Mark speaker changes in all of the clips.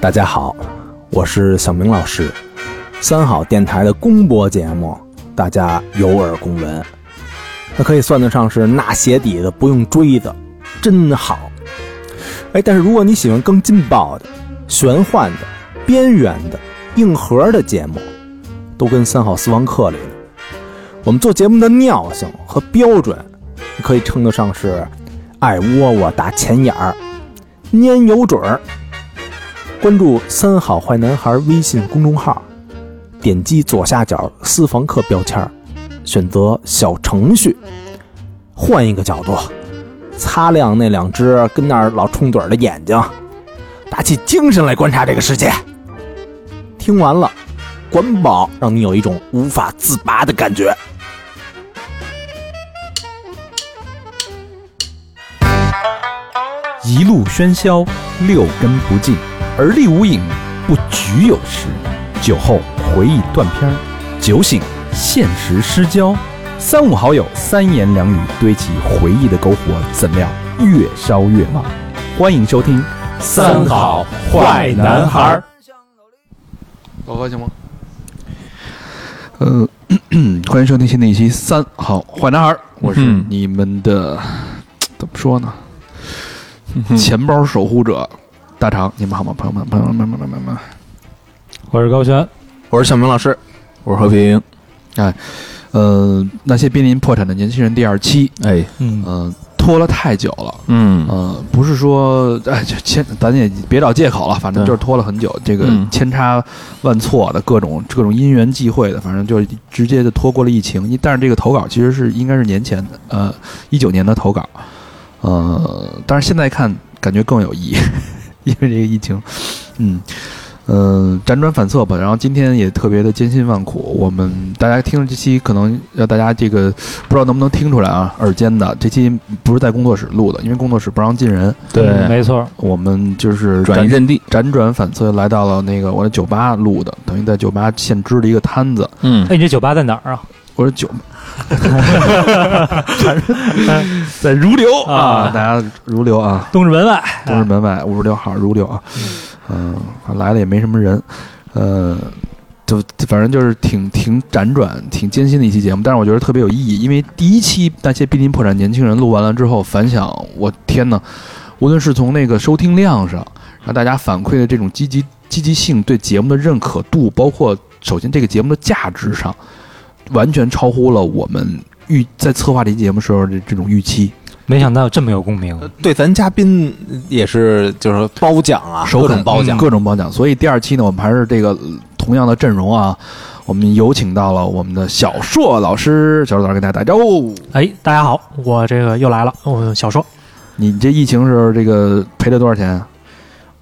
Speaker 1: 大家好，我是小明老师。三好电台的公播节目，大家有耳共闻，那可以算得上是纳鞋底的不用锥子，真好。哎，但是如果你喜欢更劲爆的、玄幻的、边缘的、硬核的节目，都跟三好私房课里的。我们做节目的尿性和标准，可以称得上是爱窝窝打钱眼儿，蔫有准儿。关注“三好坏男孩”微信公众号，点击左下角私房课标签儿，选择小程序，换一个角度，擦亮那两只跟那儿老冲盹儿的眼睛，打起精神来观察这个世界。听完了，管饱让你有一种无法自拔的感觉。
Speaker 2: 一路喧嚣，六根不净，而立无影，不局有时。酒后回忆断片儿，酒醒现实失焦。三五好友，三言两语堆起回忆的篝火，怎料越烧越旺。欢迎收听《
Speaker 3: 三好坏男孩儿》。
Speaker 4: 老哥行吗？
Speaker 5: 呃， 欢迎收听新的一期《三好坏男孩儿》，我是
Speaker 3: 嗯
Speaker 5: 你们的、怎么说呢？钱包守护者大长，你们好吗？朋友们，朋友们，朋友们，朋友们，
Speaker 3: 我是高璇，
Speaker 1: 我是小明老师，我是和平。
Speaker 5: 呃，那些濒临破产的年轻人第二期，
Speaker 1: 哎，
Speaker 3: 嗯
Speaker 5: 呃，拖了太久了。
Speaker 2: 嗯
Speaker 5: 呃，不是说，哎，就牵，咱也别找借口了，反正就是拖了很久，这个
Speaker 2: 嗯
Speaker 5: 千差万错的各种各种因缘际会的，反正就是直接就拖过了疫情。因但是这个投稿其实是应该是年前的，呃，一九年的投稿，呃，但是现在看感觉更有意义， 因为这个疫情，嗯。嗯、辗转反侧吧，然后今天也特别的艰辛万苦。我们大家听了这期，可能让大家这个不知道能不能听出来啊，耳尖的。这期不是在工作室录的，因为工作室不让进人。
Speaker 3: 嗯没错，
Speaker 5: 我们就是
Speaker 2: 转移
Speaker 5: 辗
Speaker 2: 阵地，
Speaker 5: 辗转反侧来到了那个我的酒吧录的，等于在酒吧现支了一个摊子。
Speaker 2: 嗯
Speaker 3: 哎，你这酒吧在哪儿啊？
Speaker 5: 我说酒， 在如流啊，
Speaker 3: 啊
Speaker 5: 大家如流啊，
Speaker 3: 东直门外，
Speaker 5: 东直门外五十六号如流啊，嗯、来了也没什么人，呃，就反正就是挺挺辗转、挺艰辛的一期节目，但是我觉得特别有意义，因为第一期那些濒临破产年轻人录完了之后，反响，我天呐，无论是从那个收听量上，然后大家反馈的这种积极积极性、对节目的认可度，包括首先这个节目的价值上，完全超乎了我们预在策划这期节目时候的这种预期。
Speaker 3: 没想到这么有共鸣，
Speaker 1: 对，咱嘉宾也是就是褒奖啊，
Speaker 5: 手
Speaker 1: 各
Speaker 5: 感
Speaker 1: 种褒
Speaker 3: 嗯
Speaker 1: 奖。
Speaker 5: 各种褒奖。所以第二期呢，我们还是这个呃同样的阵容啊，我们有请到了我们的小硕老师，小硕老师跟大家打招呼。
Speaker 6: 哎，大家好，我这个又来了，我小说，
Speaker 5: 你这疫情时候这个赔了多少钱啊？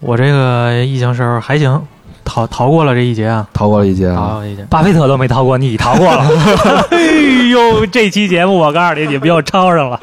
Speaker 6: 我这个疫情时候还行，逃逃过了这一劫啊，
Speaker 5: 逃过了一劫
Speaker 6: 逃
Speaker 5: 啊！
Speaker 6: 过了一劫。
Speaker 3: 巴菲特都没逃过，你逃过了。 哎呦，这期节目我告诉你，你们又抄上了。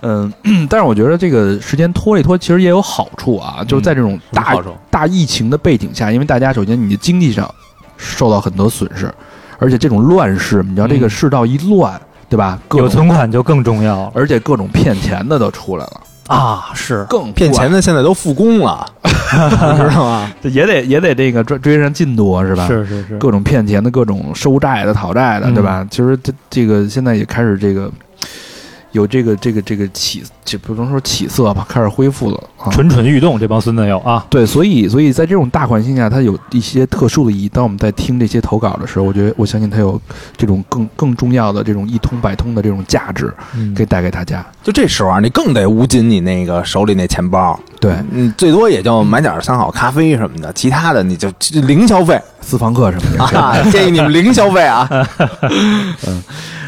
Speaker 5: 嗯，但是我觉得这个时间拖一拖，其实也有好处啊，就是在这种大、
Speaker 1: 好受
Speaker 5: 大疫情的背景下，因为大家首先你的经济上受到很多损失，而且这种乱世，你知道这个
Speaker 3: 嗯
Speaker 5: 世道一乱，对吧？各
Speaker 3: 有
Speaker 5: 种
Speaker 3: 存款就更重要了
Speaker 5: 而且各种骗钱的都出来了，
Speaker 3: 啊！是，
Speaker 5: 更
Speaker 1: 骗
Speaker 5: 乱
Speaker 1: 钱的现在都复工 了，你知道吗？
Speaker 5: 这也得也得这个追追上进度啊，是吧？
Speaker 3: 是是是，
Speaker 5: 各种骗钱的，各种收债的、讨债的，
Speaker 3: 嗯
Speaker 5: 对吧？其实这这个现在也开始这个有这个这个这个起，这不能说起色吧，开始恢复了啊。
Speaker 3: 蠢蠢欲动，这帮孙子又啊，
Speaker 5: 对，所以所以在这种大环境下，它有一些特殊的意义。当我们在听这些投稿的时候，我觉得我相信它有这种更更重要的这种一通百通的这种价值，
Speaker 3: 嗯
Speaker 5: 可以带给大家。
Speaker 1: 就这时候啊，你更得捂紧你那个手里那钱包。
Speaker 5: 对，
Speaker 1: 嗯，最多也就买点三好咖啡什么的，其他的你就就零消费
Speaker 5: 私房课什么的。
Speaker 1: 啊，建议你们零消费 啊。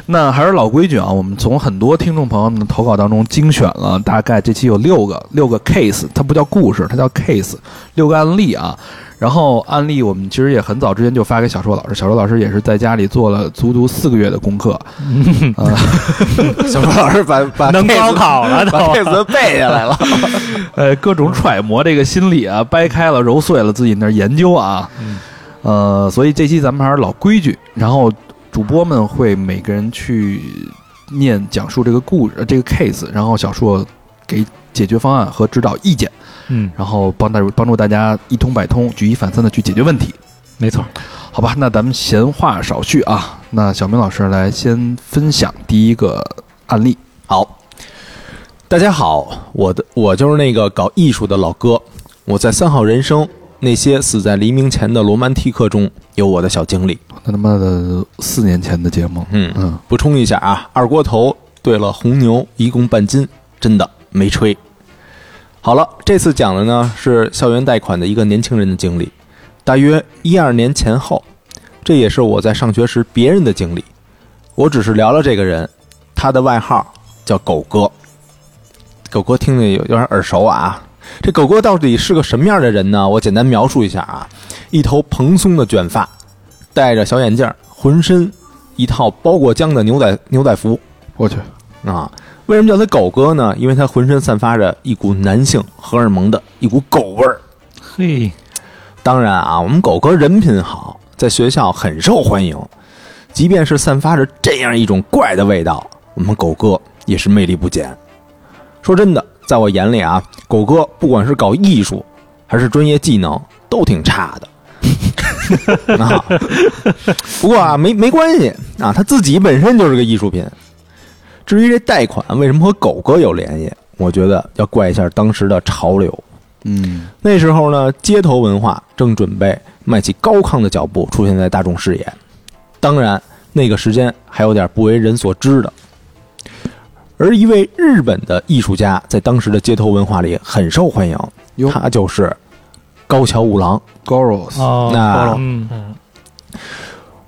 Speaker 5: 那还是老规矩啊，我们从很多听众朋友们的投稿当中精选了，大概这期有六个六个 case，它不叫故事，它叫 case，六个案例啊。然后案例我们其实也很早之前就发给小硕老师，小硕老师也是在家里做了足足四个月的功课，呃
Speaker 1: 小明老师把把
Speaker 3: 能
Speaker 1: case-
Speaker 3: 高考了都
Speaker 1: 把 case 背下来了。
Speaker 5: 呃，各种揣摩这个心理啊，掰开了揉碎了自己那儿研究啊，呃，所以这期咱们还是老规矩，然后主播们会每个人去念讲述这个故事、呃这个 case，然后小硕给解决方案和指导意见，
Speaker 3: 嗯，
Speaker 5: 然后帮大帮助大家一通百通、举一反三的去解决问题。
Speaker 3: 没错，
Speaker 5: 好吧，那咱们闲话少叙啊，那小明老师来先分享第一个案例。
Speaker 1: 好，大家好，我的我就是那个搞艺术的老哥，我在三好人生那些死在黎明前的罗曼蒂克中有我的小经历。
Speaker 5: 那他妈的四年前的节目，
Speaker 1: 嗯
Speaker 5: 嗯，
Speaker 1: 补充一下啊，二锅头兑了红牛一共半斤，真的没吹。好了，这次讲的呢是校园贷款的一个年轻人的经历，大约一二年前后，这也是我在上学时别人的经历。我只是聊聊这个人，他的外号叫狗哥。狗哥听着有有点耳熟啊，这狗哥到底是个什么样的人呢？我简单描述一下啊，一头蓬松的卷发，戴着小眼镜，浑身一套包过浆的牛仔牛仔服
Speaker 5: 我去，
Speaker 1: 啊。为什么叫他狗哥呢？因为他浑身散发着一股男性荷尔蒙的一股狗味儿。
Speaker 3: 嘿，
Speaker 1: 当然啊，我们狗哥人品好，在学校很受欢迎。即便是散发着这样一种怪的味道，我们狗哥也是魅力不减。说真的，在我眼里啊，狗哥不管是搞艺术还是专业技能，都挺差的。啊，不过啊，没没关系啊，他自己本身就是个艺术品。至于这贷款为什么和狗哥有联系，我觉得要怪一下当时的潮流。
Speaker 5: 嗯，
Speaker 1: 那时候呢，街头文化正准备迈起高亢的脚步出现在大众视野。当然，那个时间还有点不为人所知的。而一位日本的艺术家在当时的街头文化里很受欢迎，
Speaker 5: 哟
Speaker 1: 他就是高桥吾郎。
Speaker 5: ，Goros，
Speaker 7: 哦
Speaker 1: 那
Speaker 7: 暴露嗯，
Speaker 8: 嗯，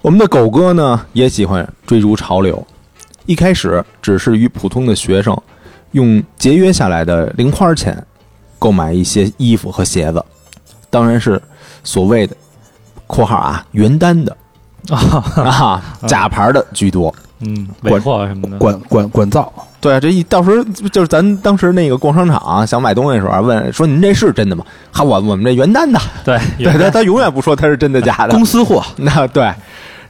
Speaker 1: 我们的狗哥呢，也喜欢追逐潮流。一开始只是与普通的学生用节约下来的零花钱购买一些衣服和鞋子，当然是所谓的（括号啊原单的啊假牌的居多）。
Speaker 3: 嗯，尾货什么的，
Speaker 5: 管管管造，
Speaker 1: 对啊，这一到时候就是咱当时那个逛商场啊、想买东西的时候啊，问说您这是真的吗？哈，我我们这原单的，
Speaker 3: 对，
Speaker 1: 对他他永远不说他是真的假的，
Speaker 5: 嗯公司货，
Speaker 1: 那对，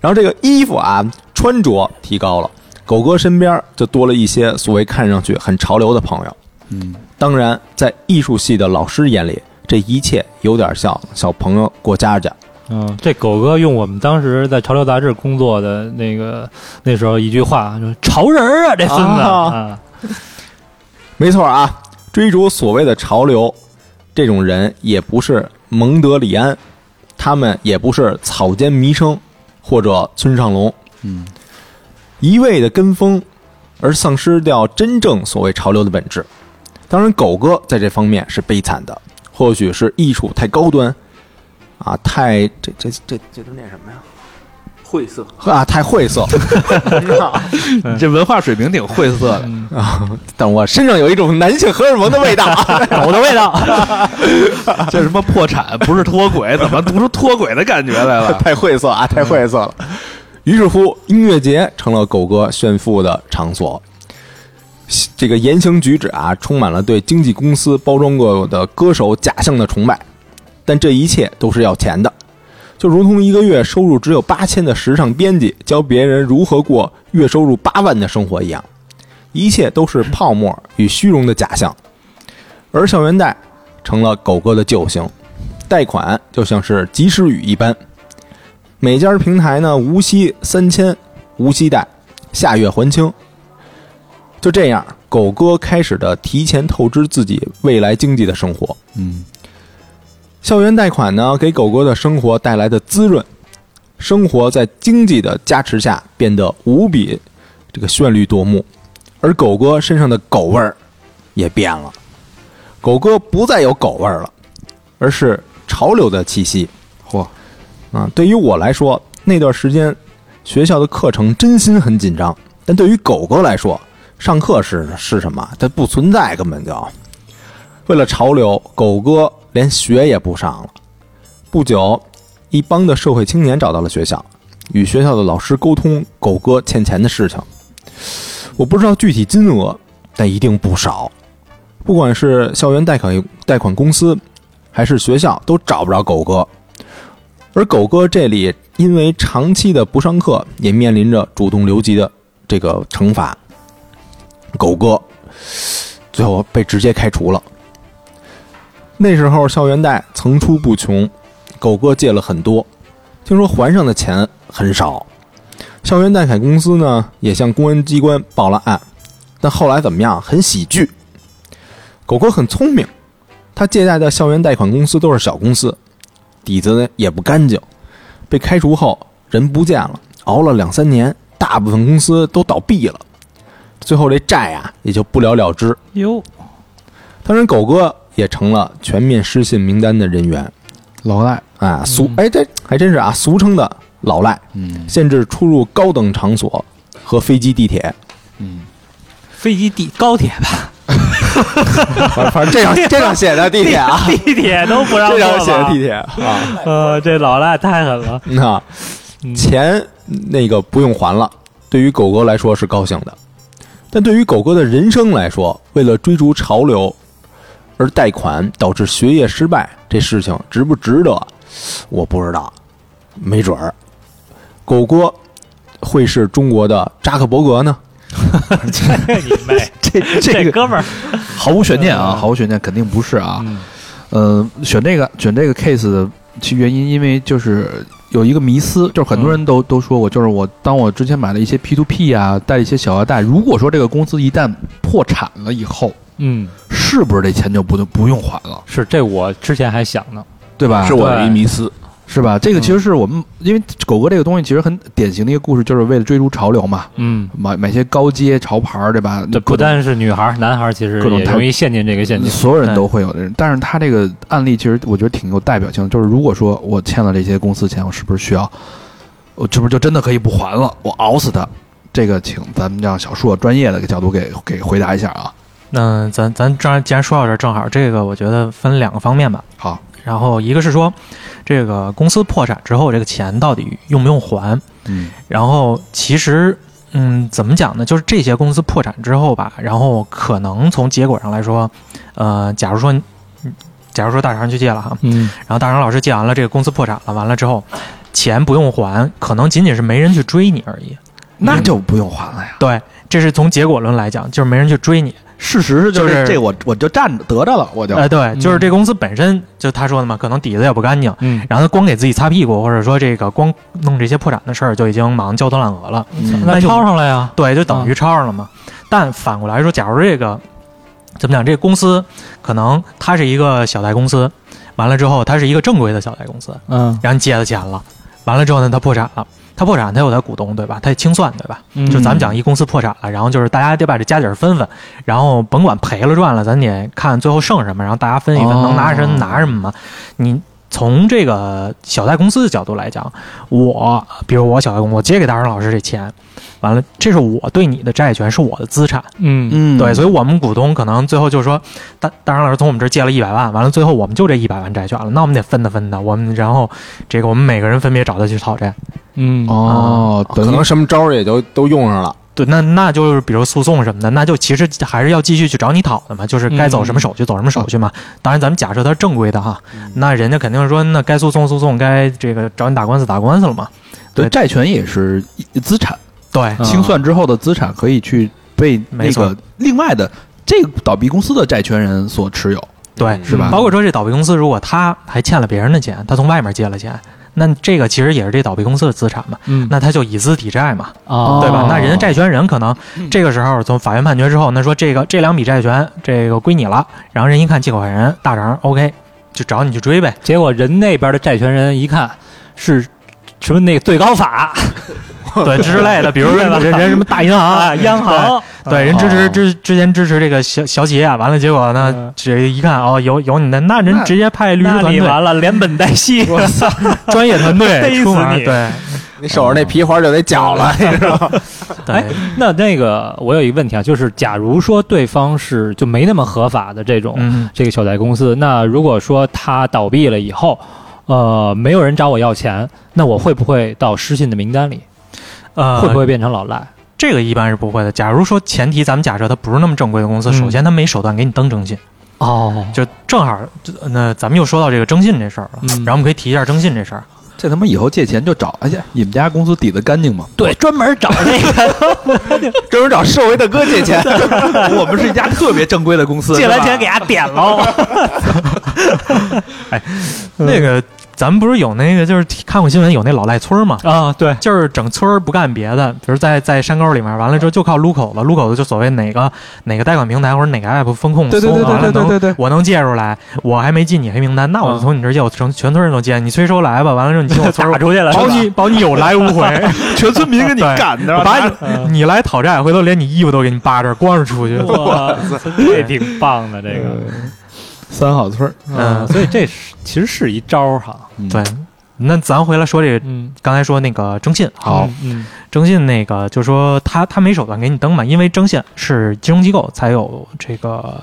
Speaker 1: 然后这个衣服啊，穿着提高了，狗哥身边就多了一些所谓看上去很潮流的朋友。
Speaker 5: 嗯，
Speaker 1: 当然，在艺术系的老师眼里，这一切有点像小朋友过家家。
Speaker 3: 嗯，这狗哥用我们当时在潮流杂志工作的那个那时候一句话，就是潮人儿啊，这孙子
Speaker 1: 啊
Speaker 3: 啊，
Speaker 1: 没错啊，追逐所谓的潮流，这种人也不是蒙德里安，他们也不是草间弥生或者村上隆，
Speaker 5: 嗯，
Speaker 1: 一味的跟风，而丧失掉真正所谓潮流的本质。当然，狗哥在这方面是悲惨的，或许是艺术太高端，啊，太这这这这都念什么呀？晦涩啊，太晦 涩
Speaker 5: 这文化水平挺晦涩的。
Speaker 1: 啊！但我身上有一种男性荷尔蒙的味道， 狗的味道，
Speaker 5: 这什么破产不是脱轨，怎么读出脱轨的感觉来了？
Speaker 1: 太晦涩啊，太晦涩了。于是乎，音乐节成了狗哥炫富的场所。这个言行举止啊，充满了对经纪公司包装过的歌手假象的崇拜。但这一切都是要钱的，就如同一个月收入只有八千的时尚编辑教别人如何过月收入八万的生活一样，一切都是泡沫与虚荣的假象。而校园贷成了狗哥的救星，贷款就像是及时雨一般，每家平台呢无息三千，无息贷，下月还清。就这样，狗哥开始的提前透支自己未来经济的生活。
Speaker 5: 嗯，
Speaker 1: 校园贷款呢，给狗哥的生活带来的滋润，生活在经济的加持下变得无比这个绚丽夺目，而狗哥身上的狗味儿也变了，狗哥不再有狗味儿了，而是潮流的气息。
Speaker 5: 嚯，
Speaker 1: 啊，对于我来说，那段时间学校的课程真心很紧张，但对于狗狗来说，上课是是什么？它不存在，根本就。为了潮流，狗哥连学也不上了。不久，一帮的社会青年找到了学校，与学校的老师沟通狗哥欠钱的事情。我不知道具体金额，但一定不少。不管是校园贷款贷款公司，还是学校，都找不着狗哥。而狗哥这里因为长期的不上课，也面临着主动留级的这个惩罚。狗哥最后被直接开除了。那时候校园贷层出不穷，狗哥借了很多，听说还上的钱很少。校园贷款公司呢也向公安机关报了案，但后来怎么样？很喜剧。狗哥很聪明，他借贷的校园贷款公司都是小公司，底子呢也不干净。被开除后人不见了，熬了两三年，大部分公司都倒闭了，最后这债啊也就不了了之。
Speaker 3: 哟，
Speaker 1: 当然，狗哥也成了全面失信名单的人员
Speaker 5: 老赖，
Speaker 1: 啊，俗
Speaker 2: 嗯
Speaker 1: 哎这还真是啊，俗称的老赖，
Speaker 5: 嗯
Speaker 1: 限制出入高等场所和飞机、地 铁，
Speaker 5: 嗯，
Speaker 3: 飞机、地高铁吧，
Speaker 1: 反反正这上这上写的地铁啊，
Speaker 3: 地铁都不让
Speaker 1: 这
Speaker 3: 坐
Speaker 1: 上写的
Speaker 3: 吧
Speaker 1: 地。铁啊，
Speaker 3: 呃，这老赖太狠了。
Speaker 1: 那
Speaker 3: 嗯
Speaker 1: 啊钱那个不用还了，对于狗哥来说是高兴的，但对于狗哥的人生来说，为了追逐潮流而贷款导致学业失败这事情值不值得，我不知道，没准儿，狗哥会是中国的扎克伯格呢？
Speaker 3: 这 你妹！
Speaker 5: 这这
Speaker 3: 这
Speaker 5: 个
Speaker 3: 哥们儿，
Speaker 5: 毫无悬念啊，
Speaker 3: 嗯
Speaker 5: 毫无悬念，肯定不是啊。
Speaker 3: 嗯
Speaker 5: 呃，选这个选这个 case 的其原因，因为就是有一个迷思，就是很多人都、都说过，就是我当我之前买了一些 P to P 啊，贷一些小额贷，如果说这个公司一旦破产了以后，
Speaker 2: 嗯，
Speaker 5: 是不是这钱就不不用还了，
Speaker 2: 是这我之前还想呢，
Speaker 5: 对吧？
Speaker 9: 是我的一迷思。
Speaker 5: 是吧？这个其实是我们，因为狗哥这个东西其实很典型的一个故事，就是为了追逐潮流嘛，
Speaker 2: 嗯，
Speaker 5: 买买些高阶潮牌儿，对吧？
Speaker 3: 嗯
Speaker 2: 这不
Speaker 5: 各种
Speaker 2: 单是女孩儿，男孩儿其实
Speaker 5: 各种
Speaker 2: 也
Speaker 5: 他
Speaker 2: 容易陷进这个陷阱。
Speaker 5: 所有人都会有的人，但是他这个案例其实我觉得挺有代表性的，就是如果说我欠了这些公司钱，我是不是需要，我是不是就真的可以不还了？我熬死他。这个请咱们让小硕专业的角度给给回答一下啊。
Speaker 2: 那咱咱这既然说到这儿，正好这个我觉得分两个方面吧。
Speaker 5: 好，
Speaker 2: 然后一个是说，这个公司破产之后，这个钱到底用不用还？
Speaker 5: 嗯
Speaker 2: 然后其实，嗯，怎么讲呢？就是这些公司破产之后吧，然后可能从结果上来说，呃，假如说，嗯假如说大肠去借了哈，
Speaker 3: 嗯，
Speaker 2: 然后大肠老师借完了，这个公司破产了，完了之后，呃钱不用还，可能仅仅是没人去追你而已。
Speaker 5: 那就不用还了呀。
Speaker 2: 对，这是从结果论来讲，就是没人去追你。
Speaker 5: 事实是
Speaker 2: 就是
Speaker 5: 这我我就站着得着了，我就
Speaker 2: 哎，对，就是这公司本身就他说的嘛，可能底子也不干净，
Speaker 3: 嗯，
Speaker 2: 然后他光给自己擦屁股，或者说这个光弄这些破产的事儿，就已经忙焦头烂额了。
Speaker 3: 那
Speaker 5: 嗯
Speaker 2: 那就
Speaker 3: 抄上来呀。嗯
Speaker 2: 对，就等于抄上了嘛。但反过来说，假如这个怎么讲，这个公司可能它是一个小贷公司，完了之后它是一个正规的小贷公司，
Speaker 3: 嗯，
Speaker 2: 然后你借了钱了，完了之后呢，它破产了。它破产，它有它股东，对吧？它也清算，对吧？就
Speaker 5: 嗯
Speaker 2: 咱们讲一公司破产了，然后就是大家得把这家底儿分分，然后甭管赔了赚了，咱得看最后剩什么，然后大家分一分，
Speaker 5: 哦
Speaker 2: 能拿什么拿什么嘛。你从这个小贷公司的角度来讲，我比如我小贷公司，我借给大成老师这钱，完了，这是我对你的债权，是我的资产，
Speaker 3: 嗯，
Speaker 5: 嗯
Speaker 2: 对，所
Speaker 5: 以
Speaker 2: 以我们股东可能最后就说，大大成老师从我们这儿借了一百万，完了最后我们就这一百万债权了，那我们得分的分的，我们然后这个我们每个人分别找他去讨债。
Speaker 3: 嗯，
Speaker 5: 哦，
Speaker 1: 可
Speaker 5: 等于
Speaker 1: 能什么招儿也就都用上了。
Speaker 2: 对，那那就是比如诉讼什么的，那就其实还是要继续去找你讨的嘛，就是该走
Speaker 5: 嗯
Speaker 2: 什么手续走什么手续嘛。当然，咱们假设它是正规的哈，那人家肯定是说，那该诉讼诉讼，该这个找你打官司打官司了嘛。
Speaker 5: 对债权也是一资产，
Speaker 2: 对，
Speaker 5: 清算之后的资产可以去被那
Speaker 2: 没错
Speaker 5: 个另外的这个倒闭公司的债权人所持有，
Speaker 2: 对，
Speaker 9: 嗯
Speaker 5: 是
Speaker 3: 嗯
Speaker 5: 吧？
Speaker 2: 包括说这倒闭公司，如果他还欠了别人的钱，他从外面借了钱，那这个其实也是这倒闭公司的资产嘛，
Speaker 3: 嗯，
Speaker 2: 那他就以资抵债嘛。
Speaker 3: 啊，
Speaker 2: 对吧
Speaker 5: 哦？嗯
Speaker 2: 那人家债权人可能这个时候从法院判决之后，那说这个这两笔债权这个归你了，然后人一看借款人大肠 OK，就找你去追呗。
Speaker 3: 结果人那边的债权人一看是什么那个最高法，
Speaker 2: 对之类的，比如说人人什么嗯哦大银行
Speaker 3: 啊，央，行，
Speaker 2: 对对人支持之之前支持这个小小企业，啊完了结果呢
Speaker 3: 嗯，
Speaker 2: 这一看哦有有你的，那人
Speaker 5: 那
Speaker 2: 直接派律师
Speaker 3: 那
Speaker 2: 团
Speaker 3: 你
Speaker 2: 队
Speaker 3: 完了，连本带 息，
Speaker 2: 专业团队
Speaker 3: 逮
Speaker 2: 出
Speaker 3: 死
Speaker 2: 门，
Speaker 3: 你
Speaker 2: 对
Speaker 1: 你手上那皮环就得绞了，你知道吗？
Speaker 2: 对
Speaker 3: 哎，那那个我有一个问题啊，就是假如说对方是就没那么合法的这种、
Speaker 2: 嗯
Speaker 3: 这个小贷公司，那如果说他倒闭了以后，呃，没有人找我要钱，那我会不会到失信的名单里？
Speaker 2: 呃
Speaker 3: 会不会变成老赖？
Speaker 2: 这个一般是不会的。假如说前提咱们假设它不是那么正规的公司，
Speaker 3: 嗯
Speaker 2: 首先它没手段给你登征信。
Speaker 3: 哦，
Speaker 2: 就正好，就那咱们又说到这个征信这事儿了，
Speaker 3: 嗯
Speaker 2: 然后我们可以提一下征信这事儿。
Speaker 5: 这他妈以后借钱就找，哎呀，你们家公司底子干 净吗？
Speaker 3: 对，专门找那 个
Speaker 5: 专门找社会大哥借钱。 我们是一家特别正规的公司，
Speaker 3: 借
Speaker 5: 是
Speaker 3: 完
Speaker 5: 吧
Speaker 3: 钱给他 点了。
Speaker 2: 那个咱们不是有那个就是看过新闻有那老赖村儿嘛，
Speaker 3: 啊，对，
Speaker 2: 就是整村儿不干别的，比如在在山沟里面，完了之后就靠撸口了，撸口的就所谓哪个哪个贷款平台或者哪个 app 风控
Speaker 5: 对对
Speaker 2: 松
Speaker 5: 对
Speaker 2: 完
Speaker 5: 对
Speaker 2: 了
Speaker 5: 对
Speaker 2: 能
Speaker 5: 对对对，
Speaker 2: 我能借出来，我还没进你黑名单，那我就从你这借，我成全村人都借，你催收来吧，完了之后你进我村
Speaker 3: 打
Speaker 2: 儿，
Speaker 3: 出 去了，
Speaker 2: 保
Speaker 3: 是吧
Speaker 2: 你保你有来无回，
Speaker 5: 全村民跟你
Speaker 2: 对
Speaker 5: 干的，
Speaker 2: 我把你 你来讨债，回头连你衣服都给你扒这儿，光着出去。
Speaker 5: 嗯
Speaker 3: 哇，这挺棒的这个，
Speaker 5: 三好村儿，
Speaker 3: 嗯，所以这是其实是一招儿哈，
Speaker 5: 嗯
Speaker 2: 对，那咱回来说这个，
Speaker 3: 嗯，
Speaker 2: 刚才说那个征信，
Speaker 5: 好，
Speaker 3: 嗯，
Speaker 2: 征信那个就说他他没手段给你登嘛，因为征信是金融机构才有这个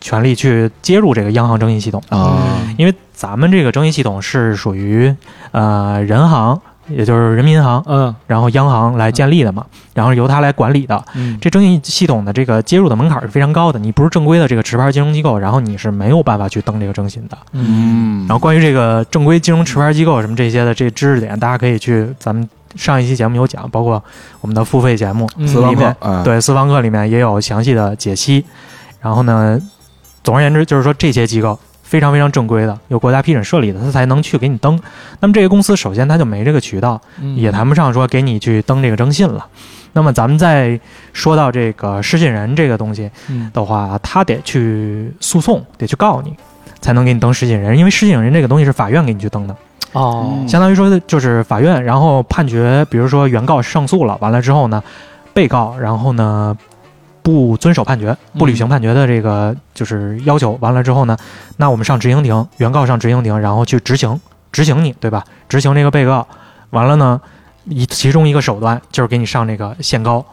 Speaker 2: 权利去接入这个央行征信系统，
Speaker 3: 嗯
Speaker 5: 啊，
Speaker 2: 因为咱们这个征信系统是属于呃人行，也就是人民银行，
Speaker 3: 嗯
Speaker 2: 然后央行来建立的嘛，然后由它来管理的。
Speaker 3: 嗯，
Speaker 2: 这征信系统的这个接入的门槛是非常高的，你不是正规的这个持牌金融机构，然后你是没有办法去登这个征信的。
Speaker 5: 嗯，
Speaker 2: 然后关于这个正规金融持牌机构什么这些的这知识点，大家可以去咱们上一期节目有讲，包括我们的付费节目，
Speaker 5: 私房
Speaker 2: 里
Speaker 5: 客
Speaker 2: 面，
Speaker 5: 啊，
Speaker 2: 对私房课里面也有详细的解析。然后呢，总而言之就是说这些机构非常非常正规的，有国家批准设立的，它才能去给你登。那么这些公司首先它就没这个渠道，
Speaker 3: 嗯
Speaker 2: 也谈不上说给你去登这个征信了。那么咱们再说到这个失信人这个东西
Speaker 3: 嗯
Speaker 2: 的话，他得去诉讼，得去告你，才能给你登失信人，因为失信人这个东西是法院给你去登的，
Speaker 3: 哦，
Speaker 2: 相当于说就是法院，然后判决，比如说原告上诉了，完了之后呢，被告然后呢不遵守判决，
Speaker 3: 嗯
Speaker 2: 不履行判决的这个就是要求，完了之后呢，那我们上执行庭，原告上执行庭，然后去执行执行你，对吧？执行这个被告，完了呢，一其中一个手段就是给你上这个限高，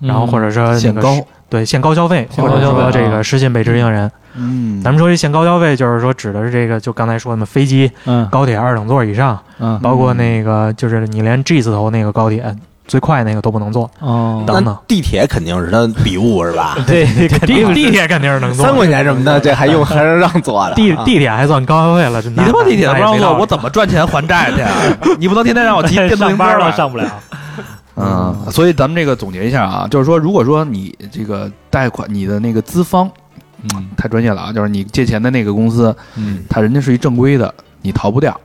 Speaker 2: 然后或者说那个
Speaker 5: 限高
Speaker 2: 是对限高消费，
Speaker 3: 嗯限
Speaker 2: 或
Speaker 3: 高
Speaker 2: 者
Speaker 3: 消费
Speaker 2: 说这
Speaker 3: 啊
Speaker 2: 个失信被执行人。
Speaker 5: 嗯，
Speaker 2: 咱们说这限高消费，就是说指的是这个，就刚才说的嘛，飞机、
Speaker 3: 嗯
Speaker 2: 高铁二等座以上，
Speaker 3: 嗯
Speaker 2: 包括那个就是你连 G 字头那个高铁最快那个都不能坐，
Speaker 3: 哦，
Speaker 2: 等等。
Speaker 10: 地铁肯定是他笔误是吧？
Speaker 3: 对，肯
Speaker 2: 地地铁肯定是能坐的，
Speaker 10: 三块钱什么的，这还用还是让坐的？啊
Speaker 2: 地地铁还算高消费了，你
Speaker 5: 你他妈地铁不让坐，我怎么赚钱还债去啊？你不能天天让我 骑电动啊自
Speaker 3: 上
Speaker 5: 行车
Speaker 3: 班
Speaker 5: 吧
Speaker 3: 了？上不了，
Speaker 5: 嗯，所以咱们这个总结一下啊，就是说，如果说你这个贷款，你的那个资方
Speaker 11: 嗯
Speaker 5: 太专业了啊，就是你借钱的那个公司，
Speaker 11: 嗯，
Speaker 5: 他人家是一正规的，你逃不掉，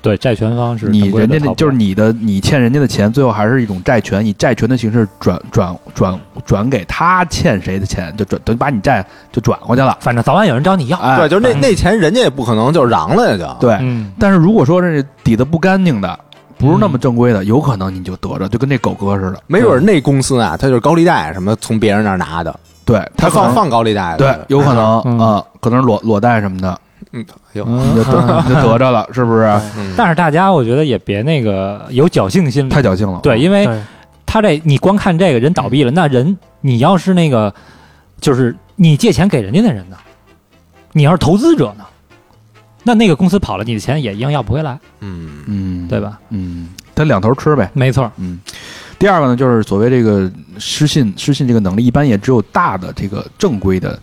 Speaker 3: 对，债权方是
Speaker 5: 你
Speaker 3: 正规
Speaker 5: 人
Speaker 3: 的
Speaker 5: 家
Speaker 3: 淘
Speaker 5: 那
Speaker 3: 宝
Speaker 5: 就是你的，你欠人家的钱，最后还是一种债权，以债权的形式转转转转给他欠谁的钱，就转就把你债就转过去了。
Speaker 3: 反正早晚有人找你要，
Speaker 5: 哎，
Speaker 10: 对，就是那
Speaker 3: 嗯
Speaker 10: 那钱人家也不可能就嚷了呀，就
Speaker 5: 对，
Speaker 3: 嗯，
Speaker 5: 但是如果说这底子不干净的，不是那么正规的，有可能你就得着，就跟那狗哥似的。
Speaker 10: 没准儿那公司啊，他就是高利贷什么从别人那儿拿的，
Speaker 5: 对
Speaker 10: 他
Speaker 5: 可能
Speaker 10: 放放高利贷
Speaker 5: 对
Speaker 10: 的，，
Speaker 5: 有可能
Speaker 3: 嗯
Speaker 5: 啊，可能是裸裸贷什么的，
Speaker 10: 嗯，有，
Speaker 5: 你就得你就得着 了，是不是？
Speaker 10: 嗯
Speaker 3: 但是大家我觉得也别那个有侥幸心理
Speaker 5: 太，侥幸了。
Speaker 3: 对，因为
Speaker 2: 对
Speaker 3: 他这你光看这个人倒闭了，那人你要是那个就是你借钱给人家的人呢，你要是投资者呢，那那个公司跑了，你的钱也一样要不回来，
Speaker 10: 嗯，
Speaker 5: 嗯，
Speaker 3: 对，吧？
Speaker 5: 嗯，他两头吃呗。
Speaker 3: 没错，
Speaker 5: 嗯，第二个呢，就是所谓这个失信失信这个能力，一般也只有大的这个正规的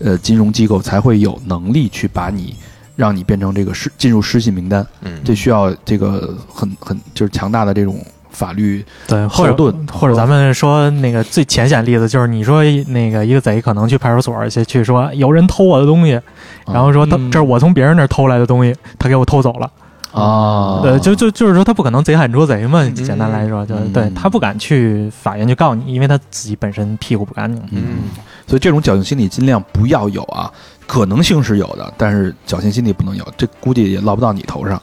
Speaker 5: 呃金融机构才会有能力去把你让你变成这个失进入失信名单，
Speaker 10: 嗯
Speaker 5: 这需要这个很很就是强大的这种法律
Speaker 2: 对，
Speaker 5: 后
Speaker 2: 或者
Speaker 5: 盾，
Speaker 2: 或者咱们说那个最浅显例子就是，你说那个一个贼可能去派出所去去说有人偷我的东西，
Speaker 5: 哦
Speaker 2: 然后说他
Speaker 3: 嗯
Speaker 2: 这是我从别人那儿偷来的东西，他给我偷走了。
Speaker 5: 啊，
Speaker 2: 对，呃就就就是说他不可能贼喊捉贼嘛，简单来说，就
Speaker 5: 嗯
Speaker 2: 对他不敢去法院去告你，因为他自己本身屁股不干净。
Speaker 5: 嗯，所以这种侥幸心理尽量不要有啊，可能性是有的，但是侥幸心理不能有，这估计也落不到你头上。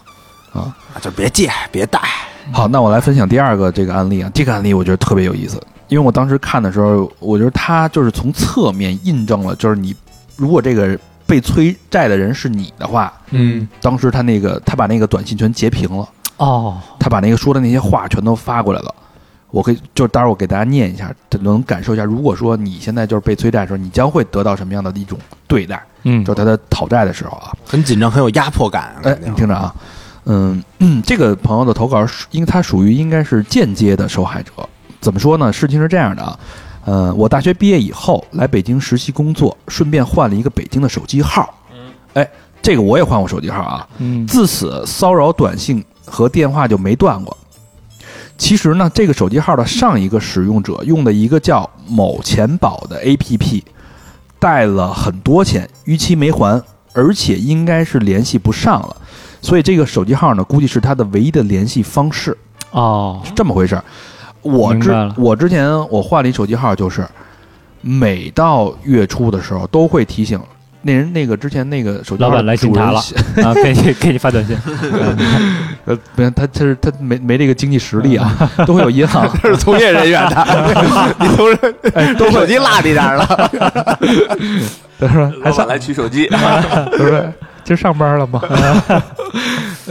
Speaker 10: 嗯就别借别贷，
Speaker 5: 好，那我来分享第二个这个案例啊，这个案例我觉得特别有意思，因为我当时看的时候，我觉得他就是从侧面印证了，就是你如果这个被催债的人是你的话，
Speaker 3: 嗯，
Speaker 5: 当时他那个他把那个短信全截屏了，
Speaker 3: 哦，
Speaker 5: 他把那个说的那些话全都发过来了。我可以，就待会儿我给大家念一下，这能感受一下。如果说你现在就是被催债的时候，你将会得到什么样的一种对待？
Speaker 3: 嗯
Speaker 5: 就，是他在讨债的时候啊。
Speaker 10: 很紧张，很有压迫感。
Speaker 5: 哎，
Speaker 10: 感觉
Speaker 5: 你听着啊，嗯，这个朋友的投稿是，因为他属于应该是间接的受害者。怎么说呢？事情是这样的啊，呃，我大学毕业以后来北京实习工作，顺便换了一个北京的手机号。哎，这个我也换过手机号啊。
Speaker 3: 嗯
Speaker 5: 自此，骚扰短信和电话就没断过。其实呢，这个手机号的上一个使用者用的一个叫某钱宝的 APP，贷了很多钱，逾期没还，而且应该是联系不上了，所以这个手机号呢，估计是他的唯一的联系方式。
Speaker 3: 哦，
Speaker 5: 是这么回事儿。我
Speaker 3: 明
Speaker 5: 之
Speaker 3: 白了
Speaker 5: 我之前我换了一手机号，就是每到月初的时候都会提醒那人那个之前那个手机号
Speaker 3: 老板来
Speaker 5: 主
Speaker 3: 巡查
Speaker 5: 人
Speaker 3: 了
Speaker 5: 写，
Speaker 3: 啊，给你给你发短信，
Speaker 5: 呃，不行，他他是他没没这个经济实力啊， 都会有银行，
Speaker 12: 这是从业人员 的，你都是
Speaker 5: 哎，都
Speaker 12: 都
Speaker 5: 会
Speaker 12: 手机落地这儿了，
Speaker 5: 他 说还上
Speaker 12: 来取手机，
Speaker 10: 嗯
Speaker 5: 他说今儿上班了吗？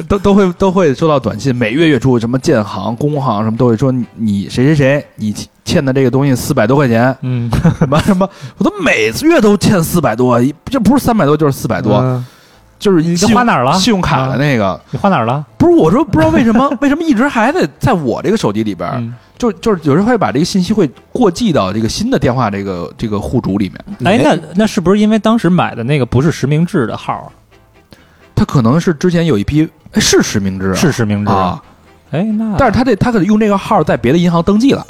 Speaker 5: 都都会都会收到短信，每月月初什么建行、工行什么都会说你你谁谁谁你欠的这个东西四百多块钱，
Speaker 3: 嗯，
Speaker 5: 什么什么，我都每次月都欠四百多，这不是三百多就是四百多，就是
Speaker 3: 嗯你
Speaker 5: 信
Speaker 3: 花哪儿了？嗯
Speaker 5: 信用卡的那个，
Speaker 3: 你花哪儿了？
Speaker 5: 不是我说不知道为什么 为什么一直还得在我这个手机里边儿，
Speaker 3: 嗯，
Speaker 5: 就就是有时候会把这个信息会过继到这个新的电话这个这个户主里面，
Speaker 3: 哎，那那是不是因为当时买的那个不是实名制的号啊？
Speaker 5: 他可能是之前有一批哎是实名制啊
Speaker 3: 是实名制
Speaker 5: 啊，
Speaker 3: 哎，那
Speaker 5: 但是他这他可能用这个号在别的银行登记了，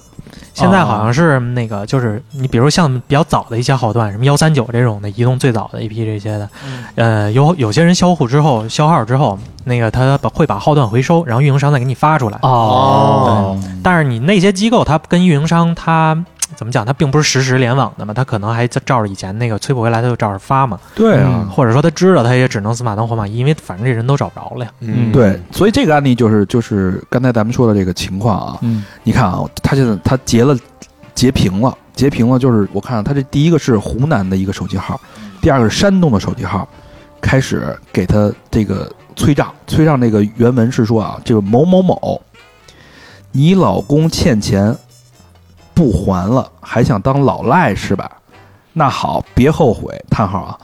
Speaker 2: 现在好像是那个，就是你比如像比较早的一些号段，什么幺三九这种的，移动最早的一批这些的，
Speaker 3: 嗯
Speaker 2: 呃，有有些人销户之后，销号之后，那个他把会把号段回收，然后运营商再给你发出来。
Speaker 3: 哦，
Speaker 2: 但是你那些机构，它跟运营商，它怎么讲？它并不是实时联网的嘛，它可能还照着以前那个催不回来，它就照着发嘛。
Speaker 5: 对啊
Speaker 2: 嗯或者说他知道，他也只能死马当活马医，因为反正这人都找不着了呀。
Speaker 3: 嗯
Speaker 5: 对，所以这个案例就是就是刚才咱们说的这个情况啊，
Speaker 3: 嗯
Speaker 5: 你看啊，他现在他结了截屏了，截屏了就是我看啊他这第一个是湖南的一个手机号，第二个是山东的手机号，开始给他这个催账，催账这个原文是说啊，这个某某某，你老公欠钱不还了，还想当老赖是吧？那好，别后悔，叹号啊，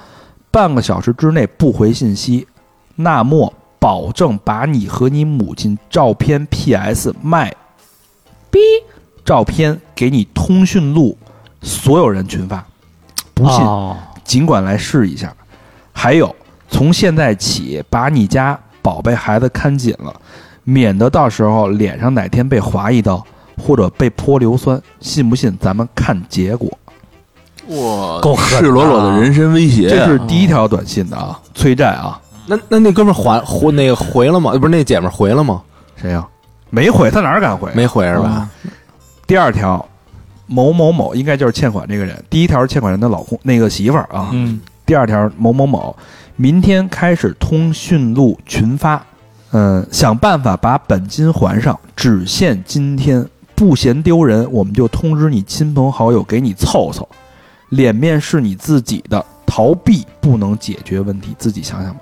Speaker 5: 半个小时之内不回信息，那么保证把你和你母亲照片 PS 卖照片给你通讯录所有人群发，不信
Speaker 3: 哦
Speaker 5: 尽管来试一下。还有，从现在起把你家宝贝孩子看紧了，免得到时候脸上哪天被划一刀或者被泼硫酸，信不信咱们看结果。
Speaker 12: 哇，
Speaker 3: 够狠的啊
Speaker 12: 赤裸裸的人身威胁，
Speaker 5: 这是第一条短信的啊，催债啊，
Speaker 10: 那那那哥们儿还回那个回了吗？呃不是那姐们儿回了吗？
Speaker 5: 谁呀、没回，他哪儿敢回？
Speaker 10: 没啊回是吧？
Speaker 5: 第二条，某某某应该就是欠款这个人。第一条是欠款人的老公，那个媳妇儿啊。
Speaker 3: 嗯，
Speaker 5: 第二条，某某某，明天开始通讯录群发，嗯、想办法把本金还上，只限今天，不嫌丢人，我们就通知你亲朋好友给你凑凑。脸面是你自己的，逃避不能解决问题，自己想想吧。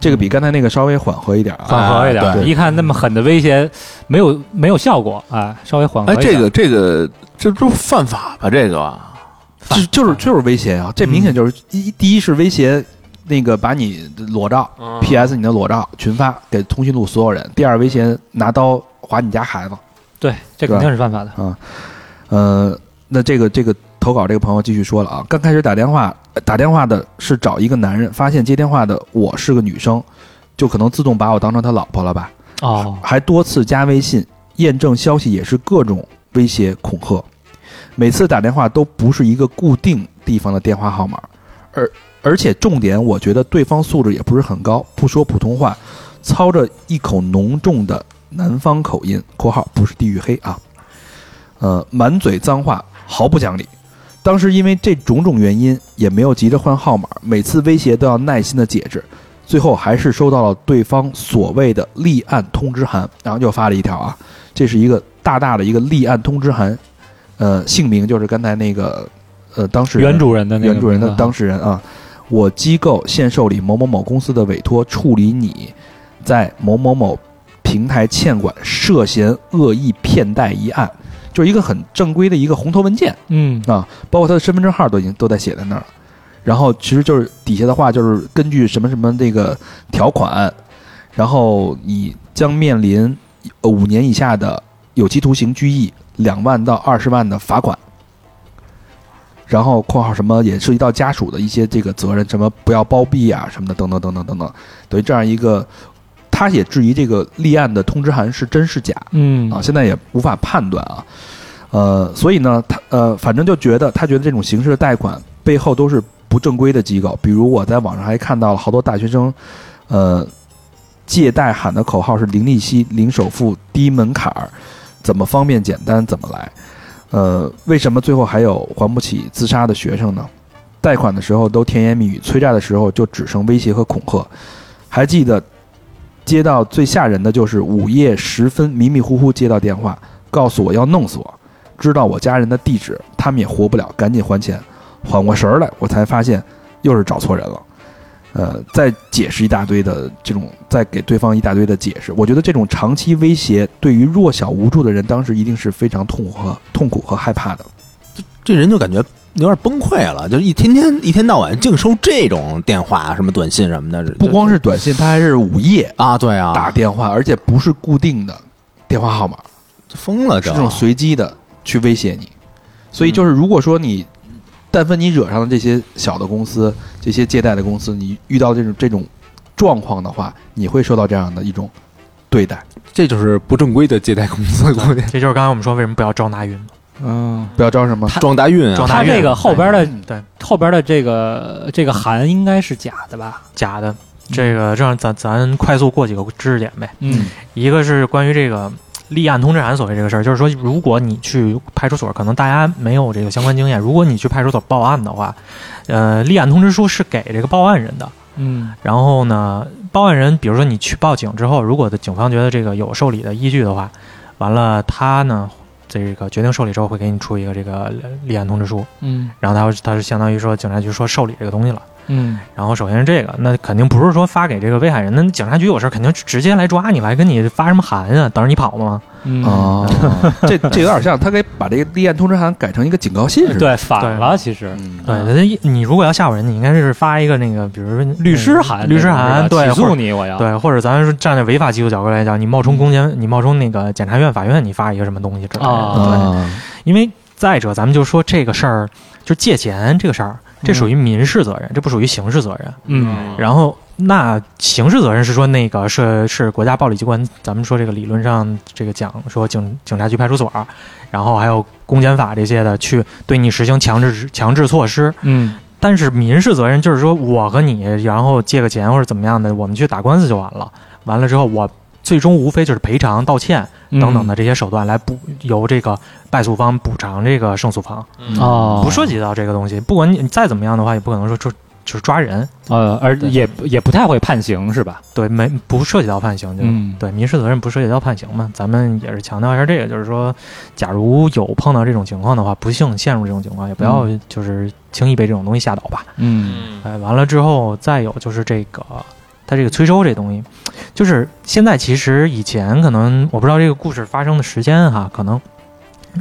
Speaker 5: 这个比刚才那个稍微缓和一点啊。
Speaker 3: 缓和一
Speaker 12: 哎
Speaker 3: 点。
Speaker 12: 对
Speaker 3: 一看那么狠的威胁，没有没有效果，哎，稍微缓和
Speaker 12: 哎，
Speaker 3: 一
Speaker 10: 啊
Speaker 3: 下。
Speaker 12: 这个这个这不犯法吧？这个吧，
Speaker 5: 就就是就是威胁啊！这明显就是一、第一是威胁，那个把你的裸照、PS 你的裸照群发给通讯录所有人；第二威胁拿刀划你家孩子。
Speaker 3: 对，这肯定是犯法的。
Speaker 5: 呃，那这个这个投稿这个朋友继续说了啊，刚开始打电话呃打电话的是找一个男人，发现接电话的我是个女生，就可能自动把我当成他老婆了吧？
Speaker 3: 哦，
Speaker 5: 还多次加微信验证消息，也是各种威胁恐吓。每次打电话都不是一个固定地方的电话号码，而而且重点，我觉得对方素质也不是很高，不说普通话，操着一口浓重的南方口音（括号不是地域黑啊），呃，满嘴脏话，毫不讲理。当时因为这种种原因，也没有急着换号码，每次威胁都要耐心的解释，最后还是收到了对方所谓的立案通知函，然后又发了一条啊，这是一个大大的一个立案通知函，呃，姓名就是刚才那个呃当事人
Speaker 3: 原主人的那个
Speaker 5: 原主人的
Speaker 3: 名字
Speaker 5: 当事人啊，我机构现受理某某某公司的委托，处理你在某某某平台欠款涉嫌恶意骗贷一案，就是一个很正规的一个红头文件，
Speaker 3: 嗯
Speaker 5: 包括他的身份证号都已经都在写在那儿了。然后其实就是底下的话就是根据什么什么这个条款，然后你将面临呃五年以下的有期徒刑、拘役，两万到二十万的罚款。然后（括号什么也涉及到家属的一些这个责任，什么不要包庇啊什么的，等等等等等等，等于这样一个，他他也质疑这个立案的通知函是真是假
Speaker 3: 嗯
Speaker 5: 啊，现在也无法判断啊。呃，所以呢，他呃，反正就觉得他觉得这种形式的贷款背后都是不正规的机构，比如我在网上还看到了好多大学生，呃，借贷喊的口号是零利息、零首付、低门槛儿，怎么方便简单怎么来。呃，为什么最后还有还不起自杀的学生呢？贷款的时候都甜言蜜语，催债的时候就只剩威胁和恐吓。还记得接到最吓人的就是午夜时分，迷迷糊糊接到电话，告诉我要弄死我，知道我家人的地址，他们也活不了，赶紧还钱。缓过神儿来，我才发现又是找错人了。呃，再解释一大堆的这种，再给对方一大堆的解释，我觉得这种长期威胁对于弱小无助的人，当时一定是非常痛苦和痛苦和害怕的。
Speaker 10: 这人就感觉有点崩溃了，就一天天一天到晚净收这种电话、什么短信什么的，
Speaker 5: 不光
Speaker 10: 是
Speaker 5: 是短信，他还是午夜
Speaker 10: 啊，对啊，
Speaker 5: 打电话，而且不是固定的电话号码，
Speaker 10: 疯了
Speaker 5: 是
Speaker 10: 这，
Speaker 5: 这种随机的去威胁你。所以就是，
Speaker 2: 嗯
Speaker 5: 如果说你，但凡你惹上了这些小的公司、这些借贷的公司，你遇到这种这种状况的话，你会受到这样的一种对待。
Speaker 1: 这就是不正规的借贷公司，估计
Speaker 2: 这就是刚才我们说为什么不要招拿云嘛，
Speaker 5: 嗯，不要招什么嗯
Speaker 10: 撞大运
Speaker 2: 招
Speaker 10: 啊，
Speaker 2: 拿
Speaker 3: 他
Speaker 2: 云
Speaker 3: 这个后边的
Speaker 2: 对
Speaker 3: 后边的这个这个函应该是假的吧？
Speaker 2: 假的。这个这样咱咱快速过几个知识点呗。
Speaker 3: 嗯
Speaker 2: 一个是关于这个立案通知函所谓这个事儿，就是说，如果你去派出所，可能大家没有这个相关经验，如果你去派出所报案的话，呃，立案通知书是给这个报案人的。
Speaker 3: 嗯
Speaker 2: 然后呢，报案人，比如说你去报警之后，如果的警方觉得这个有受理的依据的话，完了他呢，这个决定受理之后会给你出一个这个立案通知书，
Speaker 3: 嗯
Speaker 2: 然后他他是相当于说警察局说受理这个东西了。
Speaker 3: 嗯
Speaker 2: 然后首先是这个，那肯定不是说发给这个被害人，那警察局有事儿肯定直接来抓你，来跟你发什么函啊，等着你跑嘛。
Speaker 3: 嗯，
Speaker 2: 哦
Speaker 5: 啊， 这这有点像他给把这个立案通知函改成一个警告信似的。嗯
Speaker 3: 对，反了其实。
Speaker 2: 对，那你如果要吓唬人，你应该是发一个那个，比如说
Speaker 3: 律师函，
Speaker 2: 律师函，对，
Speaker 3: 起
Speaker 2: 或
Speaker 3: 诉
Speaker 2: 者
Speaker 3: 你，我要，
Speaker 2: 对，或者咱是站在违法机构角度来讲，你冒充公检，你冒充那个检察院、法院，你发一个什么东西之类的。
Speaker 3: 啊
Speaker 2: 对，因为再者，咱们就说这个事儿，就借钱这个事儿，这属于民事责任，这不属于刑事责任。
Speaker 3: 嗯
Speaker 2: 然后，那刑事责任是说那个是是国家暴力机关，咱们说这个理论上这个讲说警警察局、派出所，然后还有公检法这些的去对你实行强制强制措施。
Speaker 3: 嗯
Speaker 2: 但是民事责任就是说我和你，然后借个钱或者怎么样的，我们去打官司就完了。完了之后，我最终无非就是赔偿、道歉
Speaker 3: 嗯
Speaker 2: 等等的这些手段来补由这个败诉方补偿这个胜诉方，
Speaker 3: 哦，
Speaker 2: 不涉及到这个东西。不管你你再怎么样的话，也不可能说就就是抓人，
Speaker 3: 呃，而
Speaker 2: 对
Speaker 3: 也也不太会判刑是吧？
Speaker 2: 对，没不涉及到判刑就。
Speaker 3: 嗯
Speaker 2: 对民事责任不涉及到判刑嘛？咱们也是强调一下这个，就是说，假如有碰到这种情况的话，不幸陷入这种情况，也不要就是轻易被这种东西吓倒吧。
Speaker 3: 嗯
Speaker 2: 哎，完了之后，再有就是这个，它这个催收这东西，就是现在其实以前可能我不知道这个故事发生的时间哈，可能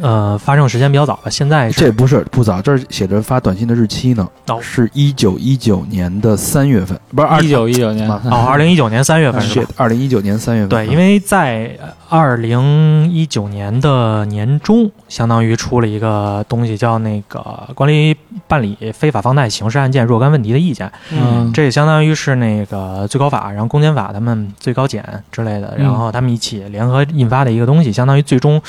Speaker 2: 呃发生的时间比较早吧。现在
Speaker 5: 这
Speaker 2: 是
Speaker 5: 不是不早，这儿写着发短信的日期呢，
Speaker 2: 哦
Speaker 5: 是一九一九年的三月份，不是二
Speaker 3: 一九一九年，
Speaker 5: 嗯
Speaker 2: 哦，二零一九年三月份是吧？
Speaker 5: 二零一九年三月份。
Speaker 2: 对，因
Speaker 5: 为
Speaker 2: 为在二零一九年的年中，相当于出了一个东西叫那个《关于办理非法放贷刑事案件若干问题的意见》，
Speaker 3: 嗯
Speaker 2: 这也相当于是那个最高法，然后公检法他们最高检之类的，
Speaker 3: 嗯
Speaker 2: 然后他们一起联合印发的一个东西，相当于最终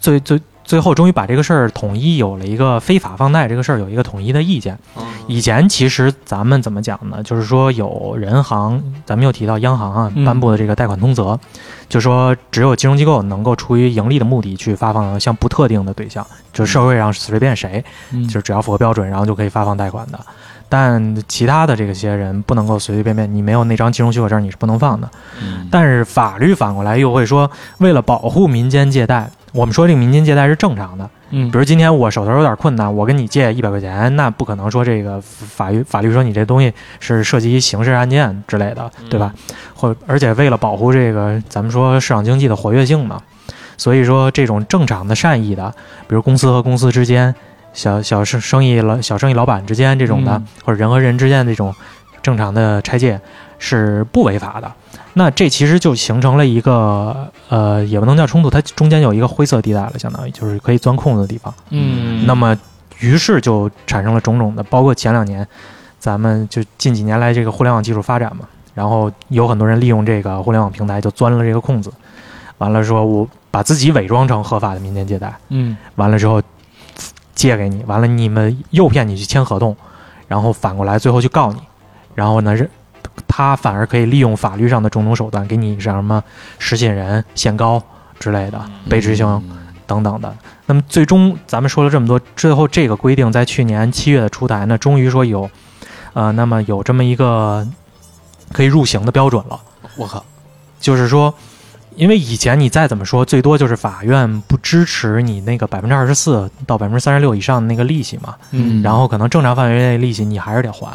Speaker 2: 最最。最后终于把这个事儿统一有了一个非法放贷这个事儿有一个统一的意见。以前其实咱们怎么讲呢？就是说有人行，咱们又提到央行啊
Speaker 3: 嗯
Speaker 2: 颁布的这个贷款通则，就说只有金融机构能够出于盈利的目的去发放向不特定的对象，就是社会上随便谁，
Speaker 3: 嗯
Speaker 2: 就是只要符合标准，然后就可以发放贷款的。但其他的这个些人不能够随随便便，你没有那张金融许可证你是不能放
Speaker 3: 嗯
Speaker 2: 的。但是法律反过来又会说，为了保护民间借贷，我们说这个民间借贷是正常的。
Speaker 3: 嗯
Speaker 2: 比如今天我手头有点困难，我跟你借一百块钱，那不可能说这个法律法律说你这东西是涉及刑事案件之类的，
Speaker 3: 嗯
Speaker 2: 对吧？或而且为了保护这个咱们说市场经济的活跃性嘛，所以说这种正常的善意的，比如公司和公司之间、小小生生意老小生意老板之间这种的，
Speaker 3: 嗯
Speaker 2: 或者人和人之间这种正常的拆借是不违法的。那这其实就形成了一个呃，也不能叫冲突，它中间有一个灰色地带了，相当于就是可以钻空子的地方。
Speaker 3: 嗯，
Speaker 2: 那么，于是就产生了种种的，包括前两年，咱们就近几年来这个互联网技术发展嘛，然后有很多人利用这个互联网平台就钻了这个空子，完了说我把自己伪装成合法的民间借贷，
Speaker 3: 嗯，
Speaker 2: 完了之后借给你，完了你们诱骗你去签合同，然后反过来最后去告你，然后呢是他反而可以利用法律上的种种手段给你像什么失信人、限高之类的、被执行
Speaker 5: 嗯
Speaker 2: 等等的。那么最终咱们说了这么多，最后这个规定在去年七月的出台呢，终于说有，呃，那么有这么一个可以入刑的标准了。
Speaker 12: 我靠，
Speaker 2: 就是说，因为以前你再怎么说，最多就是法院不支持你那个百分之二十四到百分之三十六以上的那个利息嘛，
Speaker 5: 嗯
Speaker 2: 然后可能正常范围内利息你还是得还。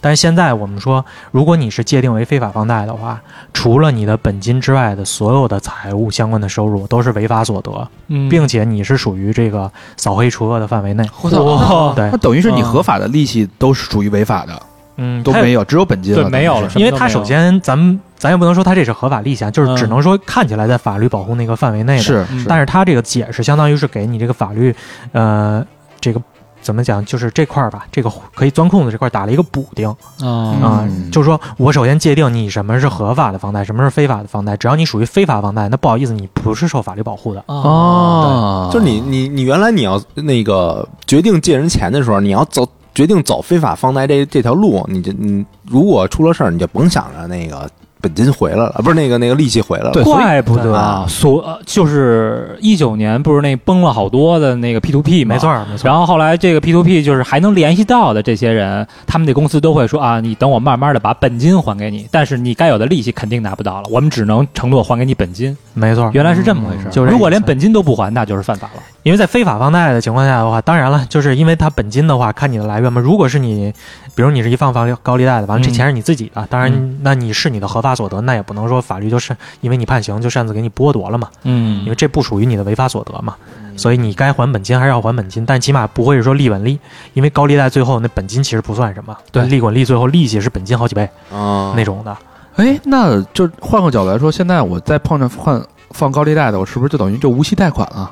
Speaker 2: 但是现在我们说，如果你是界定为非法放贷的话，除了你的本金之外的所有的财务相关的收入都是违法所得，
Speaker 3: 嗯
Speaker 2: 并且你是属于这个扫黑除恶的范围内。
Speaker 5: 我 操，
Speaker 3: 哎
Speaker 2: 对
Speaker 5: 那等于是你合法的利息都是属于违法的，
Speaker 2: 嗯，
Speaker 5: 都
Speaker 2: 它
Speaker 5: 没有，只有本金
Speaker 3: 对
Speaker 5: 了，
Speaker 3: 没有
Speaker 5: 等于，
Speaker 3: 了
Speaker 5: 是
Speaker 3: 什么
Speaker 2: 因为
Speaker 3: 都
Speaker 2: 它
Speaker 3: 没有
Speaker 2: 首先咱们咱也不能说它这是合法立项，就是只
Speaker 3: 嗯
Speaker 2: 能说看起来在法律保护那个范围内的。
Speaker 5: 是
Speaker 3: 嗯
Speaker 2: 但是它这个解释相当于是给你这个法律，呃，这个怎么讲，就是这块儿吧，这个可以钻空子这块儿打了一个补丁
Speaker 3: 啊，
Speaker 2: 啊、
Speaker 5: 嗯
Speaker 2: 就是说我首先界定你什么是合法的房贷，什么是非法的房贷，只要你属于非法房贷，那不好意思，你不是受法律保护的。
Speaker 5: 哦，
Speaker 10: 就是
Speaker 12: 啊
Speaker 10: 你你你原来你要那个决定借人钱的时候，你要走决定走非法放贷这这条路，你就你如果出了事儿，你就甭想着那个本金回来了，不是那个那个利息回来了。
Speaker 5: 对所以
Speaker 3: 怪不得
Speaker 10: 啊
Speaker 3: 所呃就是一九年不是那崩了好多的那个 P to P
Speaker 2: 没错儿，没错儿。
Speaker 3: 然后后来这个 P to P 就是还能联系到的这些人，他们的公司都会说啊，你等我慢慢的把本金还给你，但是你该有的利息肯定拿不到了，我们只能承诺还给你本金。
Speaker 2: 没错儿，
Speaker 3: 原来是这么回事
Speaker 2: 嗯
Speaker 3: 儿，
Speaker 2: 就是
Speaker 3: 如果连
Speaker 2: 这意思
Speaker 3: 本金都不还，那就是犯法了。
Speaker 2: 因为在非法放贷的情况下的话，当然了，就是因为它本金的话，看你的来源嘛。如果是你，比如你是一放房高利贷的，完了这
Speaker 3: 嗯
Speaker 2: 钱是你自己的，当
Speaker 3: 嗯
Speaker 2: 然那你是你的合法所得，那也不能说法律就是因为你判刑就擅自给你剥夺了嘛，因
Speaker 3: 嗯
Speaker 2: 为这不属于你的违法所得嘛。所以你该还本金还是要还本金，但起码不会说利滚利，因为高利贷最后那本金其实不算什么，
Speaker 3: 对嗯
Speaker 2: 利滚利最后利息是本金好几倍
Speaker 10: 啊，
Speaker 2: 那种的。
Speaker 5: 哎，那就换个角度来说，现在我再碰上换放高利贷的，我是不是就等于就无息贷款了？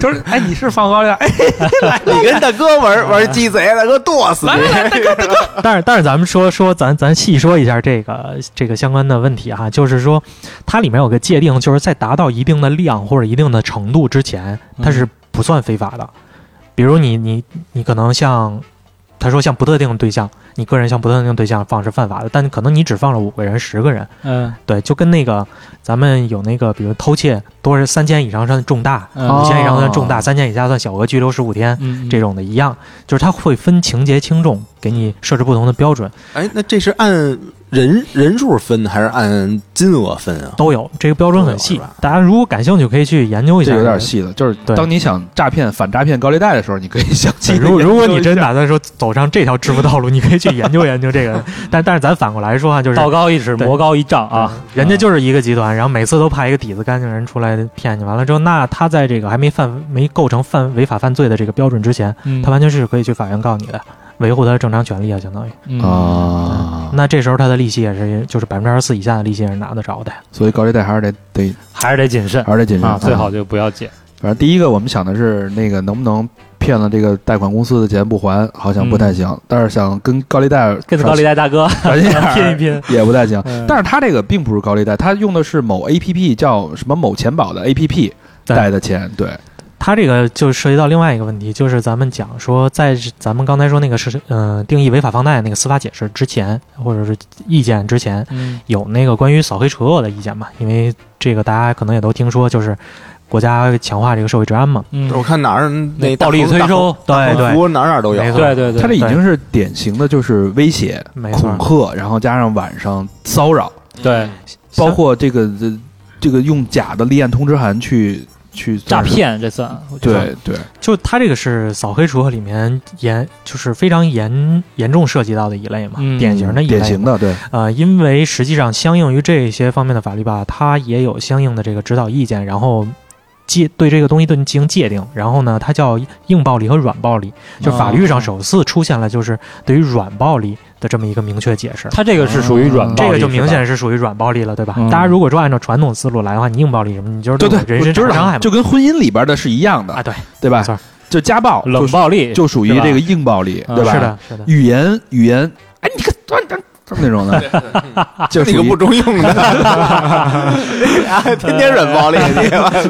Speaker 5: 就是，哎，你是放高利贷，哎，
Speaker 10: 你跟大哥
Speaker 12: 哎
Speaker 10: 玩玩鸡贼，大哥剁死你！
Speaker 3: 嗯
Speaker 2: 但是但是咱们说说咱咱细说一下这个这个相关的问题哈、就是说它里面有个界定，就是在达到一定的量或者一定的程度之前，
Speaker 3: 嗯
Speaker 2: 它是不算非法的。比如你你你可能像他说像不特定对象，你个人像不特定对象放是犯法的，但可能你只放了五个人、十个人，
Speaker 3: 嗯
Speaker 2: 对，就跟那个咱们有那个比如偷窃多是三千以上算重大，
Speaker 5: 哦
Speaker 2: 五千以上算重大，三千以下算小额拘留十五天。
Speaker 3: 嗯
Speaker 2: 这种的一样，就是它会分情节轻重，给你设置不同的标准，
Speaker 10: 哎，那这是按人人数分还是按金额分啊？
Speaker 2: 都有。这个标准很
Speaker 10: 都
Speaker 2: 细
Speaker 10: 有是吧，
Speaker 2: 大家如果感兴趣可以去研究一下。
Speaker 5: 这有点。细了。就是
Speaker 2: 对
Speaker 5: 当你想诈骗、反诈骗高利贷的时候，你可以想
Speaker 2: 对，
Speaker 5: 起
Speaker 2: 如果如果你真打算说走上这条致富道路，你可以去研究研究这 个。但但是咱反过来说啊，就是
Speaker 3: 道高一尺，
Speaker 2: 对
Speaker 3: 魔高一丈啊，
Speaker 2: 人
Speaker 5: 嗯
Speaker 2: 家就是一个集团，然后每次都派一个底子干净的人出来骗你，完了之后，那他在这个还没犯没构成犯违法犯罪的这个标准之前，
Speaker 3: 嗯
Speaker 2: 他完全是可以去法院告你的，维护他的正常权利啊，相当于。
Speaker 3: 嗯
Speaker 5: 啊，
Speaker 2: 那这时候他的利息也是就是百分之二十四以下的利息也是拿得着的。
Speaker 5: 所以高利贷还是得得
Speaker 3: 还是得谨慎
Speaker 5: 还是得谨慎
Speaker 3: 啊，最好就不要借。
Speaker 5: 反正第一个我们想的是那个能不能骗了这个贷款公司的钱不还，好像不太行。但是想跟高利贷
Speaker 3: 嗯跟着高利贷 大哥
Speaker 5: 反正
Speaker 3: 拼一拼，
Speaker 5: 也不太行。
Speaker 3: 嗯
Speaker 5: 但是他这个并不是高利贷，他用的是某 A P P 叫什么某钱宝的 A P P
Speaker 2: 对
Speaker 5: 贷的钱，对，
Speaker 2: 它这个就涉及到另外一个问题，就是咱们讲说，在咱们刚才说那个是嗯、呃定义违法放贷那个司法解释之前，或者是意见之前，
Speaker 3: 嗯
Speaker 2: 有那个关于扫黑除恶的意见嘛？因为这个大家可能也都听说，就是国家强化这个社会治安嘛。
Speaker 3: 嗯
Speaker 10: 我看哪儿那
Speaker 3: 暴力催收，
Speaker 10: 大
Speaker 2: 对
Speaker 12: 哎
Speaker 2: 对，
Speaker 10: 服哪儿哪儿都有
Speaker 2: 没。错
Speaker 3: 对对对，
Speaker 5: 他这已经是典型的就是威胁、
Speaker 2: 没错
Speaker 5: 恐，吓，然后加上晚上骚扰，
Speaker 3: 对
Speaker 5: 包括这个这这个用假的立案通知函去去
Speaker 3: 诈
Speaker 5: 算是，
Speaker 3: 骗这算
Speaker 5: 对对，
Speaker 2: 就它这个是扫黑除恶里面严，就是非常严严重涉及到的一类嘛，
Speaker 3: 嗯
Speaker 2: 典型的一类。
Speaker 5: 典型的对，
Speaker 2: 呃，因为实际上相应于这些方面的法律吧，它也有相应的这个指导意见，然后界对这个东西进行界定。然后呢，它叫硬暴力和软暴
Speaker 5: 嗯
Speaker 2: 力，就法律上首次出现了就是对于软暴力的这么一个明确解释。
Speaker 5: 嗯
Speaker 3: 他这个是属于软暴
Speaker 2: 嗯这
Speaker 3: 力，
Speaker 2: 个就明
Speaker 3: 是吧
Speaker 2: 显是属于软暴力了，对吧？
Speaker 3: 嗯
Speaker 2: 大家如果说按照传统思路来的话，你硬暴力什么，你就是
Speaker 5: 对对
Speaker 2: 我，人身
Speaker 5: 我知道
Speaker 2: 伤害嘛，
Speaker 5: 就跟婚姻里边的是一样的
Speaker 2: 啊，，对，
Speaker 5: 对吧
Speaker 2: 没错？
Speaker 5: 就家暴，
Speaker 3: 冷
Speaker 5: 就
Speaker 3: 暴力，
Speaker 5: 就属于
Speaker 3: 是吧
Speaker 5: 这个硬暴力，
Speaker 3: 嗯
Speaker 5: 对吧？
Speaker 2: 是，的，是的，
Speaker 5: 语言语言，哎，你个端端。就是那种的，就
Speaker 12: 那
Speaker 5: 属
Speaker 12: 个
Speaker 5: 于
Speaker 12: 不中用 的，啊天天软暴力，你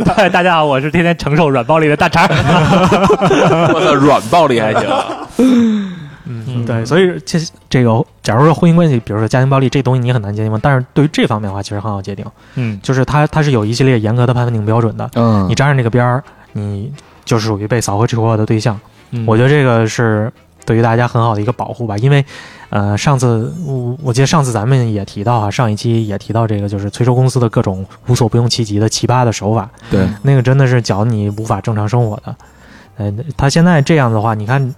Speaker 3: 对， 大家好，我是天天承受软暴力的大肠。
Speaker 12: 我操，软暴力还行。
Speaker 2: 嗯，对，所以这这个，假如说婚姻关系，比如说家庭暴力这东西，你很难界定嘛。但是对于这方面的话，其实很好界定，
Speaker 3: 嗯
Speaker 2: 就是它它是有一系列严格的判定标准的。
Speaker 5: 嗯
Speaker 2: 你，沾上这个边儿，你就属于被扫黑除恶的对象。
Speaker 3: 嗯
Speaker 2: 我觉得这个是对于大家很好的一个保护吧，因为，呃，上次我我记得上次咱们也提到啊，上一期也提到这个，就是催收公司的各种无所不用其极的奇葩的手法，
Speaker 5: 对，
Speaker 2: 那个真的是搅你无法正常生活的。呃，他现在这样的话，你看，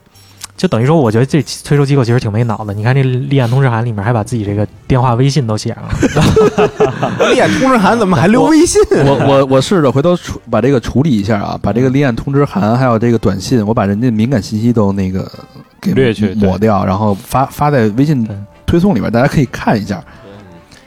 Speaker 2: 就等于说，我觉得这催收机构其实挺没脑子。你看这立案通知函里面还把自己这个电话、微信都写上了，
Speaker 12: 练通知函怎么还留微信？
Speaker 5: 我我我试着回头处把这个处理一下啊，把这个立案通知函还有这个短信，我把人家敏感信息都那个给
Speaker 3: 略去对
Speaker 5: 抹掉，然后发发在微信
Speaker 2: 对
Speaker 5: 推送里边，大家可以看一下。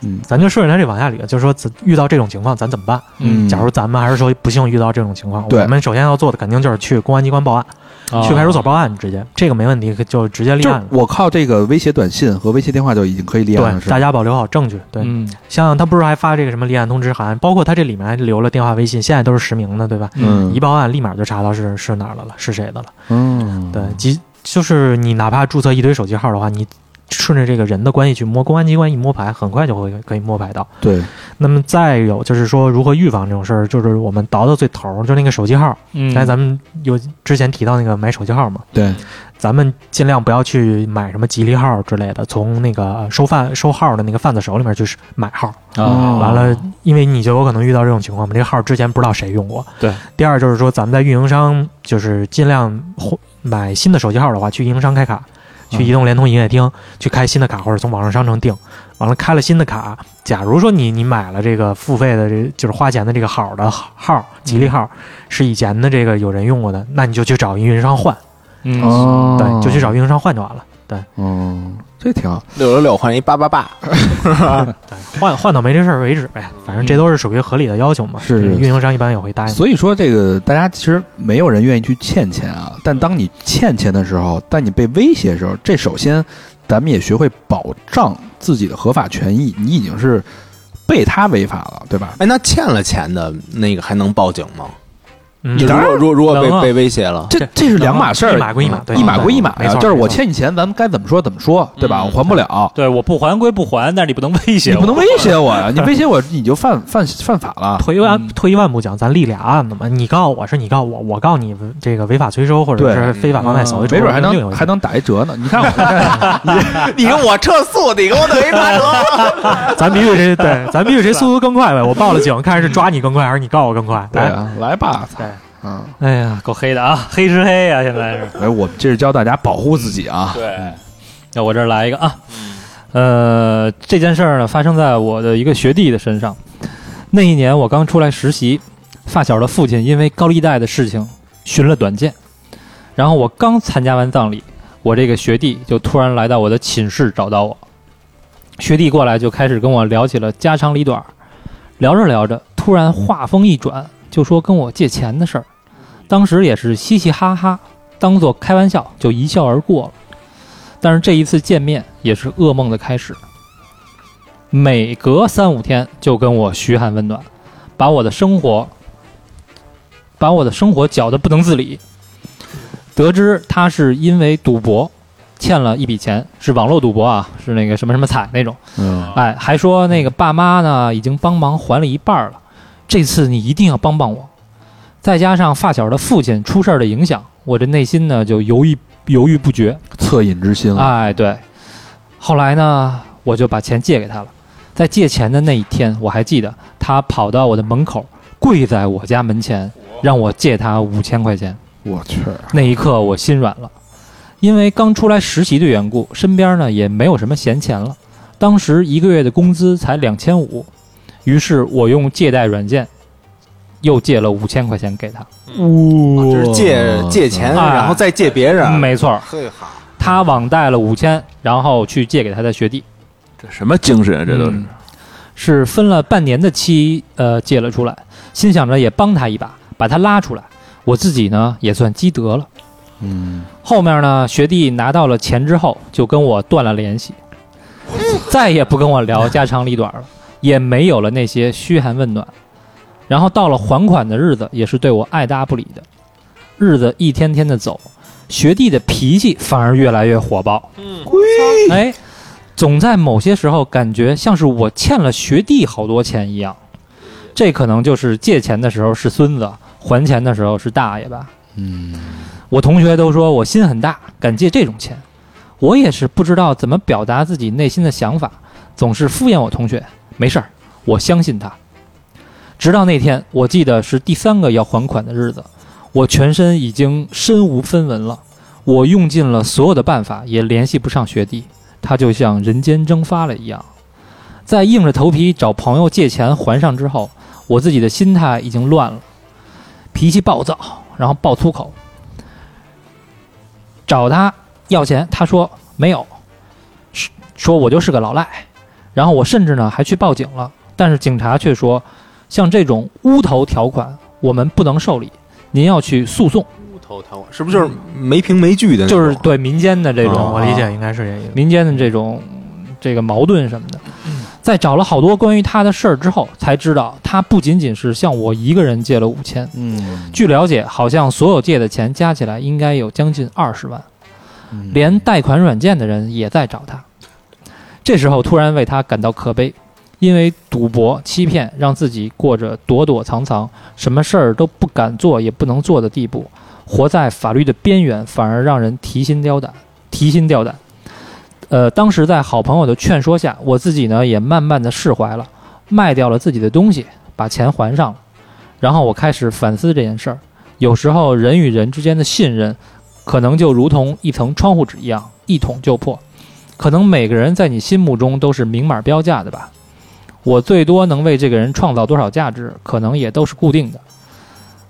Speaker 5: 嗯
Speaker 2: 咱就顺着他这往下捋，就说咱遇到这种情况咱怎么办？
Speaker 5: 嗯，
Speaker 2: 假如咱们还是说不幸遇到这种情况，
Speaker 5: 对啊
Speaker 2: 我们首先要做的肯定就是去公安机关报案，
Speaker 3: 哦
Speaker 2: 去派出所报案，直接这个没问题，就直接立
Speaker 5: 就
Speaker 2: 案了。
Speaker 5: 是我靠这个威胁短信和威胁电话就已经可以立案
Speaker 2: 对，
Speaker 5: 了，是吧
Speaker 2: 大家保留好证据。对，
Speaker 3: 嗯
Speaker 2: 像他不是还发这个什么立案通知函，包括他这里面还留了电话、微信，现在都是实名的，对吧？
Speaker 5: 嗯
Speaker 2: 一报案立马就查到是是哪儿的了，是谁的了。
Speaker 5: 嗯，
Speaker 2: 对，即就是你哪怕注册一堆手机号的话，你顺着这个人的关系去摸，公安机关一摸排，很快就会可以摸排到。
Speaker 5: 对，
Speaker 2: 那么再有就是说如何预防这种事儿，就是我们倒到最头儿，就那个手机号。
Speaker 3: 嗯
Speaker 2: 刚才咱们有之前提到那个买手机号嘛，
Speaker 5: 对，
Speaker 2: 咱们尽量不要去买什么吉利号之类的，从那个收贩收号的那个贩子手里面去买号。
Speaker 5: 哦
Speaker 2: 嗯完了，因为你就有可能遇到这种情况嘛，这个号之前不知道谁用过。
Speaker 3: 对。
Speaker 2: 第二就是说，咱们在运营商就是尽量或买新的手机号的话，去运营商开卡，
Speaker 5: 嗯
Speaker 2: 去移动、联通营业厅去开新的卡，或者从网上商城订。完了，开了新的卡，假如说你你买了这个付费的这就是花钱的这个好的号，吉利
Speaker 5: 嗯
Speaker 2: 号是以前的这个有人用过的，那你就去找运营商换，
Speaker 3: 嗯
Speaker 5: 哦，
Speaker 2: 对，就去找运营商换就完了。
Speaker 5: 嗯，这挺好，
Speaker 12: 六六六换一八八八，
Speaker 2: 换换到没这事儿为止呗，反正这都是属于合理的要求嘛。
Speaker 5: 嗯是
Speaker 2: 对
Speaker 5: 是
Speaker 2: 运营商一般也会答应。
Speaker 5: 所以说，这个大家其实没有人愿意去欠钱啊。但当你欠钱的时候，但你被威胁的时候，这首先咱们也学会保障自己的合法权益。你已经是被他违法了，对吧？
Speaker 12: 哎，那欠了钱的那个还能报警吗？
Speaker 2: 嗯
Speaker 12: 就如果如果如果
Speaker 2: 能啊
Speaker 12: 被被威胁了，
Speaker 5: 这这是两码事儿，
Speaker 2: 一码归一码对
Speaker 5: 一码归一码
Speaker 2: 没
Speaker 5: 呀。
Speaker 2: 错
Speaker 5: 就是我
Speaker 2: 没错
Speaker 5: 欠你钱，咱们该怎么说怎么说，对吧？
Speaker 12: 嗯
Speaker 5: 我还不了，
Speaker 3: 对，我不还归不还，但是你不能威胁
Speaker 5: 你
Speaker 3: 我，
Speaker 5: 不能威胁我呀！你威胁我，你就犯犯犯法了。
Speaker 2: 退一万退一万步讲，咱立俩案子嘛，你告我是你告我，我告你这个违法催收或者
Speaker 5: 对
Speaker 2: 是非法贩卖扫黑除
Speaker 5: 嗯没
Speaker 2: 恶，
Speaker 5: 准还
Speaker 2: 另有
Speaker 5: 能
Speaker 2: 一
Speaker 5: 还能打一折呢。你看我，
Speaker 12: 你跟我撤诉，你跟我等于打折。
Speaker 2: 咱比比谁 对，咱比比谁速度更快呗。我报了警，看是抓你更快还是你告我更快。
Speaker 5: 对
Speaker 2: 哎，
Speaker 5: 啊，来吧，操
Speaker 2: 对
Speaker 5: 啊！
Speaker 2: 哎呀，
Speaker 3: 够黑的啊，黑吃黑呀、现在是。
Speaker 5: 哎，我们这是教大家保护自己啊。
Speaker 3: 对，那我这儿来一个啊，呃，这件事儿呢发生在我的一个学弟的身上。那一年我刚出来实习，发小的父亲因为高利贷的事情寻了短见，然后我刚参加完葬礼，我这个学弟就突然来到我的寝室找到我，学弟过来就开始跟我聊起了家长里短儿，聊着聊着，突然话锋一转，就说跟我借钱的事儿，当时也是嘻嘻哈哈，当做开玩笑就一笑而过了。但是这一次见面也是噩梦的开始。每隔三五天就跟我嘘寒问暖，把我的生活，把我的生活搅得不能自理。得知他是因为赌博欠了一笔钱，是网络赌博啊，是那个什么什么彩那种。
Speaker 5: 嗯，
Speaker 3: 哎，还说那个爸妈呢已经帮忙还了一半儿了，这次你一定要帮帮我。再加上发小的父亲出事儿的影响，我这内心呢就犹豫犹豫不决。
Speaker 5: 恻隐之心了。
Speaker 3: 哎，对。后来呢，我就把钱借给他了。在借钱的那一天，我还记得他跑到我的门口，跪在我家门前，让我借他五千块钱。
Speaker 5: 我去，
Speaker 3: 那一刻我心软了，因为刚出来实习的缘故，身边呢也没有什么闲钱了。当时一个月的工资才两千五，于是我用借贷软件又借了五千块钱给他。
Speaker 12: 哦就是借借钱，
Speaker 3: 啊
Speaker 12: 然后再借别人。
Speaker 3: 没错儿，
Speaker 12: 嘿哈，
Speaker 3: 他网贷了五千，然后去借给他的学弟。
Speaker 12: 这什么精神啊？这都是
Speaker 3: 嗯是分了半年的期，呃，借了出来，心想着也帮他一把，把他拉出来，我自己呢也算积德了。
Speaker 5: 嗯，
Speaker 3: 后面呢，学弟拿到了钱之后，就跟我断了联系，再也不跟我聊家长里短了，也没有了那些嘘寒问暖。然后到了还款的日子，也是对我爱搭不理的。日子一天天的走，学弟的脾气反而越来越火爆。
Speaker 12: 嗯，
Speaker 3: 哎，总在某些时候感觉像是我欠了学弟好多钱一样。这可能就是借钱的时候是孙子，还钱的时候是大爷吧。
Speaker 5: 嗯，
Speaker 3: 我同学都说我心很大，敢借这种钱。我也是不知道怎么表达自己内心的想法，总是敷衍我同学。没事儿，我相信他。直到那天，我记得是第三个要还款的日子，我全身已经身无分文了。我用尽了所有的办法，也联系不上学弟，他就像人间蒸发了一样。在硬着头皮找朋友借钱还上之后，我自己的心态已经乱了，脾气暴躁，然后爆粗口，找他要钱，他说没有，是说我就是个老赖。然后我甚至呢还去报警了，但是警察却说，像这种乌头条款我们不能受理，您要去诉讼，
Speaker 1: 秃头嗯条款是不是就是没凭没据的那种？
Speaker 3: 就是对民间的这种、
Speaker 1: 哦
Speaker 2: 我理解应该是这
Speaker 5: 嗯
Speaker 2: 意思。
Speaker 3: 民间的这种这个矛盾什么的。在找了好多关于他的事儿之后，才知道他不仅仅是向我一个人借了五千。
Speaker 5: 嗯，
Speaker 3: 据了解，好像所有借的钱加起来应该有将近二十万。
Speaker 5: 嗯
Speaker 3: 连贷款软件的人也在找他。这时候突然为他感到可悲，因为赌博、欺骗，让自己过着躲躲藏藏、什么事儿都不敢做也不能做的地步，活在法律的边缘，反而让人提心吊胆。提心吊胆。呃，当时在好朋友的劝说下，我自己呢也慢慢的释怀了，卖掉了自己的东西，把钱还上了。然后我开始反思这件事儿，有时候人与人之间的信任可能就如同一层窗户纸一样，一捅就破。可能每个人在你心目中都是明码标价的吧。我最多能为这个人创造多少价值，可能也都是固定的。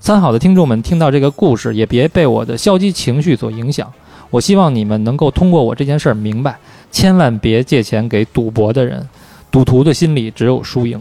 Speaker 3: 三好的听众们听到这个故事，也别被我的消极情绪所影响。我希望你们能够通过我这件事儿明白，千万别借钱给赌博的人，赌徒的心里只有输赢。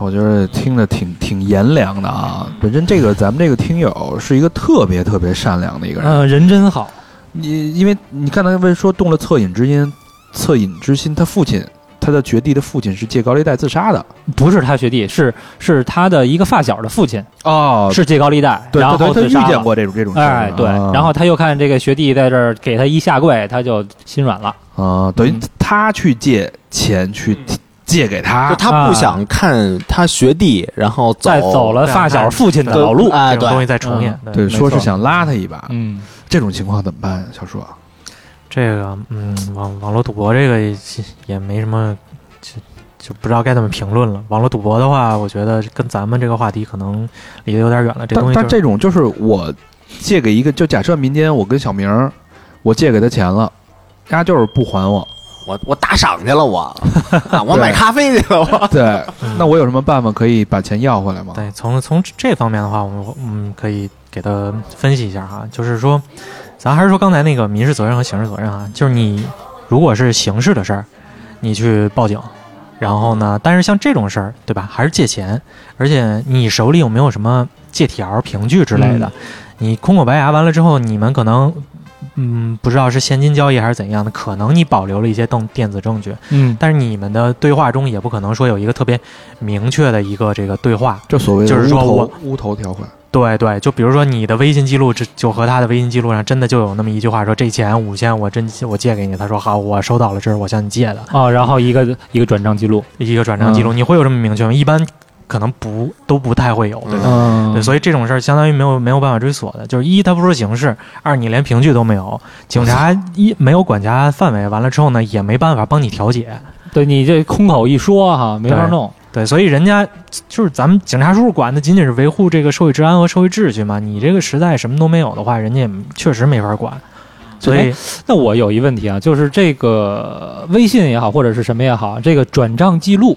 Speaker 5: 我觉得听着挺挺炎凉的啊。本身这个咱们这个听友是一个特别特别善良的一个人，
Speaker 3: 嗯、人真好。
Speaker 5: 你因为你刚才问说动了恻隐之心，恻隐之心，他父亲，他的绝地的父亲是借高利贷自杀的。
Speaker 3: 不是他学弟，是是他的一个发小的父亲，
Speaker 5: 哦，
Speaker 3: 是借高利贷，
Speaker 5: 对，
Speaker 3: 然
Speaker 5: 他
Speaker 3: 后
Speaker 5: 他
Speaker 3: 自杀
Speaker 5: 遇见
Speaker 3: 了
Speaker 5: 过这种这种事儿啊。
Speaker 3: 哎，对，然后他又看这个学弟在这儿给他一下跪，他就心软了。
Speaker 5: 啊，等于
Speaker 3: 嗯
Speaker 5: 他去借钱去借给
Speaker 1: 就
Speaker 5: 他，
Speaker 1: 他不想看他学弟，然后走
Speaker 3: 啊再走了发小父亲的老路，
Speaker 1: 哎，
Speaker 2: 这种东西
Speaker 1: 对，
Speaker 2: 在重演。
Speaker 5: 嗯对，
Speaker 3: 没
Speaker 5: 说是
Speaker 3: 错
Speaker 5: 想拉他一把，
Speaker 3: 嗯，
Speaker 5: 这种情况怎么办？小硕，
Speaker 2: 这个，嗯，网网络赌博这个也也没什么，就就不知道该怎么评论了。网络赌博的话，我觉得跟咱们这个话题可能离得有点远了。这东西、
Speaker 5: 但但
Speaker 2: 就是、
Speaker 5: 这种就是我借给一个，就假设民间我跟小明儿，我借给他钱了，他就是不 还我，
Speaker 1: 我我打赏去 了，我啊我买咖啡去了，我
Speaker 5: 对，
Speaker 2: 嗯
Speaker 5: 那我有什么办法可以把钱要回来吗？
Speaker 2: 对，从从这方面的话，我们我们可以给他分析一下哈，就是说，咱还是说刚才那个民事责任和刑事责任啊，就是你如果是刑事的事儿，你去报警，然后呢，但是像这种事儿，对吧，还是借钱，而且你手里有没有什么借条、凭据之类的，你空口白牙完了之后，你们可能。嗯，不知道是现金交易还是怎样的，可能你保留了一些动电子证据，
Speaker 3: 嗯，
Speaker 2: 但是你们的对话中也不可能说有一个特别明确的一个这个对话，
Speaker 5: 就所谓的
Speaker 2: 就是说
Speaker 5: 乌头
Speaker 2: 我
Speaker 5: 乌头条款，
Speaker 2: 对对，就比如说你的微信记录，这就和他的微信记录上真的就有那么一句话说：“这钱五千，我真我借给你。”他说：“好，我收到了，这是我向你借的
Speaker 3: 哦，然后一个一个转账记录，
Speaker 2: 一个转账记录。”你会有这么明确吗？一般可能不都不太会有，对吧？
Speaker 3: 嗯
Speaker 2: 对，所以这种事儿相当于没有没有办法追索的，就是一它不是刑事，二你连凭据都没有，警察一没有管辖范围，完了之后呢也没办法帮你调解，
Speaker 3: 对你这空口一说哈，没法
Speaker 2: 对
Speaker 3: 弄。
Speaker 2: 对，所以人家就是咱们警察叔叔管的仅仅是维护这个社会治安和社会秩序嘛。你这个时代什么都没有的话，人家也确实没法管。所以，
Speaker 3: 那我有一问题啊，就是这个微信也好，或者是什么也好，这个转账记录，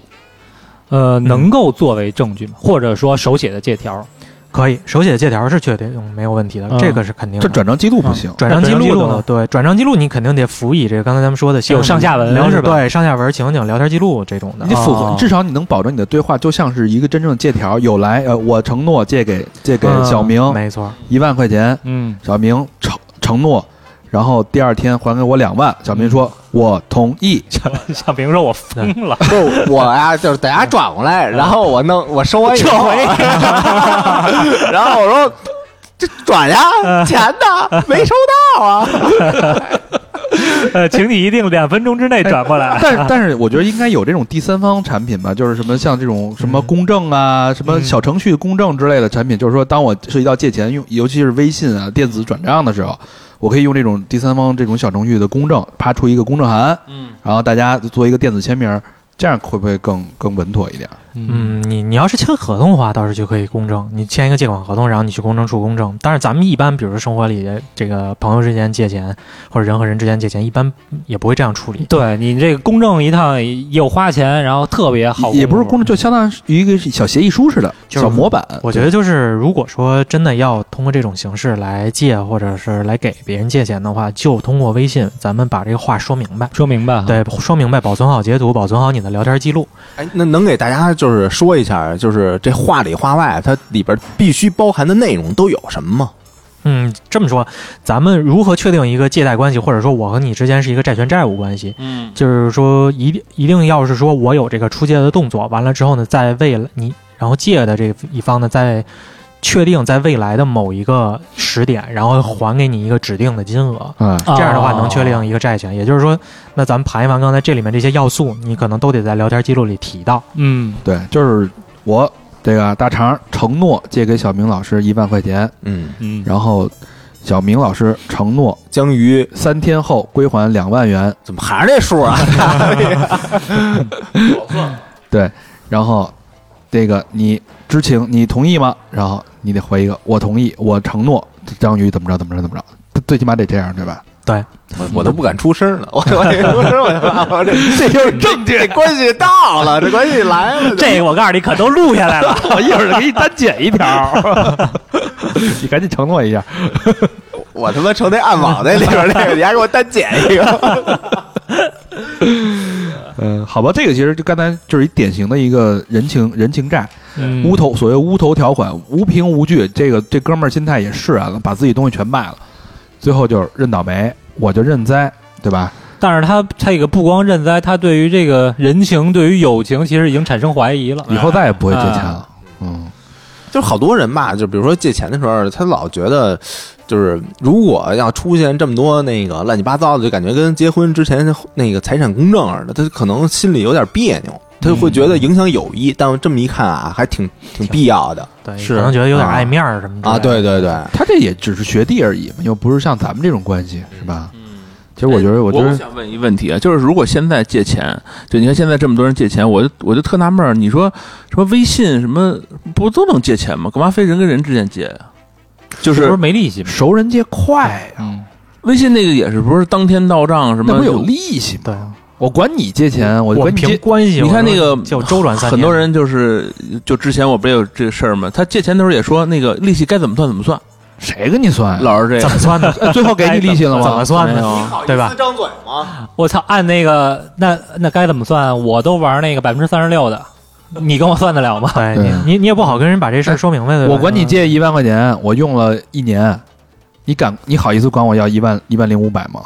Speaker 3: 呃，能够作为证据吗？或者说手写的借条？
Speaker 2: 可以手写借条是确定没有问题的，
Speaker 3: 嗯
Speaker 2: 这个是肯定的。
Speaker 5: 这转账记录不行，
Speaker 2: 转账记
Speaker 3: 那转账
Speaker 2: 录
Speaker 3: 记录
Speaker 2: 的
Speaker 3: 呢
Speaker 2: 话，对转账记录你肯定得辅以这个刚才咱们说的
Speaker 3: 有上下文
Speaker 2: 聊
Speaker 3: 是吧
Speaker 2: 对上下文、情景、聊天记录这种的啊
Speaker 5: 你。得符合
Speaker 3: 哦，
Speaker 5: 至少你能保证你的对话就像是一个真正的借条，有来呃，我承诺借给借给小明
Speaker 2: 嗯没错，
Speaker 5: 一万块钱，
Speaker 3: 嗯
Speaker 5: 小明承承诺然后第二天还给我两万。小明
Speaker 2: 嗯
Speaker 5: 说：“我同意。
Speaker 3: 像比如说我疯了，
Speaker 1: 不，我呀、就是等下转过来，然后我弄我收完以后， 然后我说这转 呀，钱呢？没收到啊。
Speaker 3: 呃，请你一定两分钟之内转 过来。
Speaker 5: 但是但是我觉得应该有这种第三方产品吧，就是什么像这种什
Speaker 2: 嗯
Speaker 5: 么公证啊、什么小程序公证之类的产品，就是说当我涉及到借钱用，尤其是微信啊、电子转账的时候，我可以用这种第三方这种小程序的公证，啪出一个公证函，
Speaker 12: 嗯，
Speaker 5: 然后大家做一个电子签名，这样会不会更更稳妥一点？
Speaker 2: 嗯，你你要是签合同的话，倒是就可以公证。你签一个借款合同，然后你去公证处公证。但是咱们一般，比如说生活里这个朋友之间借钱，或者人和人之间借钱，一般也不会这样处理。
Speaker 3: 对你这个公证一趟又花钱，然后特别好，
Speaker 5: 也不是公证，就相当于一个小协议书似的，
Speaker 2: 就是
Speaker 5: 小模板。
Speaker 2: 我觉得就是，如果说真的要通过这种形式来借，或者是来给别人借钱的话，就通过微信，咱们把这个话说明白。
Speaker 3: 说明白。，
Speaker 2: 对，说明白，保存好截图，保存好你的聊天记录。
Speaker 1: 哎，那能给大家就是说一下，就是这话里话外，它里边必须包含的内容都有什么吗？
Speaker 2: 嗯，这么说，咱们如何确定一个借贷关系，或者说我和你之间是一个债权债务关系？
Speaker 12: 嗯
Speaker 2: 就是说一定一定要是说我有这个出借的动作，完了之后呢，在未来你然后借的这一方呢，在确定在未来的某一个时点，然后还给你一个指定的金额。
Speaker 5: 啊，
Speaker 2: 这样的话能确定一个债权，也就是说，那咱们盘一盘刚才这里面这些要素，你可能都得在聊天记录里提到。
Speaker 3: 嗯，
Speaker 5: 对，就是我这个大肠承诺借给小明老师一万块钱，
Speaker 1: 嗯，
Speaker 3: 嗯
Speaker 5: 然后小明老师承诺
Speaker 1: 将于
Speaker 5: 三天后归还两万元，
Speaker 1: 怎么还是这数啊？
Speaker 5: 然后这个你知情，你同意吗？然后你得回一个我同意，我承诺章鱼怎么着怎么着怎么着，最最起码得这样对吧？
Speaker 1: 我我都不敢出声 了，我我这出声我就怕 我这这就是证据，这关系到了，这关系来了。
Speaker 3: 这个我告诉你，可都录下 来了。
Speaker 5: 我 一会儿给你单哎剪一条， 你赶紧承诺一下。
Speaker 1: 我他妈成那暗网那里 边那个，你还给我单剪一个。
Speaker 5: 嗯，好吧，这个其实就刚才就是一典型的一个人情人情债，
Speaker 3: 嗯
Speaker 5: 无头所谓无头条款，无凭无据，这个这哥们儿心态也释然了，把自己东西全卖了，最后就是认倒霉，我就认栽，对吧？
Speaker 3: 但是他他这个不光认栽，他对于这个人情、对于友情，其实已经产生怀疑了。
Speaker 5: 以
Speaker 12: 哎
Speaker 5: 后再也不会借钱了。嗯。
Speaker 1: 就是好多人吧，就比如说借钱的时候，他老觉得，就是如果要出现这么多那个乱七八糟的，就感觉跟结婚之前那个财产公证似的，他可能心里有点别扭，他会觉得影响友谊。但这么一看啊，还挺挺必要的
Speaker 2: 对，
Speaker 3: 是
Speaker 2: 可能觉得有点爱面儿什么的
Speaker 1: 啊！对对对，
Speaker 5: 他这也只是学弟而已嘛，又不是像咱们这种关系，是吧？其实我觉得，
Speaker 12: 我
Speaker 5: 嗯哎我觉得
Speaker 12: 想问一问题啊，就是如果现在借钱，就你看现在这么多人借钱，我就我就特纳闷儿，你说什么微信什么不都能借钱吗？干嘛非人跟人之间借呀？就
Speaker 3: 这不
Speaker 12: 是
Speaker 3: 是没利息吗？
Speaker 5: 熟人借快啊，
Speaker 12: 微信那个也是，不是当天到账什么？
Speaker 5: 那不是有利息吗？
Speaker 2: 对，
Speaker 5: 我管你借钱，我
Speaker 2: 我
Speaker 5: 管
Speaker 2: 们
Speaker 5: 你
Speaker 2: 凭
Speaker 5: 借，
Speaker 2: 关系，
Speaker 12: 你看那个
Speaker 2: 叫周转三
Speaker 12: 很多人就是，就之前我不也有这事儿吗？他借钱的时候也说那个利息该怎么算怎么算，
Speaker 5: 谁跟你算呀？
Speaker 12: 老是这
Speaker 2: 怎
Speaker 12: 样。
Speaker 2: 么算 的？
Speaker 5: 哎最后给你利息 了
Speaker 2: 怎么
Speaker 5: 吗？
Speaker 2: 算
Speaker 12: 没
Speaker 2: 的？
Speaker 12: 有
Speaker 2: 对吧？
Speaker 1: 张嘴吗？
Speaker 3: 我操，按那个那那该怎么算？我都玩那个百分之三十六的，你跟我算得了吗？
Speaker 2: 对
Speaker 5: 对
Speaker 2: 哎你，你你也不好跟人把这事儿说明白，嗯对吧？
Speaker 5: 我管你借一万块钱，我用了一年，你敢你好意思管我要一万一万零五百吗？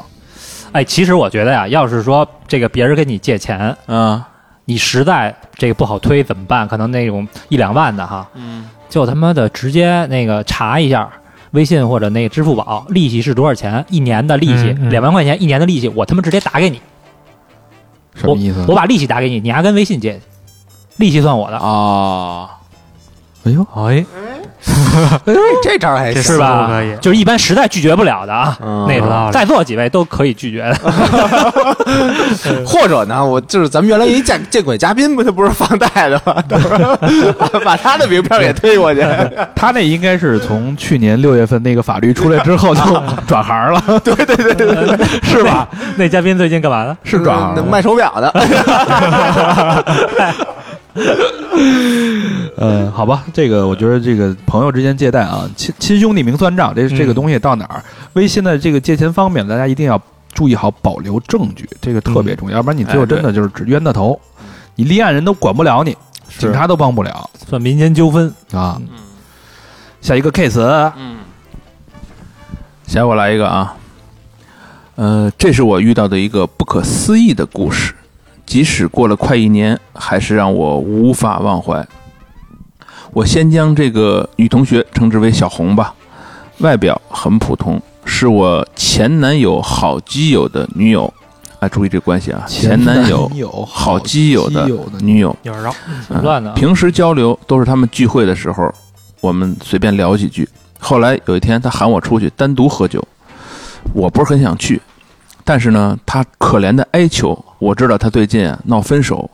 Speaker 3: 哎，其实我觉得呀，要是说这个别人跟你借钱，
Speaker 12: 啊，
Speaker 3: 你实在这个不好推怎么办？可能那种一两万的哈，
Speaker 12: 嗯，
Speaker 3: 就他妈的直接那个查一下微信或者那个支付宝利息是多少钱，一年的利息
Speaker 2: 嗯嗯
Speaker 3: 两万块钱，一年的利息我他妈直接打给你，
Speaker 5: 什么意思？
Speaker 3: 我把利息打给你，你还跟微信借，利息算我
Speaker 2: 啊
Speaker 3: 的，
Speaker 12: 哦，
Speaker 5: 哎呦，
Speaker 2: 哎，
Speaker 1: 哎这招还行
Speaker 2: 这
Speaker 3: 是吧
Speaker 2: 思路可以
Speaker 3: 就是一般实在拒绝不了的啊，
Speaker 1: 嗯
Speaker 3: 那
Speaker 2: 有道
Speaker 3: 种
Speaker 2: 理
Speaker 3: 在座几位都可以拒绝 的。
Speaker 1: 或者呢，我就是咱们原来一见见鬼嘉宾不，他不是放贷的吗？ 到时候把把他的名片给推 过去。
Speaker 5: 他那应该是从去年六月份那个法律出来之后就 转行了，
Speaker 3: 是吧？那嘉宾最近干嘛
Speaker 2: 嗯
Speaker 3: 呢？
Speaker 5: 是转行
Speaker 1: 那
Speaker 5: 了。
Speaker 1: 嗯卖手表 的，
Speaker 5: 呃，好吧，这个我觉得这个朋友之间借贷啊，亲亲兄弟明算账，这这个
Speaker 3: 嗯
Speaker 5: 东西到哪儿？微信的这个借钱方面，大家一定要注意好保留证据，这个特别重要，要不然你最后
Speaker 12: 哎对
Speaker 5: 真的就是只冤大头，你立案人都管不了你，警察都帮不了
Speaker 3: 算民间纠纷。
Speaker 5: 啊
Speaker 12: 嗯。
Speaker 5: 下一个 case，
Speaker 12: 嗯，下回我来一个啊，呃，这是我遇到的一个不可思议的故事，即使过了快一年，还是让我无法忘怀。我先将这个女同学称之为小红吧，外表很普通，是我前男友好基友的女友。啊，注意这关系啊，前男友
Speaker 5: 友
Speaker 12: 好基友的女友。
Speaker 2: 有人绕，
Speaker 3: 挺乱的啊。
Speaker 12: 平时交流都是他们聚会的时候，我们随便聊几句。后来有一天，他喊我出去单独喝酒，我不是很想去，但是呢，他可怜的哀求，我知道他最近啊闹分手，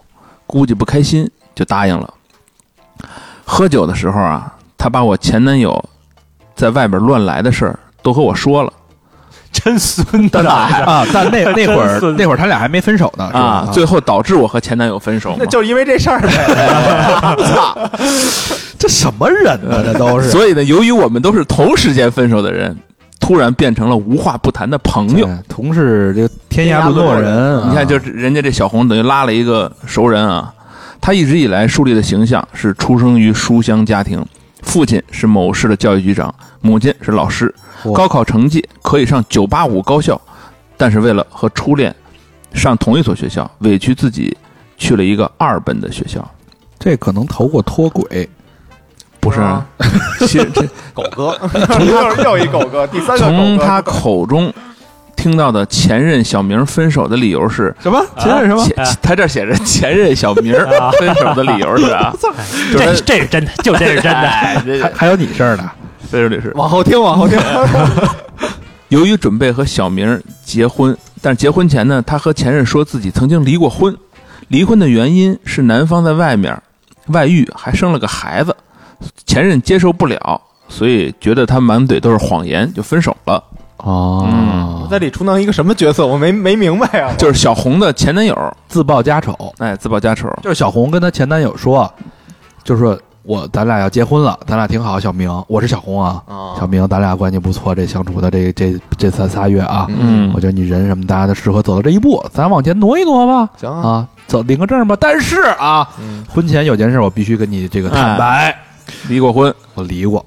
Speaker 12: 估计不开心，就答应了。喝酒的时候啊，他把我前男友在外边乱来的事儿都和我说了
Speaker 2: 真孙子啊！
Speaker 5: 啊，但那那会儿那会儿他俩还没分手呢，是吧
Speaker 12: 啊，最后导致我和前男友分手嘛。
Speaker 1: 就因为这事儿呗。 我操！
Speaker 5: 这什么人 呢？这都是
Speaker 12: 所以呢，由于我们都是同时间分手的人，突然变成了无话不谈的朋友。
Speaker 5: 对哎同是这个天
Speaker 1: 涯
Speaker 5: 涯沦
Speaker 1: 沦落
Speaker 5: 人啊，
Speaker 12: 你看，就是人家这小红等于拉了一个熟人啊。他一直以来树立的形象是出生于书香家庭，父亲是某市的教育局长，母亲是老师。
Speaker 5: 哇
Speaker 12: 高考成绩可以上985高校，但是为了和初恋上同一所学校，委屈自己去了一个二本的学校。
Speaker 5: 这可能投过脱轨，
Speaker 12: 不是啊，其实这
Speaker 1: 狗哥，又又一狗哥，第三
Speaker 12: 从他口中听到的前任小明分手的理由是哎
Speaker 5: 什
Speaker 1: 啊
Speaker 5: 么
Speaker 3: 前任什么
Speaker 12: 前他这儿写着前任小明儿分手的理由是 啊，
Speaker 2: 这这是真的，就这是真的。
Speaker 12: 哎，这
Speaker 5: 还还有你事儿呢？
Speaker 12: 分手律师。
Speaker 1: 往后听，往后听。
Speaker 12: 由于准备和小明儿结婚，但是结婚前呢，他和前任说自己曾经离过婚，离婚的原因是男方在外面外遇，还生了个孩子，前任接受不了，所以觉得他满嘴都是谎言，就分手了。
Speaker 5: 哦，
Speaker 1: 在里充当一个什么角色？我没没明白啊。
Speaker 12: 就是小红的前男友，
Speaker 5: 自报家丑，
Speaker 12: 哎，自报家丑。
Speaker 5: 就是小红跟她前男友说，就是说我咱俩要结婚了，咱俩挺好，小明，我是小红啊，小
Speaker 1: 啊，
Speaker 5: 明，咱俩关系不错，这相处的这这这三仨月啊，
Speaker 12: 嗯
Speaker 5: 我觉得你人什么，大家都适合走到这一步，咱往前挪一挪吧，
Speaker 1: 行啊，
Speaker 5: 啊，走领个证吧。但是啊，
Speaker 1: 嗯
Speaker 5: 婚前有件事我必须跟你这个坦白，
Speaker 12: 白，离过婚，
Speaker 5: 我离过，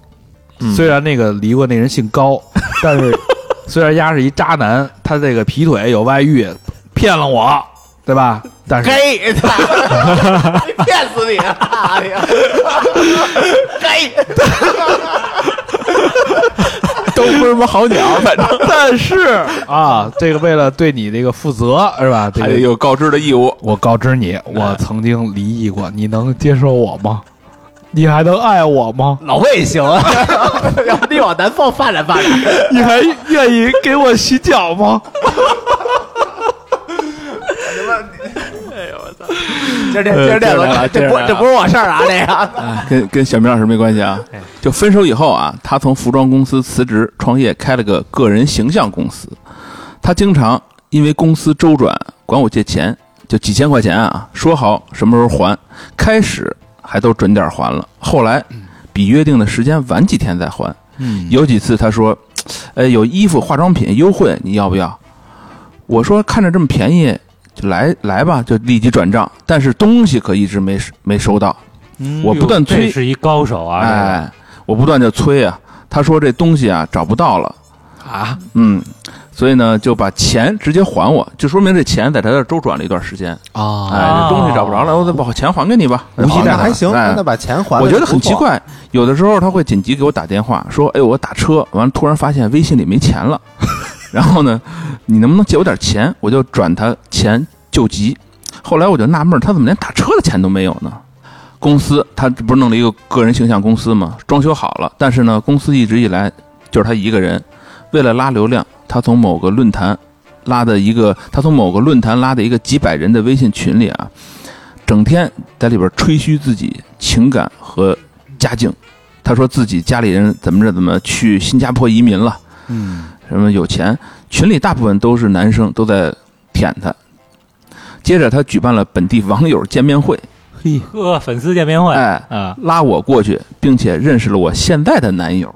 Speaker 12: 嗯
Speaker 5: 虽然那个离过那人姓高，但是虽然丫是一渣男，他这个劈腿有外遇，骗了我，对吧？但是
Speaker 1: 嘿， 骗死你！哎 嘿，
Speaker 12: 都不是什么好鸟，反正
Speaker 5: 但是啊，这个为了对你这个负责是吧？这
Speaker 1: 哎
Speaker 12: 还得
Speaker 5: 个
Speaker 12: 有哎告知的义务。
Speaker 5: 我告知你，我曾经离异过，你能接受我吗？你还能爱我吗？
Speaker 1: 老魏行啊， 要不你往南方发 展发展。
Speaker 5: 你还愿意给我洗脚吗？
Speaker 1: 今儿这今儿这个，这不这不是我事儿啊，这 个。
Speaker 12: 哎跟跟小明老师没关系啊。就分手以后啊，他从服装公司辞职，创业开了个个人形象公司。他经常因为公司周转管我借钱，就几千块钱啊，说好什么时候还，开始还都准点还了，后来比约定的时间晚几天再还。
Speaker 5: 嗯
Speaker 12: 有几次他说，呃，有衣服、化妆品优惠，你要不要？我说看着这么便宜，就来来吧，就立即转账。但是东西可一直没没收到，
Speaker 3: 嗯
Speaker 12: 我不断催
Speaker 2: 这，是一高手啊！
Speaker 12: 哎，我不断就催啊，他说这东西啊找不到了，
Speaker 5: 啊，
Speaker 12: 嗯，所以呢就把钱直接还我，就说明这钱在他这儿周转了一段时间，哎，
Speaker 5: 啊，
Speaker 12: 这东西找不着了，我得把钱还给你吧，
Speaker 5: 无息
Speaker 12: 好
Speaker 1: 啊
Speaker 5: 贷
Speaker 12: 那
Speaker 5: 款
Speaker 12: 还行，哎
Speaker 1: 把钱还
Speaker 12: 我觉得很奇。怪，有的时候他会紧急给我打电话说，哎，我打车，完了突然发现微信里没钱了， 然后呢，你能不能借我点钱？我就转他钱救急。后来我就纳闷儿，他怎么连打车的钱都没有呢？公司他这不是弄了一个个人形象公司吗？装修好了，但是呢，公司一直以来就是他一个人。为了拉流量，他从某个论坛拉的一个，他从某个论坛拉的一个几百人的微信群里啊，整天在里边吹嘘自己情感和家境。他说自己家里人怎么着怎么去新加坡移民了，
Speaker 5: 嗯，
Speaker 12: 什么有钱，群里大部分都是男生，都在舔他。接着他举办了本地网友见面会，
Speaker 5: 嘿，
Speaker 3: 呵，粉丝见面会
Speaker 12: 哎，
Speaker 3: 啊，
Speaker 12: 拉我过去，并且认识了我现在的男友，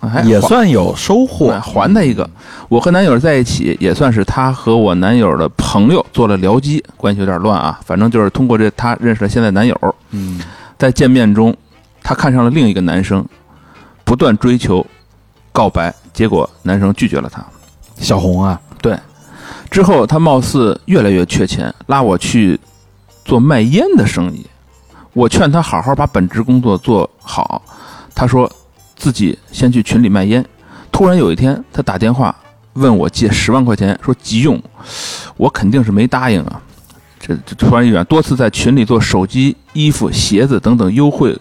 Speaker 12: 哎
Speaker 5: 也算有收获
Speaker 12: 还。还他一个。我和男友在一起，也算是他和我男友的朋友做了僚机，关系有点乱啊。反正就是通过这他认识了现在男友，
Speaker 5: 嗯，
Speaker 12: 在见面中，他看上了另一个男生，不断追求告白，结果男生拒绝了他。
Speaker 5: 小红啊，
Speaker 12: 对，之后他貌似越来越缺钱，拉我去做卖烟的生意。我劝他好好把本职工作做好，他说自己先去群里卖烟。突然有一天，他打电话问我借十万块钱，说急用，我肯定是没答应啊。这这突然一转，多次在群里做手机、衣服、鞋子等等优惠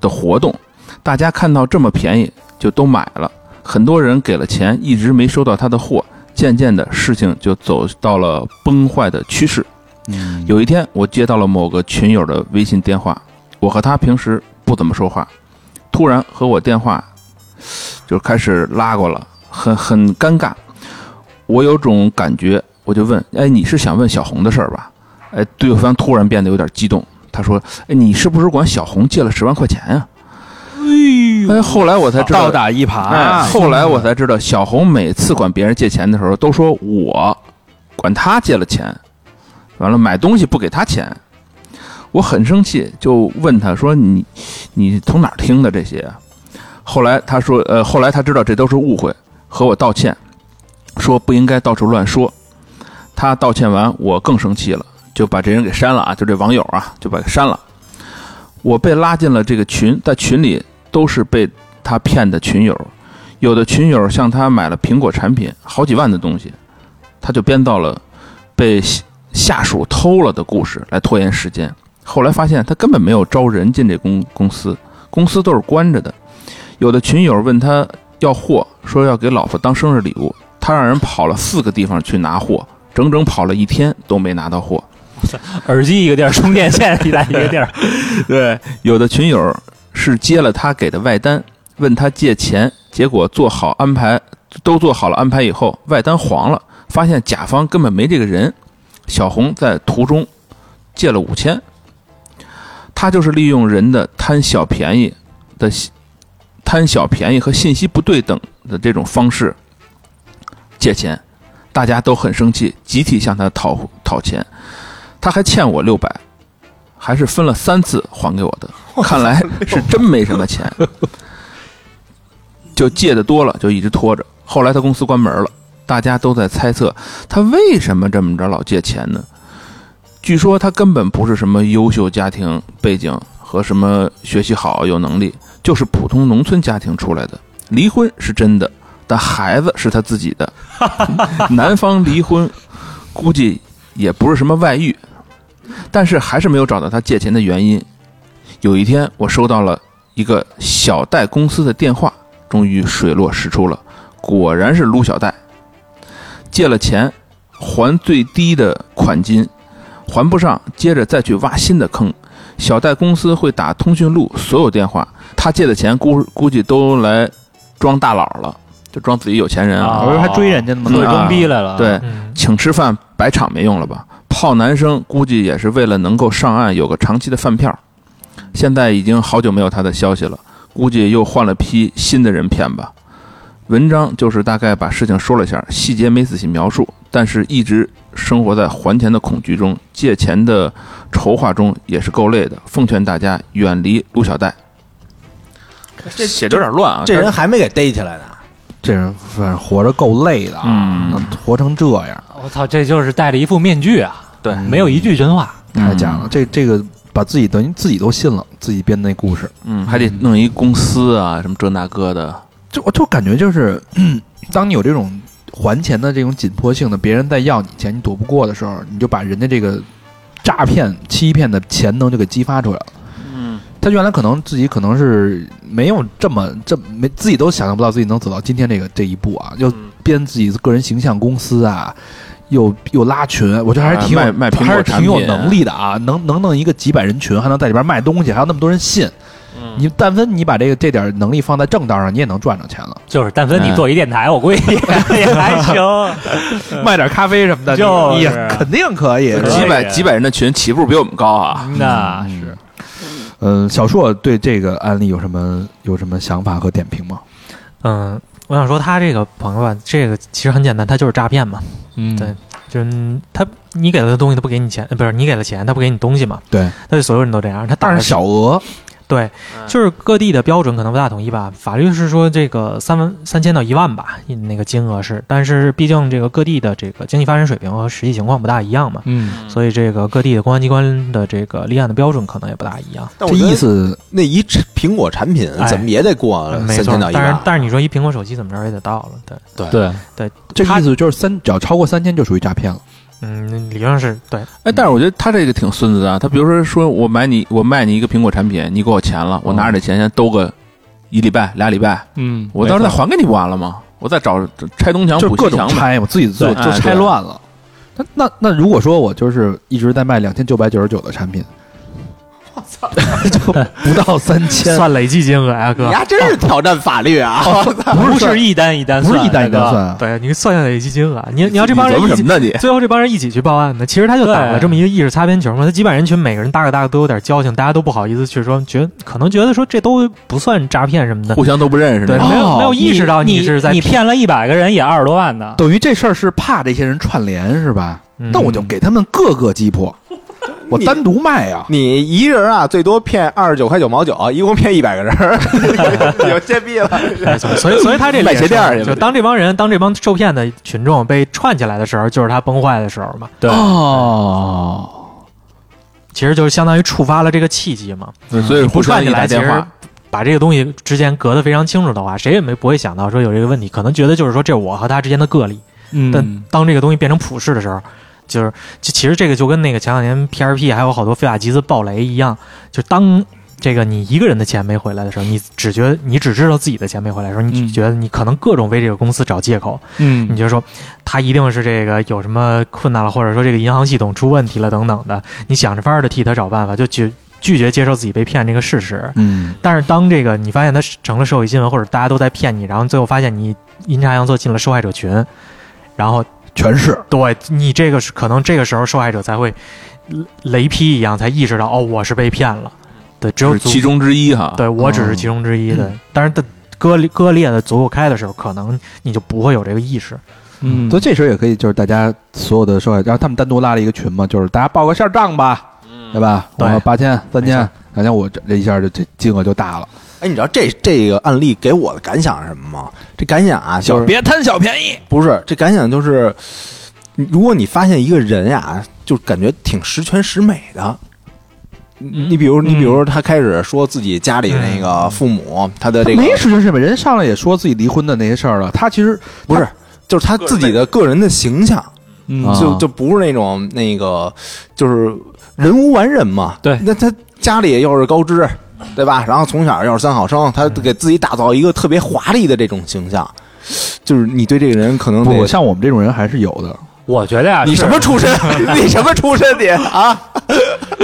Speaker 12: 的活动，大家看到这么便宜就都买了。很多人给了钱，一直没收到他的货，渐渐的事情就走到了崩坏的趋势。
Speaker 5: 嗯
Speaker 12: 有一天，我接到了某个群友的微信电话，我和他平时不怎么说话，突然和我电话就开始拉过了，很 很尴尬。我有种感觉，我就问：“哎，你是想问小红的事儿吧？”哎，对方突然变得有点激动，他说：“哎，你是不是管小红借了十万块钱呀、哎后来我才知道，
Speaker 5: 倒打一
Speaker 12: 哎，
Speaker 5: 耙，
Speaker 12: 后来我才知道，小红每次管别人借钱的时候，都说我管他借了钱，完了买东西不给他钱，我很生气，就问他说你你从哪儿听的这些啊？后来他说，呃，后来他知道这都是误会，和我道歉，说不应该到处乱说。他道歉完，我更生气了，就把这人给删了啊，就这网友啊，就把他删了。我被拉进了这个群，在群里都是被他骗的群友，有的群友向他买了苹果产品好几万的东西，他就编造了被下下属偷了的故事来拖延时间。后来发现他根本没有招人进这公公司，公司都是关着的。有的群友问他要货，说要给老婆当生日礼物，他让人跑了四个地方去拿货，整整跑了一天都没拿到货。
Speaker 3: 耳机一个地儿，充电线一在一个地儿，
Speaker 12: 对，有的群友是接了他给的外单，问他借钱，结果做好安排，都做好了安排以后，外单黄了，发现甲方根本没这个人。小红在途中借了五千，他就是利用人的贪小便宜的信贪小便宜和信息不对等的这种方式借钱，大家都很生气，集体向他讨讨钱，他还欠我六百。还是分了三次还给我的， 看来是真没什么钱， 就借的多了，就一直拖着。后来他公司关门了，大家都在猜测他为什么这么着老借钱呢？据说他根本不是什么优秀家庭背景和什么学习好有能力，就是普通农村家庭出来的。离婚是真的，但孩子是他自己的。 男方离婚，估计也不是什么外遇，但是还是没有找到他借钱的原因。有一天，我收到了一个小贷公司的电话，终于水落石出了，果然是撸小贷，借了钱，还最低的款金，还不上，接着再去挖新的坑。小贷公司会打通讯录所有电话，他借的钱估估计都来装大佬了，就装自己有钱人啊。
Speaker 5: 我说还追人家呢
Speaker 3: 做
Speaker 5: 吗？
Speaker 3: 装逼来了。啊
Speaker 12: 对，
Speaker 2: 嗯，
Speaker 12: 请吃饭摆场没用了吧？泡男生估计也是为了能够上岸，有个长期的饭票。现在已经好久没有他的消息了，估计又换了批新的人骗吧。文章就是大概把事情说了一下，细节没仔细描述，但是一直生活在还钱的恐惧中，借钱的筹划中也是够累的。奉劝大家远离陆小贷。
Speaker 1: 这
Speaker 12: 写的有点乱啊，
Speaker 1: 这人还没给逮起来呢。
Speaker 5: 这人反正活着够累的，啊
Speaker 12: 嗯，
Speaker 5: 活成这样
Speaker 3: 我操，这就是戴了一副面具啊，
Speaker 12: 对
Speaker 3: 没有一句真话。
Speaker 5: 太假了。这这个把自己等于自己都信了，自己编那故事，
Speaker 12: 嗯，还得弄一公司啊，什么这那个的，
Speaker 5: 就我就感觉就是，当你有这种还钱的这种紧迫性的，别人再要你钱，你躲不过的时候，你就把人家这个诈骗、欺骗的潜能就给激发出来了。
Speaker 12: 嗯，
Speaker 5: 他原来可能自己可能是没有这么这没自己都想象不到自己能走到今天这个这一步
Speaker 12: 嗯
Speaker 5: 啊，又编自己的个人形象公司啊，又又拉群，我觉得还是挺有、
Speaker 12: 啊卖卖苹果
Speaker 5: 还是挺有
Speaker 12: 产品
Speaker 5: 能力的啊，能能弄一个几百人群，还能在里边卖东西，还有那么多人信。
Speaker 12: 嗯
Speaker 5: 你但凡你把这个这点能力放在正道上，你也能赚着钱了。
Speaker 3: 就是，但凡你做一电台，我估计也还行。
Speaker 5: 卖点咖啡什么的，
Speaker 3: 就是
Speaker 5: 你也肯定可以。
Speaker 3: 可以
Speaker 12: 几百几百人的群起步比我们高啊。
Speaker 3: 那是，
Speaker 5: 嗯，小硕对这个案例有什么有什么想法和点评吗？
Speaker 2: 嗯，我想说他这个朋友啊，这个其实很简单，他就是诈骗嘛。
Speaker 3: 嗯
Speaker 2: 对就是他你给了他东西，他不给你钱，呃不是你给了钱，他不给你东西嘛？
Speaker 5: 对，
Speaker 2: 他对所有人都这样。他打
Speaker 5: 但
Speaker 2: 的
Speaker 5: 是小额，
Speaker 2: 对，就是各地的标准可能不大统一吧。法律是说这个三万三千到一万吧，那个金额是，但是毕竟这个各地的这个经济发展水平和实际情况不大一样嘛，
Speaker 3: 嗯，
Speaker 2: 所以这个各地的公安机关的这个立案的标准可能也不大一样。
Speaker 1: 但
Speaker 5: 这
Speaker 1: 我觉得
Speaker 5: 意思
Speaker 1: 那一产苹果产品
Speaker 2: 哎
Speaker 1: 怎么也得过
Speaker 2: 没
Speaker 1: 呃三
Speaker 2: 错
Speaker 1: 千到，一
Speaker 2: 但是
Speaker 1: 万，
Speaker 2: 但是你说一苹果手机怎么着也得到了，对，
Speaker 3: 对，
Speaker 5: 这个
Speaker 2: 他
Speaker 5: 意思就是三，只要超过三千就属于诈骗了。
Speaker 2: 嗯，理论上是对，
Speaker 12: 哎，但是我觉得他这个挺孙子的啊。他比如说说我买你，我卖你一个苹果产品，你给我钱了，我拿着这钱先兜个一礼拜、俩礼拜，
Speaker 3: 嗯，
Speaker 12: 我到时候再还给你不完了吗？我再找拆东墙
Speaker 5: 就是
Speaker 12: 嗯补
Speaker 5: 各
Speaker 12: 西
Speaker 5: 种
Speaker 12: 墙呗。
Speaker 5: 拆嘛，自己做
Speaker 12: 对
Speaker 5: 就
Speaker 12: 哎
Speaker 5: 拆
Speaker 12: 对
Speaker 5: 乱了。那那那如果说我就是一直在卖两千九百九十九的产品，我操， 就不到三 千，
Speaker 2: 算累计金额呀，
Speaker 1: 你
Speaker 2: 哥，
Speaker 1: 丫真是挑战法律啊！
Speaker 3: 不是一单一单
Speaker 5: 不
Speaker 3: 算，
Speaker 5: 是一单一单
Speaker 3: 大哥
Speaker 5: 算啊，
Speaker 2: 对你算下累计金额，你你要这帮
Speaker 12: 你
Speaker 2: 人
Speaker 12: 琢磨
Speaker 2: 一
Speaker 12: 什
Speaker 2: 起
Speaker 12: 么呢 你？
Speaker 2: 最后这帮人一起去报案的，其实他就打了这么一个意识擦边球嘛。他几百人群，每个人大概大概都有点交情，大家都不好意思去说，觉得可能觉得说这都不算诈骗什么的
Speaker 12: 互。相都不认识
Speaker 2: 对，
Speaker 12: 那种
Speaker 2: 没有没有
Speaker 3: 你
Speaker 2: 意识到
Speaker 3: 哦你
Speaker 2: 是在
Speaker 3: 你骗了一百个人也二十多万呢。
Speaker 5: 等于这事儿是怕这些人串联是吧？
Speaker 2: 嗯
Speaker 5: 那我就给他们各个击破，我单独卖呀、
Speaker 1: 你一人啊，最多骗二十九块九毛九，一共骗一百个人儿， 有接币了。
Speaker 2: 没错 所以所以他这
Speaker 1: 卖鞋垫儿去
Speaker 2: 里
Speaker 1: 了
Speaker 2: 就当这帮人当这帮受骗的群众被串起来的时候，就是他崩坏的时候嘛。
Speaker 3: 对，
Speaker 5: 哦，
Speaker 2: 其实就是相当于触发了这个契机嘛。
Speaker 12: 对嗯所以
Speaker 2: 不
Speaker 12: 互
Speaker 2: 串
Speaker 12: 相
Speaker 2: 起
Speaker 12: 一
Speaker 2: 来，
Speaker 12: 打
Speaker 2: 其
Speaker 12: 电
Speaker 2: 实
Speaker 12: 话，
Speaker 2: 把这个东西之间隔得非常清楚的话，谁也没不会想到说有这个问题，可能觉得就是说这我和他之间的个例。但
Speaker 3: 嗯，
Speaker 2: 当这个东西变成普世的时候，就是就其实这个就跟那个前两年 PRP 还有好多菲亚吉斯暴雷一样，就当这个你一个人的钱没回来的时候，你只觉得你只知道自己的钱没回来的时候，你
Speaker 3: 嗯
Speaker 2: 只觉得你可能各种为这个公司找借口，你
Speaker 3: 嗯，
Speaker 2: 就说他一定是这个有什么困难了，或者说这个银行系统出问题了等等的，你想着法儿的替他找办法，就拒拒绝接受自己被骗这个事实。
Speaker 5: 嗯，
Speaker 2: 但是当这个你发现它成了社会新闻，或者大家都在骗你，然后最后发现你阴差阳错进了受害者群，然后
Speaker 5: 全是
Speaker 2: 对你这个是可能这个时候受害者才会雷雷劈一样才意识到哦，我是被骗了。对，只有
Speaker 12: 是
Speaker 2: 足
Speaker 12: 其中之一哈。
Speaker 2: 对我只是其中之一的，但是它割裂割裂的足够开的时候，可能你就不会有这个意识。
Speaker 3: 嗯，
Speaker 5: 所以这时候也可以，就是大家所有的受害者，然后他们单独拉了一个群嘛，就是大家报个下账吧，对吧？
Speaker 2: 对
Speaker 5: 我八千、三
Speaker 2: 没
Speaker 5: 千
Speaker 2: 错，
Speaker 5: 两千五，这这一下就这金额就大了。
Speaker 1: 哎，你知道这这个案例给我的感想是什么吗？这感想啊，就是
Speaker 11: 别贪小便宜。
Speaker 1: 不是这感想就是，如果你发现一个人呀、就感觉挺十全十美的。你你比如你比如他开始说自己家里那个父母，他的这个
Speaker 5: 没十全十美，人家上来也说自己离婚的那些事儿了，他其实
Speaker 1: 不是，就是他自己的个人的形象，
Speaker 3: 嗯
Speaker 5: 啊
Speaker 1: 就就不是那种那个，就是人无完人嘛。
Speaker 3: 对
Speaker 1: 那他家里又是高知，对吧？然后从小又是三好生，他给自己打造一个特别华丽的这种形象，就是你对这个人可能
Speaker 5: 不
Speaker 1: 得
Speaker 5: 像我们这种人还是有的。
Speaker 3: 我觉得呀，
Speaker 1: 你
Speaker 3: 是
Speaker 1: 什么出身？你什么出身？你 啊？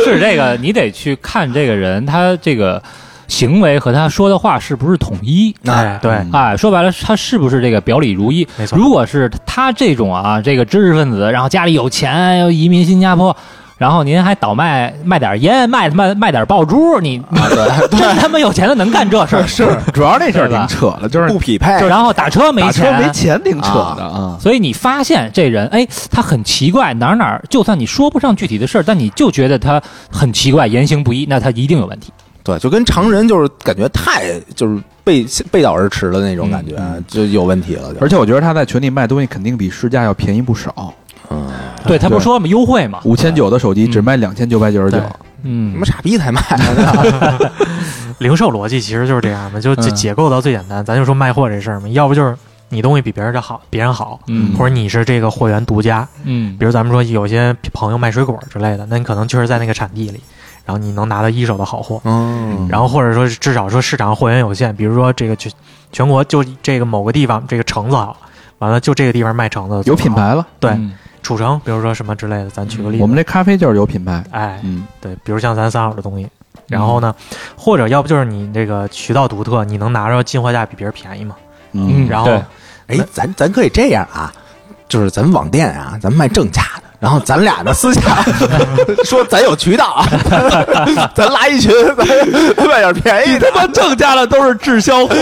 Speaker 3: 是这个，你得去看这个人他这个行为和他说的话是不是统一。
Speaker 2: 哎，对，
Speaker 5: 嗯
Speaker 3: 哎，说白了，他是不是这个表里如一？
Speaker 2: 没错。
Speaker 3: 如果是他这种啊，这个知识分子，然后家里有钱，要移民新加坡，然后您还倒卖卖点烟，卖卖卖点爆珠，你
Speaker 1: 啊，对，
Speaker 3: 真他妈有钱的能干这事儿？
Speaker 5: 是，主要那事儿
Speaker 3: 对吧
Speaker 5: 挺扯的，就是
Speaker 1: 不匹配。
Speaker 3: 然后打车没
Speaker 5: 打车
Speaker 3: 钱，
Speaker 5: 没钱挺扯的啊。
Speaker 3: 所以你发现这人，哎，他很奇怪，哪儿哪儿，就算你说不上具体的事儿，但你就觉得他很奇怪，言行不一，那他一定有问题。
Speaker 1: 对，就跟常人就是感觉太就是背背道而驰的那种感觉，就有问题了。就
Speaker 5: 嗯而且我觉得他在群里卖东西肯定比市价要便宜不少，
Speaker 3: 对他不
Speaker 5: 对
Speaker 3: 说嘛，优惠嘛，
Speaker 5: 五千九的手机只卖两千九百九十九
Speaker 2: 对，
Speaker 1: 你
Speaker 3: 嗯
Speaker 1: 们，傻逼才卖
Speaker 2: 零售逻辑其实就是这样嘛，就解
Speaker 5: 嗯
Speaker 2: 解构到最简单，咱就说卖货这事儿嘛，要不就是你东西比别人的好，别人好，
Speaker 3: 嗯
Speaker 2: 或者你是这个货源独家，
Speaker 3: 嗯
Speaker 2: 比如咱们说有些朋友卖水果之类的，那你可能确实在那个产地里，然后你能拿到一手的好货，
Speaker 1: 嗯
Speaker 2: 然后或者说是至少说市场货源有限，比如说这个全全国就这个某个地方这个橙子好，完了就这个地方卖橙子
Speaker 5: 有品，牌了。
Speaker 2: 对，
Speaker 3: 嗯
Speaker 2: 储橙，比如说什么之类的，咱举个例子，
Speaker 5: 我们这咖啡就是有品牌，
Speaker 2: 哎，
Speaker 5: 嗯，
Speaker 2: 对，比如像咱三好的东西，然后呢，或者要不就是你这个渠道独特，你能拿着进货价比别人便宜嘛，
Speaker 5: 嗯，
Speaker 2: 然后
Speaker 3: 对
Speaker 1: 哎，咱咱可以这样啊，就是咱网店啊，咱卖正价的，然后咱俩呢私下说咱有渠道啊， 咱拉一群，咱卖点便宜的。
Speaker 11: 他妈挣价的都是滞销货，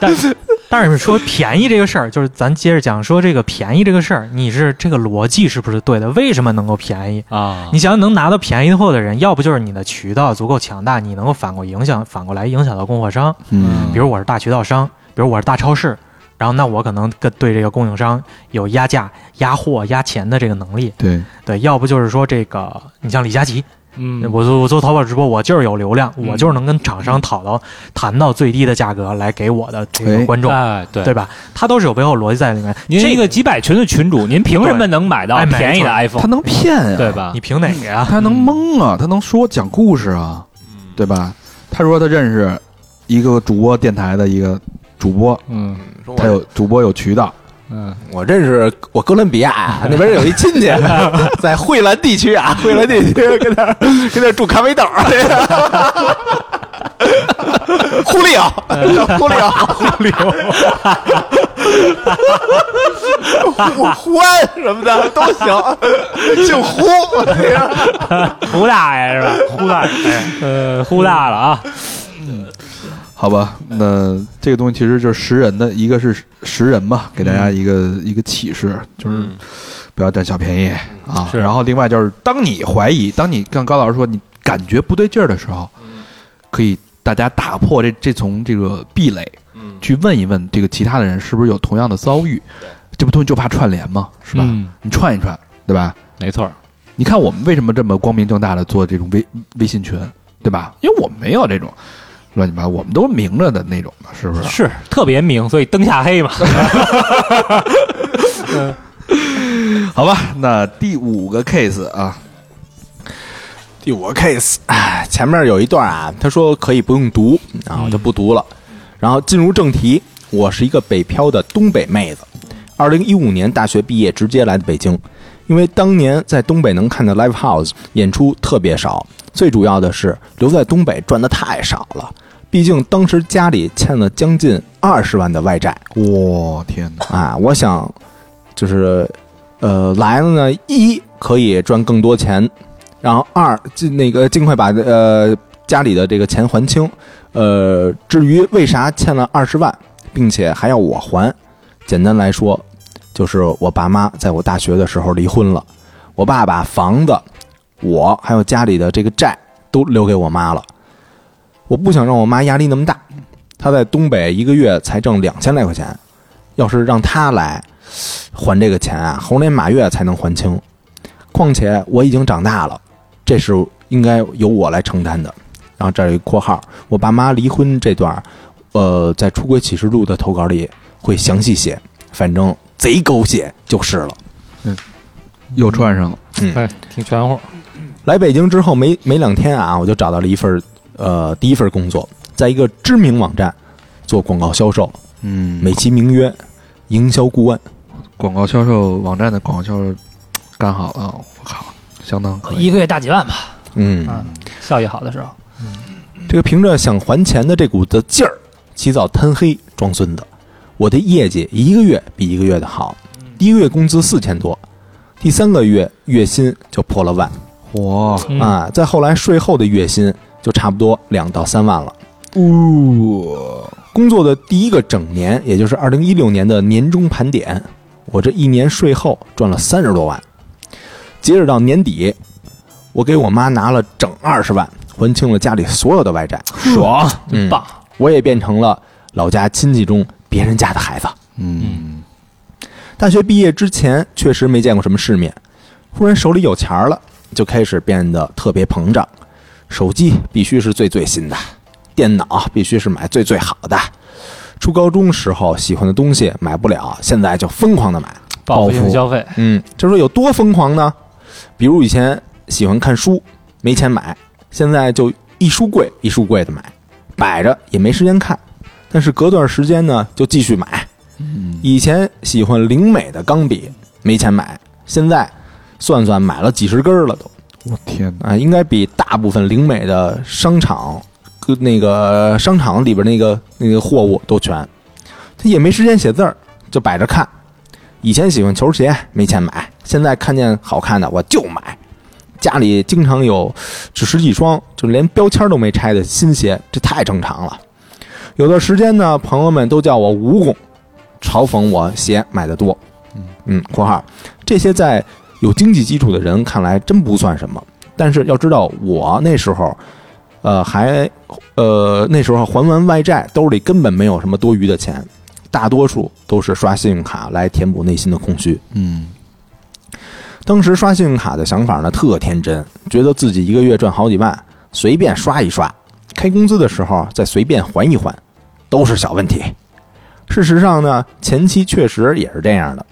Speaker 3: 但是
Speaker 2: 但是说便宜这个事儿，就是咱接着讲说这个便宜这个事儿，你是这个逻辑是不是对的？为什么能够便宜？
Speaker 3: 啊
Speaker 2: 你想想，能拿到便宜货的人，要不就是你的渠道足够强大，你能够反过影响反过来影响到供货商。
Speaker 5: 嗯
Speaker 2: 比如我是大渠道商，比如我是大超市，然后那我可能跟对这个供应商有压价、压货、压钱的这个能力。
Speaker 5: 对，
Speaker 2: 对，要不就是说这个，你像李佳琦，
Speaker 3: 嗯
Speaker 2: 我做我做淘宝直播，我就是有流量，
Speaker 3: 嗯
Speaker 2: 我就是能跟厂商讨到谈到最低的价格来给我的这
Speaker 5: 哎
Speaker 2: 个观众，
Speaker 3: 哎对
Speaker 2: 对吧？他都是有背后逻辑在里面。
Speaker 3: 您
Speaker 2: 这
Speaker 3: 一个几百群的群主，您凭什么能买到
Speaker 2: 哎没错
Speaker 3: 便宜的 iPhone？
Speaker 5: 他能骗呀、
Speaker 3: 对吧
Speaker 2: 你？凭哪个呀？
Speaker 5: 他能蒙啊，他能说讲故事啊，对吧？他说他认识一个主播电台的一个主播，
Speaker 3: 嗯
Speaker 1: 说
Speaker 5: 他
Speaker 1: 我
Speaker 5: 有主播有渠道，
Speaker 3: 嗯，
Speaker 1: 我认识我哥伦比亚啊那边有一亲戚在惠兰地区啊，惠兰地区跟那儿跟那儿住咖啡豆儿， 忽略啊，忽略啊，忽略， 胡安什么的都行，姓胡，
Speaker 3: 胡大爷是吧？胡大爷，呃，胡大了啊，
Speaker 5: 好吧？那这个东西其实就是识人的，一个是识人嘛，给大
Speaker 3: 嗯
Speaker 5: 家一个、一个启示，就是不要占小便宜啊。
Speaker 3: 是
Speaker 5: 然后另外就是，当你怀疑，当你跟高老师说你感觉不对劲儿的时候，
Speaker 3: 嗯
Speaker 5: 可以大家打破这这层这个壁垒，
Speaker 3: 嗯
Speaker 5: 去问一问这个其他的人是不是有同样的遭遇。这不东西就怕串联嘛，是吧？
Speaker 3: 嗯，
Speaker 5: 你串一串，对吧？
Speaker 3: 没错儿，
Speaker 5: 你看我们为什么这么光明正大的做这种微微信群，对吧？因为我们没有这种乱七八，糟，我们都是明着的那种的，是不是？
Speaker 3: 是特别明，所以灯下黑嘛。
Speaker 5: 好吧，那第五个 case 啊，
Speaker 1: 第五个 case，哎，前面有一段啊，他说可以不用读啊，我就不读了。然后进入正题，我是一个北漂的东北妹子，二零一五年大学毕业，直接来的北京。因为当年在东北能看的 live house 演出特别少，最主要的是留在东北赚的太少了，毕竟当时家里欠了将近二十万的外债。
Speaker 5: 哇、天 哪，
Speaker 1: 啊，我想就是呃来了呢，一可以赚更多钱，然后二尽那个尽快把呃家里的这个钱还清。呃，至于为啥欠了二十万，并且还要我还，简单来说，就是我爸妈在我大学的时候离婚了，我爸把房子、我还有家里的这个债都留给我妈了。我不想让我妈压力那么大，她在东北一个月才挣两千来块钱，要是让她来还这个钱啊，猴年马月才能还清。况且我已经长大了，这是应该由我来承担的。然后这儿有一括号，我爸妈离婚这段儿，呃，在《出轨启示录》的投稿里会详细写，反正贼狗血就是了。
Speaker 5: 又串上了，
Speaker 3: 哎，挺全乎。
Speaker 1: 来北京之后没没两天啊，我就找到了一份呃第一份工作，在一个知名网站做广告销售，
Speaker 5: 嗯
Speaker 1: 美其名曰营销顾问。
Speaker 5: 广告销售网站的广告销售干好了，我靠，相当可以。
Speaker 3: 一个月大几万吧，
Speaker 1: 嗯，
Speaker 3: 啊效益好的时候，
Speaker 1: 这个凭着想还钱的这股子劲儿，起早贪黑装孙子。我的业绩一个月比一个月的好，第一个月工资四千多，第三个月月薪就破了万、
Speaker 5: 哇、
Speaker 3: 嗯
Speaker 1: 啊！再后来税后的月薪就差不多两到三万了。
Speaker 5: 哦，
Speaker 1: 工作的第一个整年，也就是二零一六年的年终盘点，我这一年税后赚了三十多万。截止到年底，我给我妈拿了整二十万，还清了家里所有的外债，
Speaker 5: 爽，
Speaker 1: 嗯
Speaker 3: 棒！
Speaker 1: 我也变成了老家亲戚中别人家的孩子。
Speaker 5: 嗯，
Speaker 1: 大学毕业之前确实没见过什么世面，忽然手里有钱儿了，就开始变得特别膨胀。手机必须是最最新的，电脑必须是买最最好的。初高中时候喜欢的东西买不了，现在就疯狂的买。
Speaker 3: 报复性消费，
Speaker 1: 嗯，这说有多疯狂呢？比如以前喜欢看书，没钱买，现在就一书柜一书柜的买，摆着也没时间看，但是隔段时间呢就继续买。
Speaker 5: 嗯
Speaker 1: 以前喜欢灵美的钢笔，没钱买，现在算算买了几十根儿了都
Speaker 5: 我天哪，
Speaker 1: 啊，应该比大部分灵美的商场跟那个商场里边那个那个货物都全。他也没时间写字儿，就摆着看。以前喜欢球鞋，没钱买，现在看见好看的我就买。家里经常有只十几双，就连标签都没拆的新鞋，这太正常了。有段时间呢，朋友们都叫我蜈蚣，嘲讽我鞋买的多
Speaker 5: 嗯。
Speaker 1: 嗯，括号这些在有经济基础的人看来真不算什么，但是要知道我那时候，呃，还呃那时候还完外债，兜里根本没有什么多余的钱，大多数都是刷信用卡来填补内心的空虚。
Speaker 5: 嗯
Speaker 1: 当时刷信用卡的想法呢特天真，觉得自己一个月赚好几万，随便刷一刷，开工资的时候再随便还一还，都是小问题。事实上呢，前期确实也是这样的，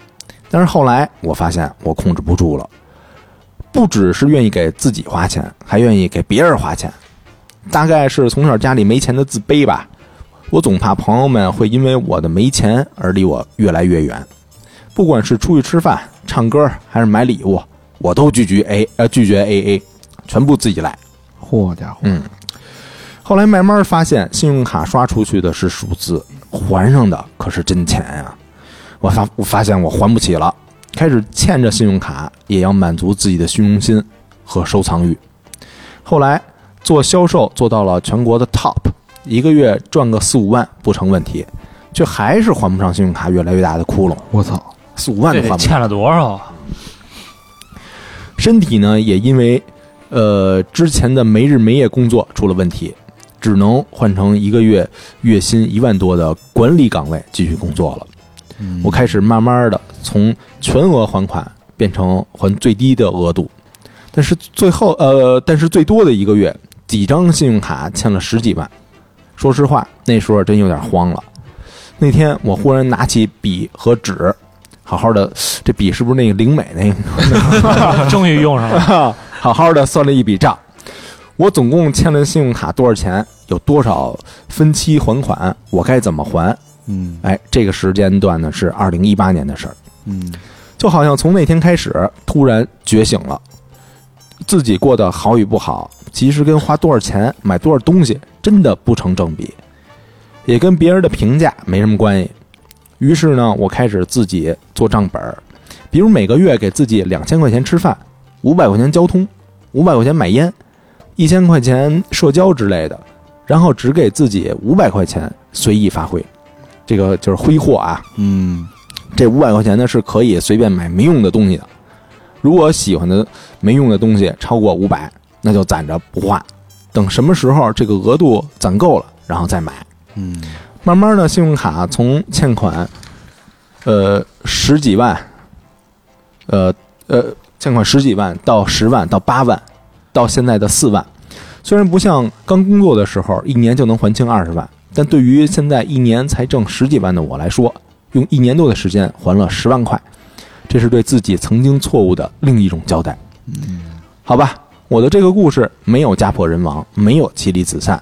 Speaker 1: 但是后来我发现我控制不住了，不只是愿意给自己花钱，还愿意给别人花钱。大概是从小家里没钱的自卑吧，我总怕朋友们会因为我的没钱而离我越来越远。不管是出去吃饭、唱歌还是买礼物，我都拒绝 A 呃拒绝 AA，全部自己来。
Speaker 5: 嚯家伙，
Speaker 1: 嗯，后来慢慢发现，信用卡刷出去的是数字，还上的可是真钱呀、我发我发现我还不起了，开始欠着信用卡，也要满足自己的虚荣心和收藏欲。后来做销售做到了全国的 top，一个月赚个四五万不成问题，却还是还不上信用卡越来越大的窟窿，
Speaker 5: 我操，
Speaker 1: 四五万都
Speaker 3: 这
Speaker 1: 还不上。
Speaker 3: 得欠了多少啊？
Speaker 1: 身体呢也因为呃之前的没日没夜工作出了问题，只能换成一个月月薪一万多的管理岗位继续工作了。
Speaker 5: 嗯
Speaker 1: 我开始慢慢的从全额还款变成还最低的额度，但是最后呃，但是最多的一个月几张信用卡欠了十几万。说实话，那时候真有点慌了。那天我忽然拿起笔和纸，好好的，这笔是不是那个灵美那个？
Speaker 3: 终于用上了，
Speaker 1: 好好的算了一笔账，我总共欠了信用卡多少钱，有多少分期还款，我该怎么还？
Speaker 5: 嗯
Speaker 1: 哎，这个时间段呢是二零一八年的事儿，
Speaker 5: 嗯
Speaker 1: 就好像从那天开始突然觉醒了，自己过得好与不好，其实跟花多少钱买多少东西真的不成正比，也跟别人的评价没什么关系。于是呢，我开始自己做账本儿，比如每个月给自己两千块钱吃饭，五百块钱交通，五百块钱买烟，一千块钱社交之类的，然后只给自己五百块钱随意发挥，这个就是挥霍啊。
Speaker 5: 嗯
Speaker 1: 这五百块钱呢是可以随便买没用的东西的。如果喜欢的没用的东西超过五百，那就攒着不花，等什么时候这个额度攒够了，然后再买。
Speaker 5: 嗯
Speaker 1: 慢慢的，信用卡从欠款，呃，十几万，呃呃，欠款十几万到十万到八万，到现在的四万。虽然不像刚工作的时候一年就能还清二十万，但对于现在一年才挣十几万的我来说，用一年多的时间还了十万块，这是对自己曾经错误的另一种交代。好吧，我的这个故事没有家破人亡，没有妻离子散，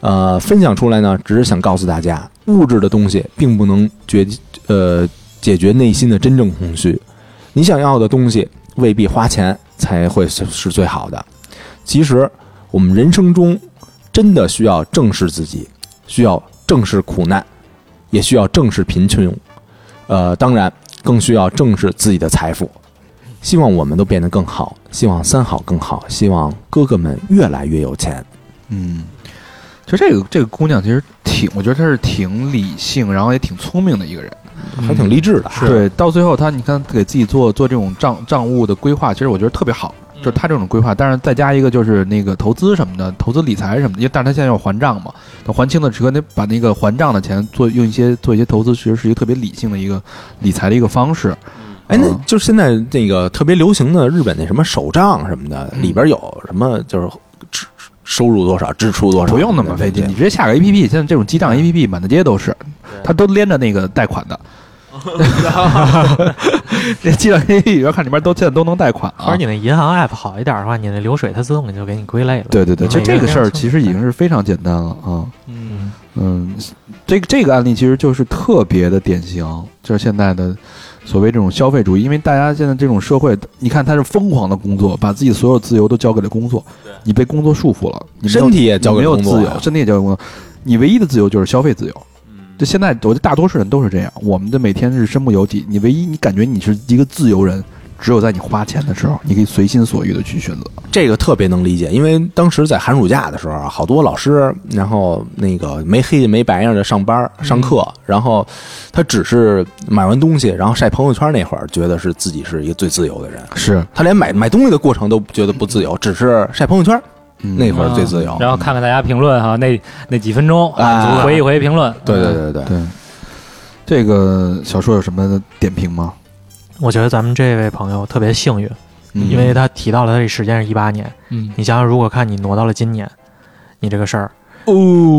Speaker 1: 呃，分享出来呢，只是想告诉大家，物质的东西并不能决呃解决内心的真正空虚。你想要的东西未必花钱才会是是最好的。其实，我们人生中真的需要正视自己，需要正视苦难，也需要正视贫穷，呃，当然更需要正视自己的财富。希望我们都变得更好，希望三好更好，希望哥哥们越来越有钱。
Speaker 5: 嗯，其实这个这个姑娘其实挺，我觉得她是挺理性，然后也挺聪明的一个人。
Speaker 1: 还挺励志的啊，
Speaker 5: 对，到最后他你看给自己做做这种账账务的规划，其实我觉得特别好，就是他这种规划，但是再加一个就是那个投资什么的，投资理财什么的，因为但是他现在要还账嘛，等还清的时候，得把那个还账的钱做用一些做一些投资，其实是一个特别理性的一个理财的一个方式。
Speaker 1: 哎，那
Speaker 5: 嗯
Speaker 1: 就是现在那个特别流行的日本那什么手账什么的，
Speaker 5: 嗯
Speaker 1: 里边有什么就是支收入多少，支出多少，
Speaker 5: 不用那么费劲，你直接下个 A P P，现在这种
Speaker 2: 嗯
Speaker 5: 记账 A P P 满大街都是，它都连着那个贷款的。
Speaker 2: 哦
Speaker 5: 这记账 A P P 里边看里边都现在都能贷款
Speaker 2: 或
Speaker 5: 啊
Speaker 2: 者。你那银行 app 好一点的话，你那流水它自动给就给你归类了。
Speaker 5: 对对对，
Speaker 2: 嗯
Speaker 5: 就这个事儿
Speaker 2: 嗯
Speaker 5: 其实已经是非常简单了啊。
Speaker 3: 嗯，
Speaker 5: 嗯，这个这个案例其实就是特别的典型，就是现在的所谓这种消费主义，因为大家现在这种社会，你看他是疯狂的工作，把自己所有自由都交给了工作，你被工作束缚了，你没有
Speaker 1: 身体也交给
Speaker 5: 你没有
Speaker 1: 工作啊
Speaker 5: 自由，身体也交给工作，你唯一的自由就是消费自由。
Speaker 1: 嗯
Speaker 5: 就现在，我觉得大多数人都是这样，我们的每天是身不由己。你唯一你感觉你是一个自由人，只有在你花钱的时候，你可以随心所欲的去选择。
Speaker 1: 这个特别能理解，因为当时在寒暑假的时候啊，好多老师，然后那个没黑没白样的上班儿
Speaker 5: 嗯
Speaker 1: 上课，然后他只是买完东西，然后晒朋友圈那会儿，觉得是自己是一个最自由的人，
Speaker 5: 是
Speaker 1: 他连买买东西的过程都觉得不自由，只是晒朋友圈
Speaker 5: 嗯
Speaker 1: 那
Speaker 2: 啊
Speaker 1: 会儿最自由。
Speaker 3: 啊然后看看大家评论哈，那那几分钟
Speaker 1: 啊
Speaker 3: 回一回评论。
Speaker 1: 对对对对对，
Speaker 5: 对这个小说有什么点评吗？
Speaker 2: 我觉得咱们这位朋友特别幸运，
Speaker 5: 嗯
Speaker 2: 因为他提到了他这时间是一八年，
Speaker 3: 嗯，
Speaker 2: 你想想，如果看你挪到了今年，你这个事儿，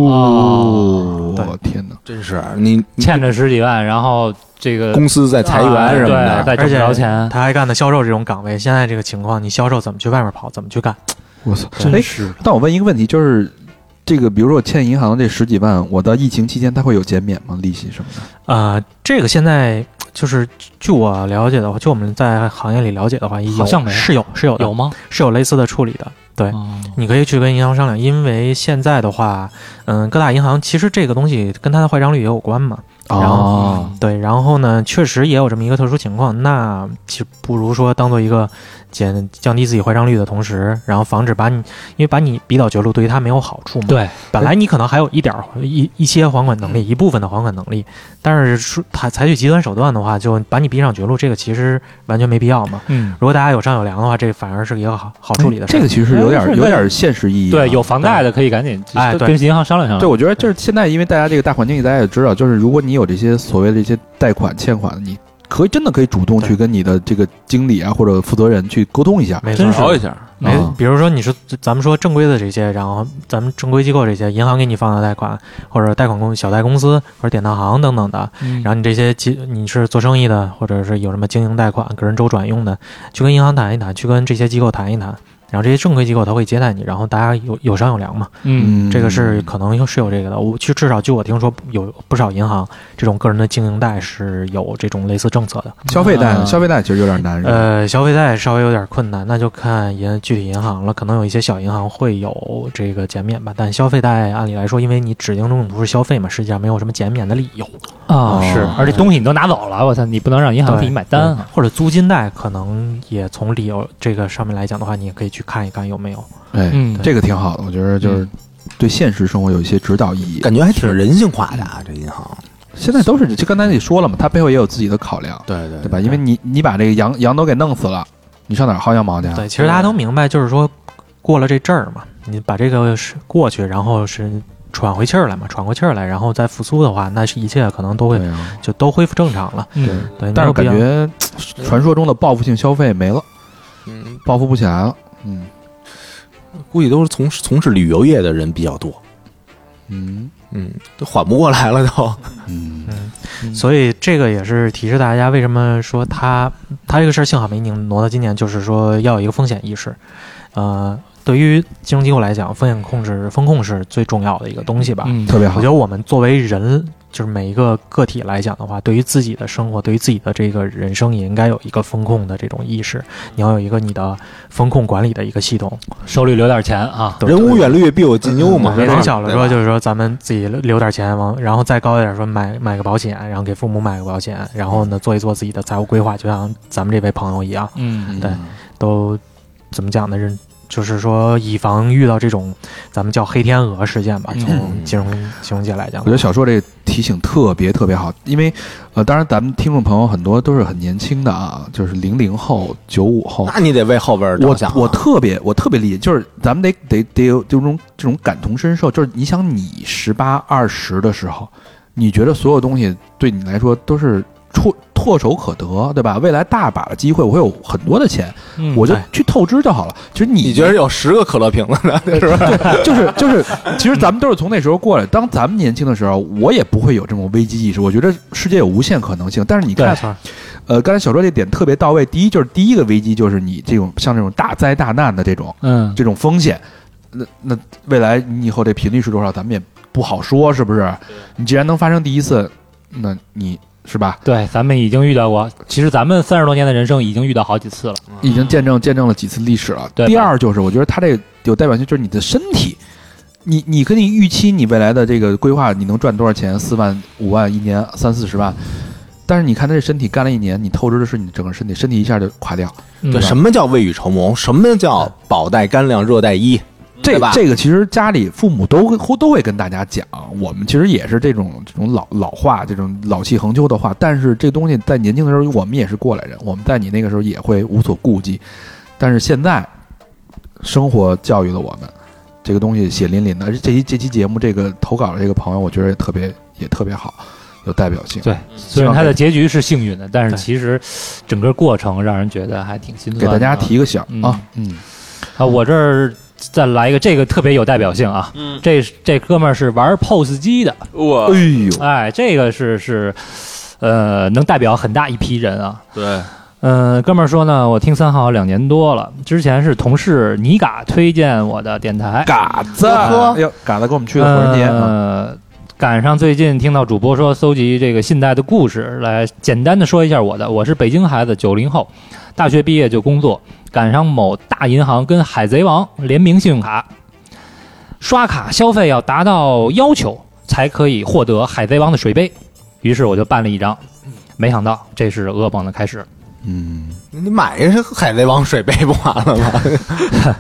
Speaker 5: 哦，
Speaker 2: 对
Speaker 5: 我天哪！
Speaker 1: 真是你你
Speaker 3: 欠着十几万，然后这个
Speaker 1: 公司在裁员什么
Speaker 3: 啊
Speaker 1: 的，
Speaker 3: 对，再挣不着
Speaker 2: 而且
Speaker 3: 钱。
Speaker 2: 他还干的销售这种岗位，现在这个情况，你销售怎么去外面跑，怎么去干？
Speaker 5: 我操！
Speaker 2: 真
Speaker 5: 哎，
Speaker 2: 是的，
Speaker 5: 但我问一个问题，就是这个，比如说我欠银行这十几万，我到疫情期间它会有减免吗？利息什么的？
Speaker 2: 呃，这个现在就是据我了解的话，就我们在行业里了解的话，有
Speaker 3: 好像没有
Speaker 2: 是有是有的
Speaker 3: 有吗？
Speaker 2: 是有类似的处理的，对。
Speaker 3: 哦
Speaker 2: 你可以去跟银行商量，因为现在的话，嗯，各大银行其实这个东西跟它的坏账率也有关嘛。然后、
Speaker 5: 哦
Speaker 2: 对，然后呢，确实也有这么一个特殊情况，那其实不如说当做一个减降低自己坏账率的同时，然后防止把你，因为把你逼到绝路，对于他没有好处嘛。，
Speaker 3: 对，
Speaker 2: 本来你可能还有一点儿一一些还款能力，一部分的还款能力，但是说他采取极端手段的话，就把你逼上绝路，这个其实完全没必要嘛。
Speaker 3: 嗯，
Speaker 2: 如果大家有商有量的话，这反而是一个好好处理的事儿。
Speaker 5: 这个其实有点
Speaker 3: 哎是
Speaker 5: 有点现实意义啊。
Speaker 3: 对，有房贷的可以赶紧
Speaker 2: 哎对
Speaker 3: 跟银行商量商
Speaker 5: 对，
Speaker 3: 量。
Speaker 5: 我觉得就是现在，因为大家这个大环境，大家也知道，就是如果你有这些所谓的一些贷款、欠款，你可以真的可以主动去跟你的这个经理啊或者负责人去沟通一下。
Speaker 2: 没错
Speaker 12: 真，一下，
Speaker 2: 没
Speaker 5: 啊，
Speaker 2: 比如说你说咱们说正规的这些，然后咱们正规机构这些，银行给你放的贷款，或者贷款公小贷公司或者典当行等等的，
Speaker 3: 嗯
Speaker 2: 然后你这些机你是做生意的，或者是有什么经营贷款、个人周转用的，去跟银行谈一谈，去跟这些机构谈一谈，然后这些正规机构他会接待你，然后大家有有商有量嘛，
Speaker 3: 嗯，
Speaker 5: 嗯，
Speaker 2: 这个是可能是有这个的。我去至少据我听说，有不少银行这种个人的经营贷是有这种类似政策的。
Speaker 5: 消费贷，
Speaker 3: 啊
Speaker 5: 消费贷其实有点难。是吧，
Speaker 2: 呃，消费贷稍微有点困难，那就看银具体银行了。可能有一些小银行会有这个减免吧，但消费贷按理来说，因为你指定用途是消费嘛，实际上没有什么减免的理 由。
Speaker 3: 啊
Speaker 5: 哦
Speaker 3: 是，而且东西你都拿走了，我操，你不能让银行
Speaker 2: 对
Speaker 3: 自己买单啊。
Speaker 2: 或者租金贷，可能也从理由这个上面来讲的话，你也可以去看一看有没有。
Speaker 5: 哎，
Speaker 3: 嗯，
Speaker 5: 这个挺好的，我觉得就是对现实生活有一些指导意义。
Speaker 1: 感觉还挺人性化的啊，这银行。
Speaker 5: 现在都是，就刚才你说了嘛，他背后也有自己的考量，
Speaker 1: 对对
Speaker 5: 对吧？因为你你把这个羊羊都给弄死了，你上哪儿薅羊毛去啊？
Speaker 2: 对，其实大家都明白，就是说过了这阵儿嘛，你把这个是过去，然后是喘回气儿来嘛，喘过气儿来，然后再复苏的话，那是一切可能都会
Speaker 5: 对啊，
Speaker 2: 就都恢复正常了。
Speaker 3: 嗯
Speaker 2: 对，
Speaker 5: 对
Speaker 2: 没
Speaker 5: 但是
Speaker 2: 有必
Speaker 5: 感
Speaker 2: 要
Speaker 5: 觉传说中的报复性消费没了，
Speaker 1: 嗯，
Speaker 5: 报复不起来了。嗯
Speaker 1: 估计都是从事从事旅游业的人比较多，
Speaker 5: 嗯
Speaker 1: 嗯，都缓不过来了都。
Speaker 5: 嗯，
Speaker 2: 所以这个也是提示大家，为什么说他他这个事儿幸好没拧挪到今年，就是说要有一个风险意识。呃，对于金融机构来讲，风险控制风控是最重要的一个东西吧。
Speaker 3: 嗯，
Speaker 5: 特别
Speaker 2: 我
Speaker 5: 好
Speaker 2: 觉。得我们作为人，就是每一个个体来讲的话，对于自己的生活，对于自己的这个人生，也应该有一个风控的这种意识。你要有一个你的风控管理的一个系统。
Speaker 3: 手里留点钱啊。
Speaker 2: 对
Speaker 1: 人无远虑，必有近忧嘛。
Speaker 2: 人
Speaker 1: 是
Speaker 2: 小了
Speaker 1: 对
Speaker 2: 说
Speaker 1: 吧
Speaker 2: 就是说咱们自己留留点钱，往然后再高一点说买买个保险，然后给父母买个保险，然后呢做一做自己的财务规划，就像咱们这位朋友一样，
Speaker 3: 嗯，
Speaker 2: 对都怎么讲呢？人就是说以防遇到这种咱们叫黑天鹅事件吧，
Speaker 3: 嗯
Speaker 2: 从金融金融界来讲
Speaker 5: 我觉，得小硕这个提醒特别特别好，因为呃，当然咱们听众朋友很多都是很年轻的啊，就是零零后、九五后。
Speaker 1: 那你得为后边儿着
Speaker 5: 我
Speaker 1: 想啊。
Speaker 5: 我特别我特别理解，就是咱们得得得有这种这种感同身受，就是你想你十八二十的时候，你觉得所有东西对你来说都是唾唾手可得，对吧？未来大把的机会，我会有很多的钱，
Speaker 3: 嗯
Speaker 5: 我就
Speaker 2: 对
Speaker 5: 去透支就好了。其实你
Speaker 1: 你觉得有十个可乐瓶子呢？是吧？
Speaker 5: 就是就是，其实咱们都是从那时候过来。当咱们年轻的时候，我也不会有这种危机意识。我觉得世界有无限可能性。但是你看
Speaker 2: 没，错
Speaker 5: 呃，刚才小说这点特别到位。第一就是第一个危机就是你这种像这种大灾大难的这种
Speaker 3: 嗯，
Speaker 5: 这种风险，那那未来你以后这频率是多少，咱们也不好说，是不是？你既然能发生第一次，那你是吧？
Speaker 3: 对，咱们已经遇到过，其实咱们三十多年的人生已经遇到好几次了。
Speaker 5: 已经见证见证了几次历史了。
Speaker 3: 对
Speaker 5: 第二就是，我觉得它这个有代表性，就是你的身体，你你跟你预期你未来的这个规划，你能赚多少钱？四万、五万一年，三四十万。但是你看他这身体干了一年，你透支的是你整个身体，身体一下就垮掉。
Speaker 3: 嗯
Speaker 1: 对，什么叫未雨绸缪？什么叫宝带干粮，热带衣？
Speaker 5: 这
Speaker 1: 对吧
Speaker 5: 这个其实家里父母都会都会跟大家讲，我们其实也是这种这种老老话，这种老气横秋的话。但是这东西在年轻的时候，我们也是过来人，我们在你那个时候也会无所顾忌。但是现在，生活教育了我们，这个东西血淋淋的。而且这期这期节目，这个投稿的这个朋友，我觉得也特别也特别好，有代表性。
Speaker 3: 对，虽然它的结局是幸运的，但是其实整个过程让人觉得还挺心酸
Speaker 5: 给
Speaker 3: 的。
Speaker 5: 大家提个醒
Speaker 3: 嗯
Speaker 5: 啊，嗯，
Speaker 3: 啊，我这儿再来一个，这个特别有代表性啊。嗯，这这哥们儿是玩 POS 机的，
Speaker 12: 我
Speaker 5: 哎呦，
Speaker 3: 哎，这个是是，呃，能代表很大一批人啊。
Speaker 1: 对，
Speaker 3: 嗯，哥们儿说呢，我听三好两年多了，之前是同事尼嘎推荐我的电台，
Speaker 5: 嘎子，
Speaker 1: 呵
Speaker 5: 哎呦，嘎子跟我们去了火人节啊，
Speaker 3: 呃，赶上最近听到主播说搜集这个信贷的故事，来简单的说一下我的。我是北京孩子，九零后，大学毕业就工作，赶上某大银行跟海贼王联名信用卡，刷卡消费要达到要求才可以获得海贼王的水杯，于是我就办了一张。没想到这是噩梦的开始。
Speaker 5: 嗯。
Speaker 1: 你买一个海贼王水杯不完了吗？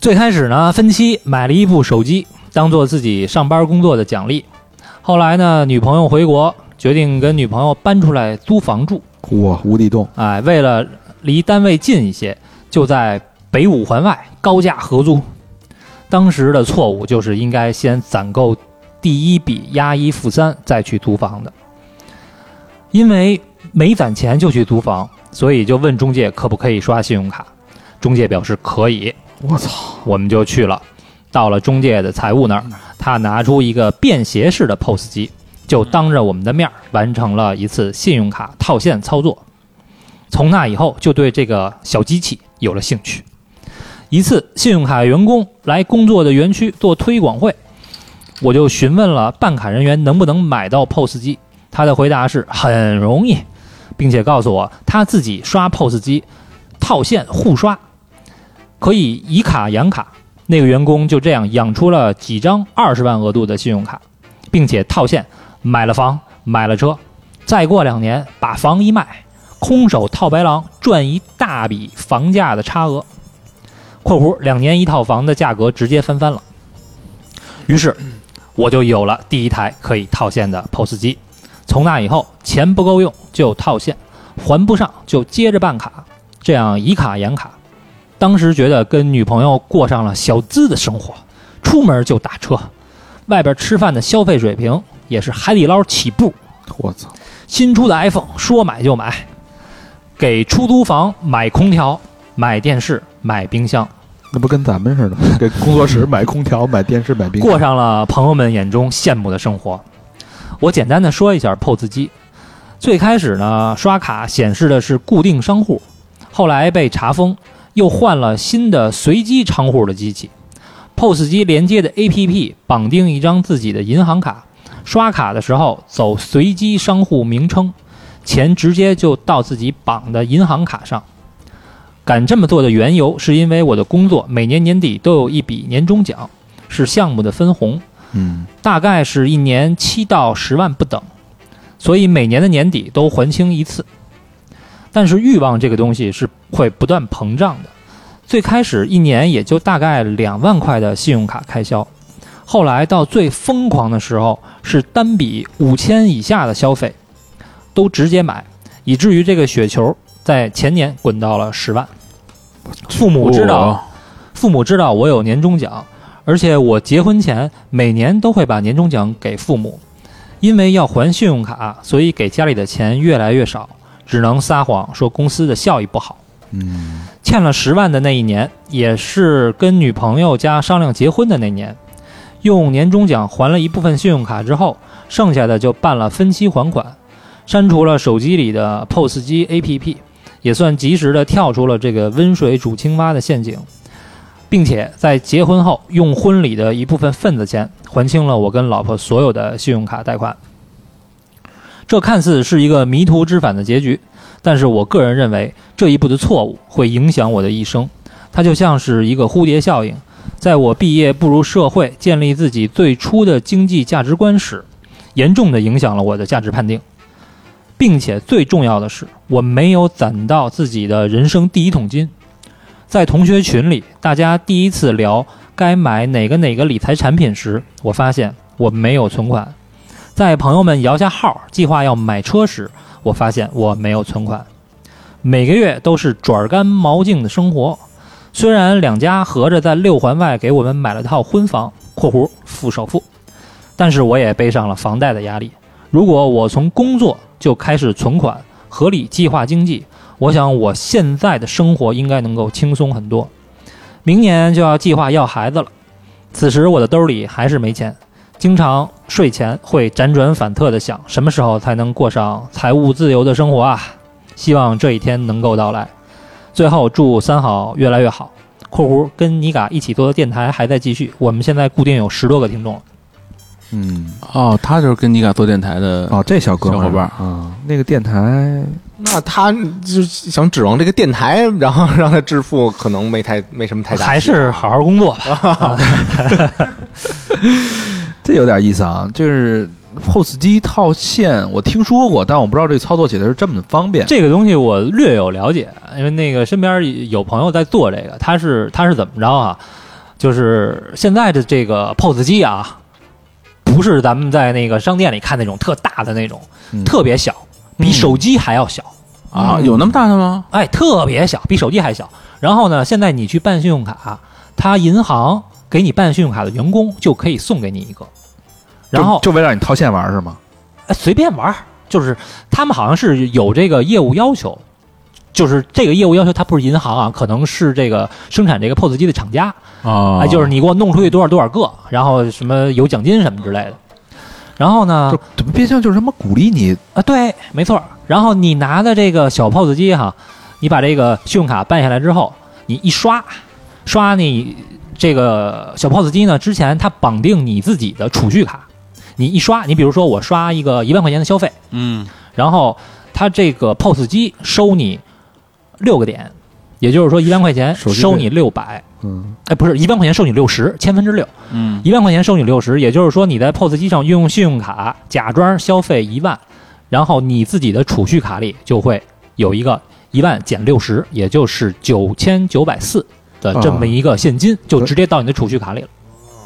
Speaker 3: 最开始呢，分期买了一部手机，当做自己上班工作的奖励。后来呢，女朋友回国，决定跟女朋友搬出来租房住。
Speaker 5: 哇，无底洞，
Speaker 3: 哎，为了离单位近一些，就在北五环外高价合租。当时的错误就是应该先攒够第一笔押一付三，再去租房的。因为没攒钱就去租房，所以就问中介可不可以刷信用卡。中介表示可以。
Speaker 5: 我操！
Speaker 3: 我们就去了。到了中介的财务那儿，他拿出一个便携式的 POS 机，就当着我们的面儿完成了一次信用卡套现操作。从那以后，就对这个小机器有了兴趣。一次，信用卡员工来工作的园区做推广会，我就询问了办卡人员能不能买到 POS 机，他的回答是很容易，并且告诉我他自己刷 POS 机套现互刷，可以以卡养卡。那个员工就这样养出了几张二十万额度的信用卡，并且套现买了房，买了车。再过两年把房一卖，空手套白狼赚一大笔房价的差额。（括弧两年一套房的价格直接翻番了）于是我就有了第一台可以套现的 POS 机。从那以后，钱不够用就套现，还不上就接着办卡，这样以卡养卡。当时觉得跟女朋友过上了小资的生活，出门就打车，外边吃饭的消费水平也是海底捞起步。
Speaker 5: 我操！
Speaker 3: 新出的 iPhone 说买就买，给出租房买空调、买电视、买冰箱，
Speaker 5: 那不跟咱们似的， 给工作室买空调、买电视、买冰
Speaker 3: 过上了朋友们眼中羡慕的生活。我简单的说一下 POS 机，最开始呢刷卡显示的是固定商户，后来被查封，又换了新的随机商户的机器。POS 机连接的 APP 绑定一张自己的银行卡，刷卡的时候走随机商户名称，钱直接就到自己绑的银行卡上。敢这么做的缘由，是因为我的工作每年年底都有一笔年终奖，是项目的分红，
Speaker 5: 嗯，
Speaker 3: 大概是一年七到十万不等，所以每年的年底都还清一次。但是欲望这个东西是会不断膨胀的，最开始一年也就大概两万块的信用卡开销，后来到最疯狂的时候是单笔五千以下的消费，都直接买，以至于这个雪球在前年滚到了十万。父母知道父母知道我有年终奖，而且我结婚前每年都会把年终奖给父母，因为要还信用卡，所以给家里的钱越来越少，只能撒谎说公司的效益不好。嗯，欠了十万的那一年，也是跟女朋友家商量结婚的那年，用年终奖还了一部分信用卡之后，剩下的就办了分期还款，删除了手机里的 POS 机 APP，也算及时的跳出了这个温水煮青蛙的陷阱。并且在结婚后用婚礼的一部分份子钱还清了我跟老婆所有的信用卡贷款。这看似是一个迷途知返的结局，但是我个人认为这一步的错误会影响我的一生。它就像是一个蝴蝶效应，在我毕业步入社会、建立自己最初的经济价值观时，严重的影响了我的价值判定。并且最重要的是，我没有攒到自己的人生第一桶金。在同学群里，大家第一次聊该买哪个哪个理财产品时，我发现我没有存款；在朋友们摇下号计划要买车时，我发现我没有存款。每个月都是转干毛净的生活。虽然两家合着在六环外给我们买了套婚房（括弧付首付），但是我也背上了房贷的压力。如果我从工作就开始存款，合理计划经济，我想我现在的生活应该能够轻松很多。明年就要计划要孩子了，此时我的兜里还是没钱，经常睡前会辗转反侧的想，什么时候才能过上财务自由的生活啊？希望这一天能够到来。最后祝三好越来越好。（括弧跟妮嘎一起做的电台还在继续，我们现在固定有十多个听众了。
Speaker 5: 嗯，
Speaker 12: 哦，他就是跟妮卡做电台的
Speaker 5: 哦，这小哥们儿
Speaker 12: 小伙伴
Speaker 5: 啊，那个电台
Speaker 1: 那他就想指望这个电台，然后让他致富，可能没太没什么太大希望。
Speaker 3: 还是好好工作吧。
Speaker 5: 这有点意思啊，就是 POS 机套现，我听说过，但我不知道这操作起来是这么方便。
Speaker 3: 这个东西我略有了解，因为那个身边有朋友在做这个，他是他是怎么着啊？就是现在的这个 POS 机啊，不是咱们在那个商店里看那种特大的那种，
Speaker 5: 嗯
Speaker 3: 特别小，比手机还要小。
Speaker 12: 啊，有那么大的吗？
Speaker 3: 哎，特别小，比手机还小。然后呢，现在你去办信用卡，他银行给你办信用卡的员工就可以送给你一个，然后
Speaker 5: 就就为了让你套现玩儿是吗？
Speaker 3: 哎随便玩儿，就是他们好像是有这个业务要求，就是这个业务要求，它不是银行啊，可能是这个生产这个 POS 机的厂家，
Speaker 12: 啊
Speaker 3: 哎，就是你给我弄出去多少多少个，然后什么有奖金什么之类的。然后呢，
Speaker 5: 就怎么变相就是他妈鼓励你
Speaker 3: 啊，对，没错儿。然后你拿的这个小 POS 机哈，你把这个信用卡办下来之后，你一刷，刷你这个小 POS 机呢，之前它绑定你自己的储蓄卡，你一刷，你比如说我刷一个一万块钱的消费，
Speaker 12: 嗯，
Speaker 3: 然后它这个 POS 机收你六个点，也就是说一万块钱
Speaker 5: 手续费
Speaker 3: 收你六百，
Speaker 5: 嗯，
Speaker 3: 哎，不是一万块钱收你六十，千分之六。
Speaker 12: 嗯，
Speaker 3: 一万块钱收你六十，也就是说你在 POS 机上运用信用卡假装消费一万，然后你自己的储蓄卡里就会有一个一万减六十，也就是九千九百四的这么一个现金，就直接到你的储蓄卡里了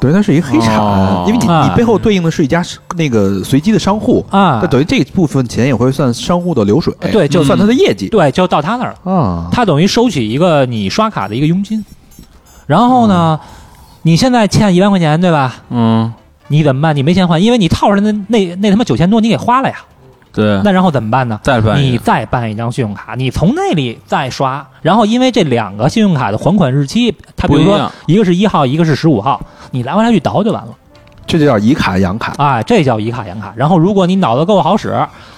Speaker 5: 等于它是一黑产，
Speaker 12: 哦
Speaker 5: 因为你
Speaker 3: 哎
Speaker 5: 你背后对应的是一家是那个随机的商户，
Speaker 3: 啊
Speaker 5: 那等于这部分钱也会算商户的流水，
Speaker 3: 对就
Speaker 5: 算他的业绩
Speaker 3: 对，就到他那儿了。
Speaker 5: 啊。
Speaker 3: 他等于收取一个你刷卡的一个佣金，然后
Speaker 5: 啊
Speaker 3: 呢，你现在欠一万块钱对吧？
Speaker 12: 嗯，
Speaker 3: 你怎么办？你没钱还，因为你套上那那那他妈九千多你给花了呀，
Speaker 5: 啊
Speaker 12: 对，
Speaker 3: 那然后怎么办呢？
Speaker 12: 再办一
Speaker 3: 你
Speaker 12: 个
Speaker 3: 再办一张信用卡，你从那里再刷，然后因为这两个信用卡的还款日期，它比
Speaker 12: 不
Speaker 3: 如
Speaker 12: 一
Speaker 3: 说
Speaker 12: 样，
Speaker 3: 一个是一号，一个是十五号，你来回来去倒就完了
Speaker 5: 这就叫以卡养卡，
Speaker 3: 啊，这叫以卡养卡。然后如果你脑子够好使，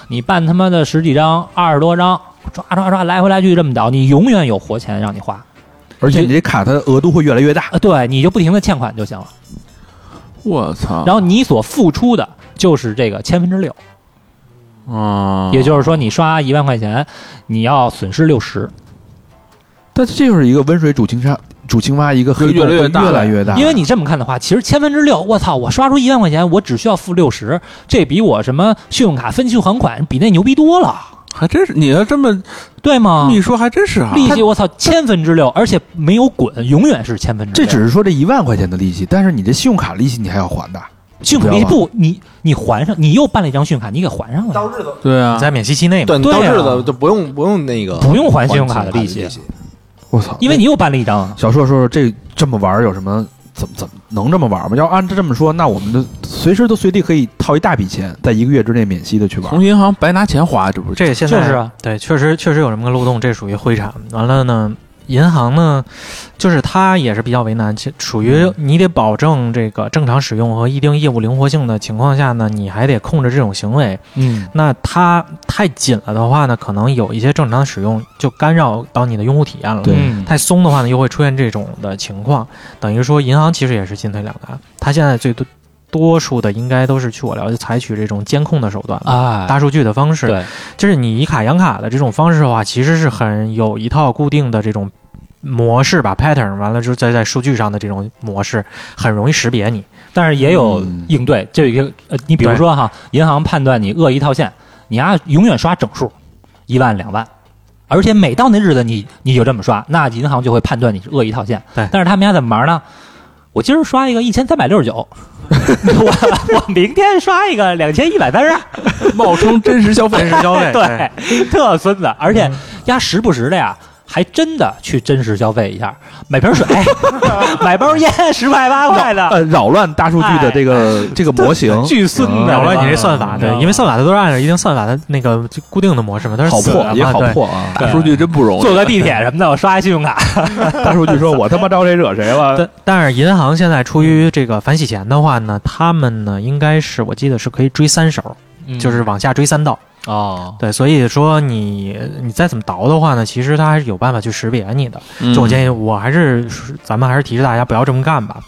Speaker 3: 你办他妈的十几张、二十多张，抓抓抓，来回来去这么倒，你永远有活钱让你花
Speaker 5: 而且你这卡它的额度会越来越大。
Speaker 3: 啊，对，你就不停的欠款就行了。
Speaker 12: 我操，
Speaker 3: 然后你所付出的就是这个千分之六，
Speaker 12: 哦啊，
Speaker 3: 也就是说你刷一万块钱，你要损失六十，
Speaker 5: 但这就是一个温水煮青蛙，煮青蛙一个黑洞
Speaker 12: 越来越
Speaker 5: 会
Speaker 12: 大
Speaker 5: 越来越大，
Speaker 3: 因为你这么看的话，其实千分之六，我操，我刷出一万块钱，我只需要付六十，这比我什么信用卡分期还款比那牛逼多了，
Speaker 12: 还真是，你要这么
Speaker 3: 对吗
Speaker 12: 一？说，还真是啊，
Speaker 3: 利息我操千分之六，而且没有滚，永远是千分之
Speaker 5: 这
Speaker 3: 六。
Speaker 5: 只是说这一万块钱的利息，但是你这信用卡利息你还要还的。
Speaker 3: 信用卡利息不，你你还上，你又办了一张信用卡，你给还上了，
Speaker 1: 日子，
Speaker 12: 对啊，
Speaker 2: 在免息期内嘛，
Speaker 1: 对，
Speaker 3: 对
Speaker 1: 到
Speaker 3: 啊
Speaker 1: 日子就不用不用那个
Speaker 3: 不用还信用
Speaker 1: 卡
Speaker 3: 卡的利息，
Speaker 5: 我操！
Speaker 3: 因为你又办了一张啊。
Speaker 5: 小硕说说这这么玩儿有什么？怎么怎么能这么玩儿吗？要按这么说，那我们就随时都随地可以套一大笔钱，在一个月之内免息的去玩儿。
Speaker 12: 从银行白拿钱花，这不是
Speaker 2: 这现在
Speaker 3: 就是啊
Speaker 2: 对，确实确实有这么个漏洞，这属于灰产。完了呢，银行呢，就是它也是比较为难，其属
Speaker 3: 嗯
Speaker 2: 于你得保证这个正常使用和一定业务灵活性的情况下呢，你还得控制这种行为。
Speaker 3: 嗯，
Speaker 2: 那它太紧了的话呢，可能有一些正常使用就干扰到你的用户体验了。
Speaker 5: 对
Speaker 3: 嗯
Speaker 2: 太松的话呢，又会出现这种的情况。等于说，银行其实也是进退两难。它现在最多多数的应该都是，据我了解，采取这种监控的手段吧
Speaker 3: 啊，
Speaker 2: 大数据的方式，
Speaker 3: 对，
Speaker 2: 就是你以卡养卡的这种方式的话，其实是很有一套固定的这种模式吧，pattern。完了之后，再在数据上的这种模式，很容易识别你。嗯
Speaker 3: 但是也有应对，这有一个呃，你比如说哈，银行判断你恶意套现，你呀、永远刷整数，一万两万，而且每到那日子你你就这么刷，那银行就会判断你是恶意套现。
Speaker 2: 对
Speaker 3: 但是他们家怎么玩呢？我今儿刷一个一千三百六 十九，我我明天刷一个两千一百三十二，
Speaker 12: 冒充真实消费
Speaker 2: 真实消 费，
Speaker 3: 对，特孙子，而
Speaker 2: 嗯
Speaker 3: 且丫时不时的呀，还真的去真实消费一下，买瓶水，买包烟，十块八块
Speaker 2: 哦
Speaker 3: 的，
Speaker 5: 呃，扰乱大数据的这个这个模 型，
Speaker 3: 巨孙子，
Speaker 2: 扰嗯乱你这算法，
Speaker 3: 嗯
Speaker 2: 对，因为算法它都是按照一定算法的那个就固定的模式嘛，它是
Speaker 5: 好
Speaker 2: 死的
Speaker 5: 破
Speaker 2: 嘛
Speaker 5: 也好
Speaker 2: 对
Speaker 5: 破啊！
Speaker 12: 大数据真不容易。
Speaker 3: 坐个地铁什么的，我刷一信用卡，
Speaker 5: 大数据说我他妈招谁惹谁了？
Speaker 2: 但但是银行现在出于这个反洗钱的话呢，他们呢应该是我记得是可以追三手，就是往下追三道。
Speaker 3: 哦，
Speaker 2: 对，所以说你你再怎么倒的话呢，其实它还是有办法去识别你的。
Speaker 12: 嗯
Speaker 2: 这我建议，我还是咱们还是提示大家不要这么干吧。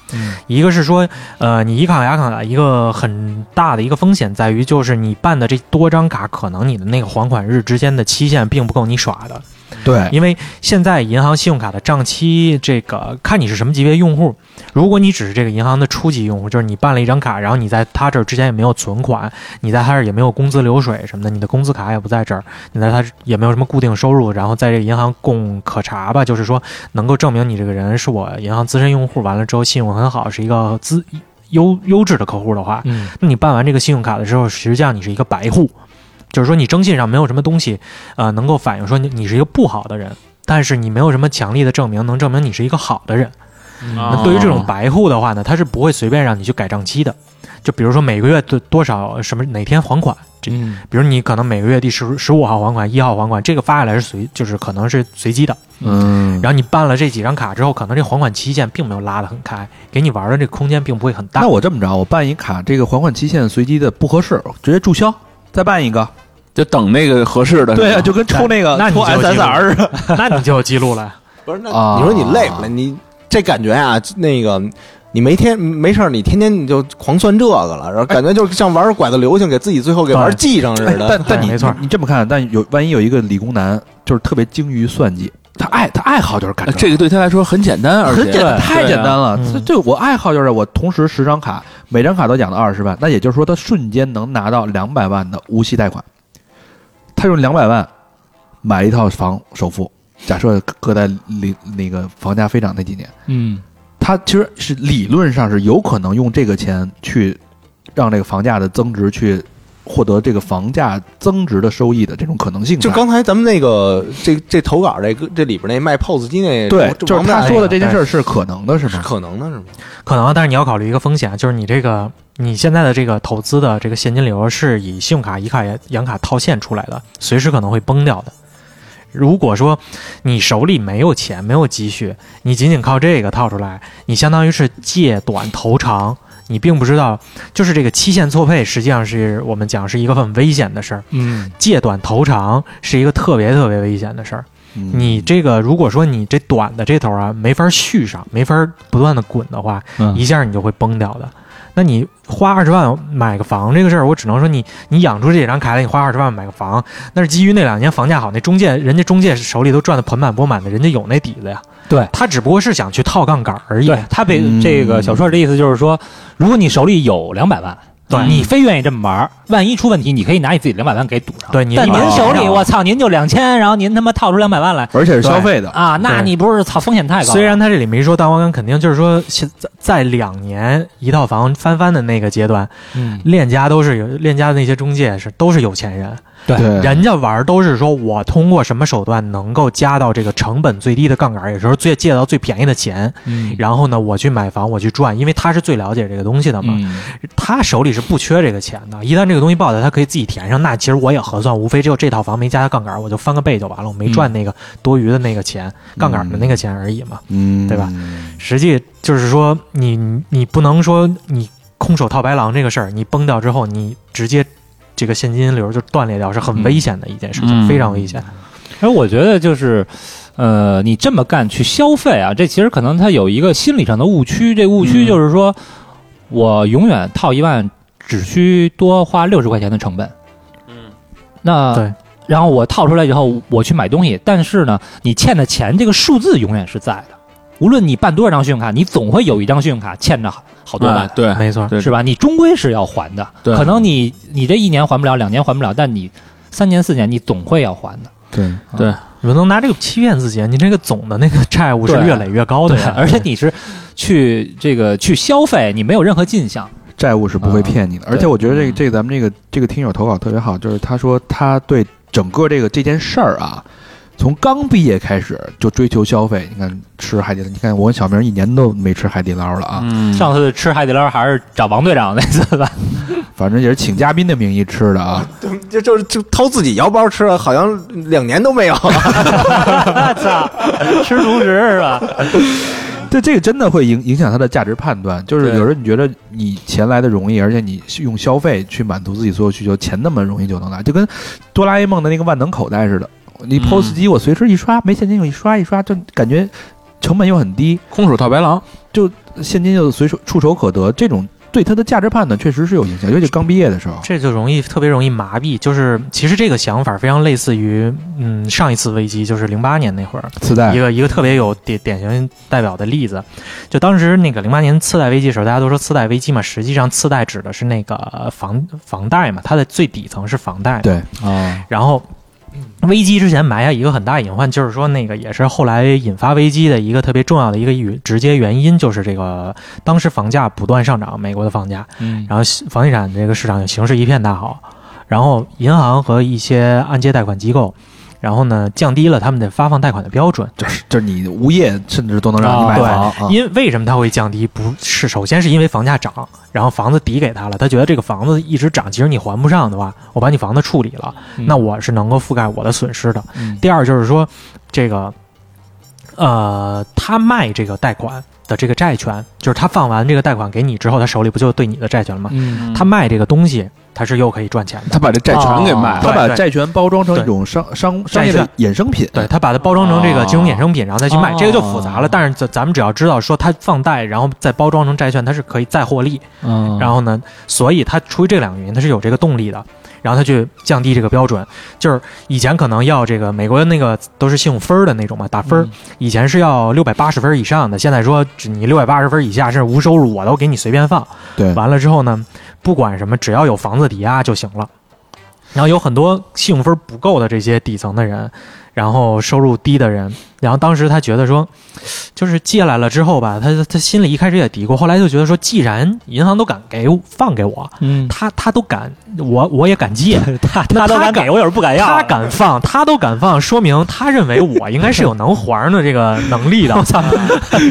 Speaker 2: 一个是说，呃，你一卡牙卡，一个很大的一个风险在于，就是你办的这多张卡，可能你的那个还款日之间的期限并不够你耍的。
Speaker 5: 对，
Speaker 2: 因为现在银行信用卡的账期，这个看你是什么级别用户。如果你只是这个银行的初级用户，就是你办了一张卡，然后你在他这儿之前也没有存款，你在他这儿也没有工资流水什么的，你的工资卡也不在这儿，你在他这儿也没有什么固定收入，然后在这个银行供可查吧，就是说能够证明你这个人是我银行资深用户，完了之后信用很好，是一个资优优质的客户的话，
Speaker 3: 嗯
Speaker 2: 那你办完这个信用卡的时候，实际上你是一个白户，就是说你征信上没有什么东西，呃，能够反映说你你是一个不好的人，但是你没有什么强力的证明能证明你是一个好的人。
Speaker 5: 啊
Speaker 2: 那对于这种白户的话呢，他是不会随便让你去改账期的。就比如说每个月多多少什么哪天还款，这
Speaker 3: 嗯
Speaker 2: 比如你可能每个月第十十五号还款、一号还款，这个发下来是随就是可能是随机的。
Speaker 5: 嗯，
Speaker 2: 然后你办了这几张卡之后，可能这还款期限并没有拉得很开，给你玩的这个空间并不会很大
Speaker 5: 那。我这么着，我办一卡，这个还款期限随机的不合适，直接注销，再办一个。
Speaker 12: 就等那个合适的。
Speaker 5: 对
Speaker 12: 是
Speaker 5: 啊，
Speaker 12: 吧
Speaker 5: 就跟抽那个
Speaker 2: 那你
Speaker 5: 抽
Speaker 2: 就
Speaker 5: SSR 似的。
Speaker 2: 那你就有记录了。
Speaker 1: 不是，那
Speaker 5: 啊
Speaker 1: 你说你累不累？你这感觉啊，那个你没天没事儿，你天天你就狂算这个了，然后感觉就像玩拐子流星，给自己最后给玩
Speaker 2: 对
Speaker 1: 记上似
Speaker 5: 哎
Speaker 1: 的。
Speaker 5: 但但你
Speaker 2: 没错
Speaker 5: 你这么看，但有万一有一个理工男，就是特别精于算计，他爱他爱好就是干
Speaker 12: 呃
Speaker 5: 这
Speaker 12: 这个对他来说很简单，而
Speaker 5: 个，很
Speaker 12: 且
Speaker 5: 简
Speaker 12: 啊
Speaker 5: 单，
Speaker 3: 对
Speaker 5: 太简单了。
Speaker 2: 嗯
Speaker 5: 这这我爱好就是我同时十张卡，每张卡都养了二十万，那也就是说他瞬间能拿到两百万的无息贷款。他用两百万买一套房首付，假设搁在零那个房价飞涨那几年，
Speaker 3: 嗯
Speaker 5: 他其实是理论上是有可能用这个钱去让这个房价的增值去获得这个房价增值的收益的这种可能性
Speaker 1: 就
Speaker 5: 在。
Speaker 1: 刚才咱们那个这这投稿这个这里边那卖 POS 机那
Speaker 5: 对，
Speaker 1: 这
Speaker 5: 就是
Speaker 1: 王八
Speaker 5: 他
Speaker 1: 蛋
Speaker 5: 说的这件事儿是可能的，是
Speaker 1: 是
Speaker 5: 吗？
Speaker 1: 可能的，是吗？
Speaker 2: 可能，啊但是你要考虑一个风险，就是你这个你现在的这个投资的这个现金流是以信用卡、一卡、养卡套现出来的，随时可能会崩掉的。如果说你手里没有钱、没有积蓄，你仅仅靠这个套出来，你相当于是借短投长，你并不知道，就是这个期限错配，实际上是我们讲是一个很危险的事儿。
Speaker 3: 嗯
Speaker 2: 借短投长是一个特别特别危险的事儿。
Speaker 5: 嗯
Speaker 2: 你这个如果说你这短的这头啊没法续上，没法不断的滚的话，
Speaker 5: 嗯
Speaker 2: 一下你就会崩掉的。那你花二十万买个房这个事儿，我只能说你你养出这张卡来，你花二十万买个房，那是基于那两年房价好，那中介人家中介手里都赚得盆满钵满的，人家有那底子呀。
Speaker 3: 对
Speaker 2: 他只不过是想去套杠杆而已。
Speaker 3: 对他被
Speaker 5: 嗯
Speaker 3: 这个小帅的意思就是说，如果你手里有两百万，
Speaker 2: 对
Speaker 3: 你非愿意这么玩儿，万一出问题，你可以拿你自己两百万给赌上。
Speaker 2: 对你
Speaker 3: 但您手里
Speaker 2: 哦
Speaker 3: 我操，您就两千，然后您他妈套出两百万来
Speaker 5: 而且是消费的，
Speaker 3: 啊，那
Speaker 2: 对
Speaker 3: 你不是操风险太高了？
Speaker 2: 虽然他这里没说蛋黄干，肯定就是说现在在两年一套房翻番的那个阶段，
Speaker 3: 嗯，
Speaker 2: 链家都是有链家的那些中介是都是有钱人，
Speaker 3: 对
Speaker 5: 对，
Speaker 2: 人家玩儿都是说我通过什么手段能够加到这个成本最低的杠杆儿，有时候最借到最便宜的钱，
Speaker 3: 嗯
Speaker 2: 然后呢我去买房我去赚，因为他是最了解这个东西的嘛，
Speaker 3: 嗯
Speaker 12: 嗯
Speaker 2: 他手里是不缺这个钱的，一旦这个东西爆掉，他可以自己填上。那其实我也核算，无非只有这套房没加杠杆儿，我就翻个倍就完了，我没赚那个多余的那个钱，杠杆儿的那个钱而已嘛。
Speaker 5: 嗯
Speaker 2: 对吧？实际就是说，你你你不能说你空手套白狼这个事儿，你崩掉之后，你直接这个现金流就断裂掉，是很危险的一件事情，
Speaker 12: 嗯
Speaker 2: 非常危险。
Speaker 3: 而我觉得就是，呃，你这么干去消费啊，这其实可能他有一个心理上的误区，这误区就是说，我永远套一万，只需多花六十块钱的成本。
Speaker 12: 嗯
Speaker 3: 那
Speaker 2: 对，
Speaker 3: 然后我套出来以后，我去买东西，但是呢，你欠的钱这个数字永远是在的，无论你办多少张信用卡，你总会有一张信用卡欠着好好多万
Speaker 12: 啊，，对，
Speaker 2: 没错，
Speaker 12: 对
Speaker 3: 是吧？你终归是要还的，
Speaker 12: 对
Speaker 3: 可能你你这一年还不了，两年还不了，但你三年四年你总会要还的。
Speaker 5: 对，
Speaker 2: 你们能拿这个欺骗自己，你这个总的那个债务是
Speaker 3: 哦对啊
Speaker 2: 越垒越高的呀。
Speaker 3: 而且你是去这个去消费，你没有任何进项。
Speaker 5: 债务是不
Speaker 2: 啊
Speaker 5: 会骗你的。而且我觉得这个
Speaker 3: 嗯
Speaker 5: 这个咱们这个这个听友投稿特别好，就是他说他对整个这个这件事儿啊，从刚毕业开始就追求消费。你看吃海底捞，你看我跟小明一年都没吃海底捞了啊，
Speaker 12: 嗯
Speaker 3: 上次吃海底捞还是找王队长那次 吧？
Speaker 5: 反正也是请嘉宾的名义吃的啊。
Speaker 1: 这就是就掏自己腰包吃，好像两年都没有。
Speaker 3: 我操，吃独食是吧？
Speaker 5: 对，这个真的会影影响他的价值判断。就是
Speaker 1: 对
Speaker 5: 有时候你觉得你钱来的容易，而且你用消费去满足自己所有需求，钱那么容易就能来，就跟哆啦 A 梦的那个万能口袋似的。你
Speaker 12: 嗯
Speaker 5: POS 机我随时一刷，没现金我一刷一刷，就感觉成本又很低，
Speaker 12: 空手套白狼，
Speaker 5: 现金又随手触手可得，这种对他的价值判断确实是有影响，尤其刚毕业的时候。
Speaker 2: 这就容易特别容易麻痹，就是其实这个想法非常类似于，嗯，上一次危机就是零八年那会儿，
Speaker 5: 磁
Speaker 2: 一
Speaker 3: 哎
Speaker 5: 带，
Speaker 2: 个一个特别有典典型代表的例子，就当时那个零八年次贷危机的时候，大家都说次贷危机嘛，实际上次贷指的是那个呃房房贷嘛，它的最底层是房贷，
Speaker 5: 对，
Speaker 10: 啊，
Speaker 2: 然后危机之前埋下一个很大隐患，就是说那个也是后来引发危机的一个特别重要的一个与直接原因，就是这个当时房价不断上涨，美国的房价，
Speaker 10: 嗯，
Speaker 2: 然后房地产这个市场形势一片大好，然后银行和一些按揭贷款机构。然后呢，降低了他们的发放贷款的标准，
Speaker 5: 就是就是你无业，甚至都能让你买
Speaker 2: 啊对
Speaker 5: 房啊。
Speaker 2: 因为为什么它会降低？不是首先是因为房价涨，然后房子抵给他了，他觉得这个房子一直涨，其实你还不上的话，我把你房子处理了，
Speaker 10: 嗯
Speaker 2: 那我是能够覆盖我的损失的。
Speaker 10: 嗯
Speaker 2: 第二就是说，这个呃，他卖这个贷款的这个债权，就是他放完这个贷款给你之后，他手里不就对你的债权了吗？
Speaker 10: 嗯，
Speaker 2: 他卖这个东西，他是又可以赚钱 的。
Speaker 12: 他把这债权给卖
Speaker 5: 他
Speaker 12: 了，
Speaker 5: 把
Speaker 2: 对
Speaker 5: 债权包装成一种商商商业的衍生品，
Speaker 2: 对他把它包装成这
Speaker 10: 哦
Speaker 2: 个金融衍生品，然后再去卖，
Speaker 3: 哦
Speaker 2: 这个就复杂了。但是咱咱们只要知道说他放贷，然后再包装成债券，它是可以再获利。
Speaker 10: 嗯，
Speaker 2: 然后呢，所以他出于这两个原因，他是有这个动力的。然后他去降低这个标准，就是以前可能要这个美国那个都是信用分儿的那种嘛，打分儿，以前是要六百八十分以上的，现在说只你六百八十分以下是无收入，我都给你随便放。
Speaker 5: 对
Speaker 2: 完了之后呢，不管什么，只要有房子抵押就行了。然后有很多信用分不够的这些底层的人，然后收入低的人，然后当时他觉得说，就是借来了之后吧，他他心里一开始也嘀咕，后来就觉得说，既然银行都敢给我放给我，
Speaker 3: 嗯，
Speaker 2: 他他都敢，我我也敢 借，
Speaker 3: 他
Speaker 2: 那
Speaker 3: 他都
Speaker 2: 他
Speaker 3: 敢
Speaker 2: 敢
Speaker 3: 给，我有点不敢要。
Speaker 2: 他敢放，他都敢放，说明他认为我应该是有能还的这个能力 的。我操！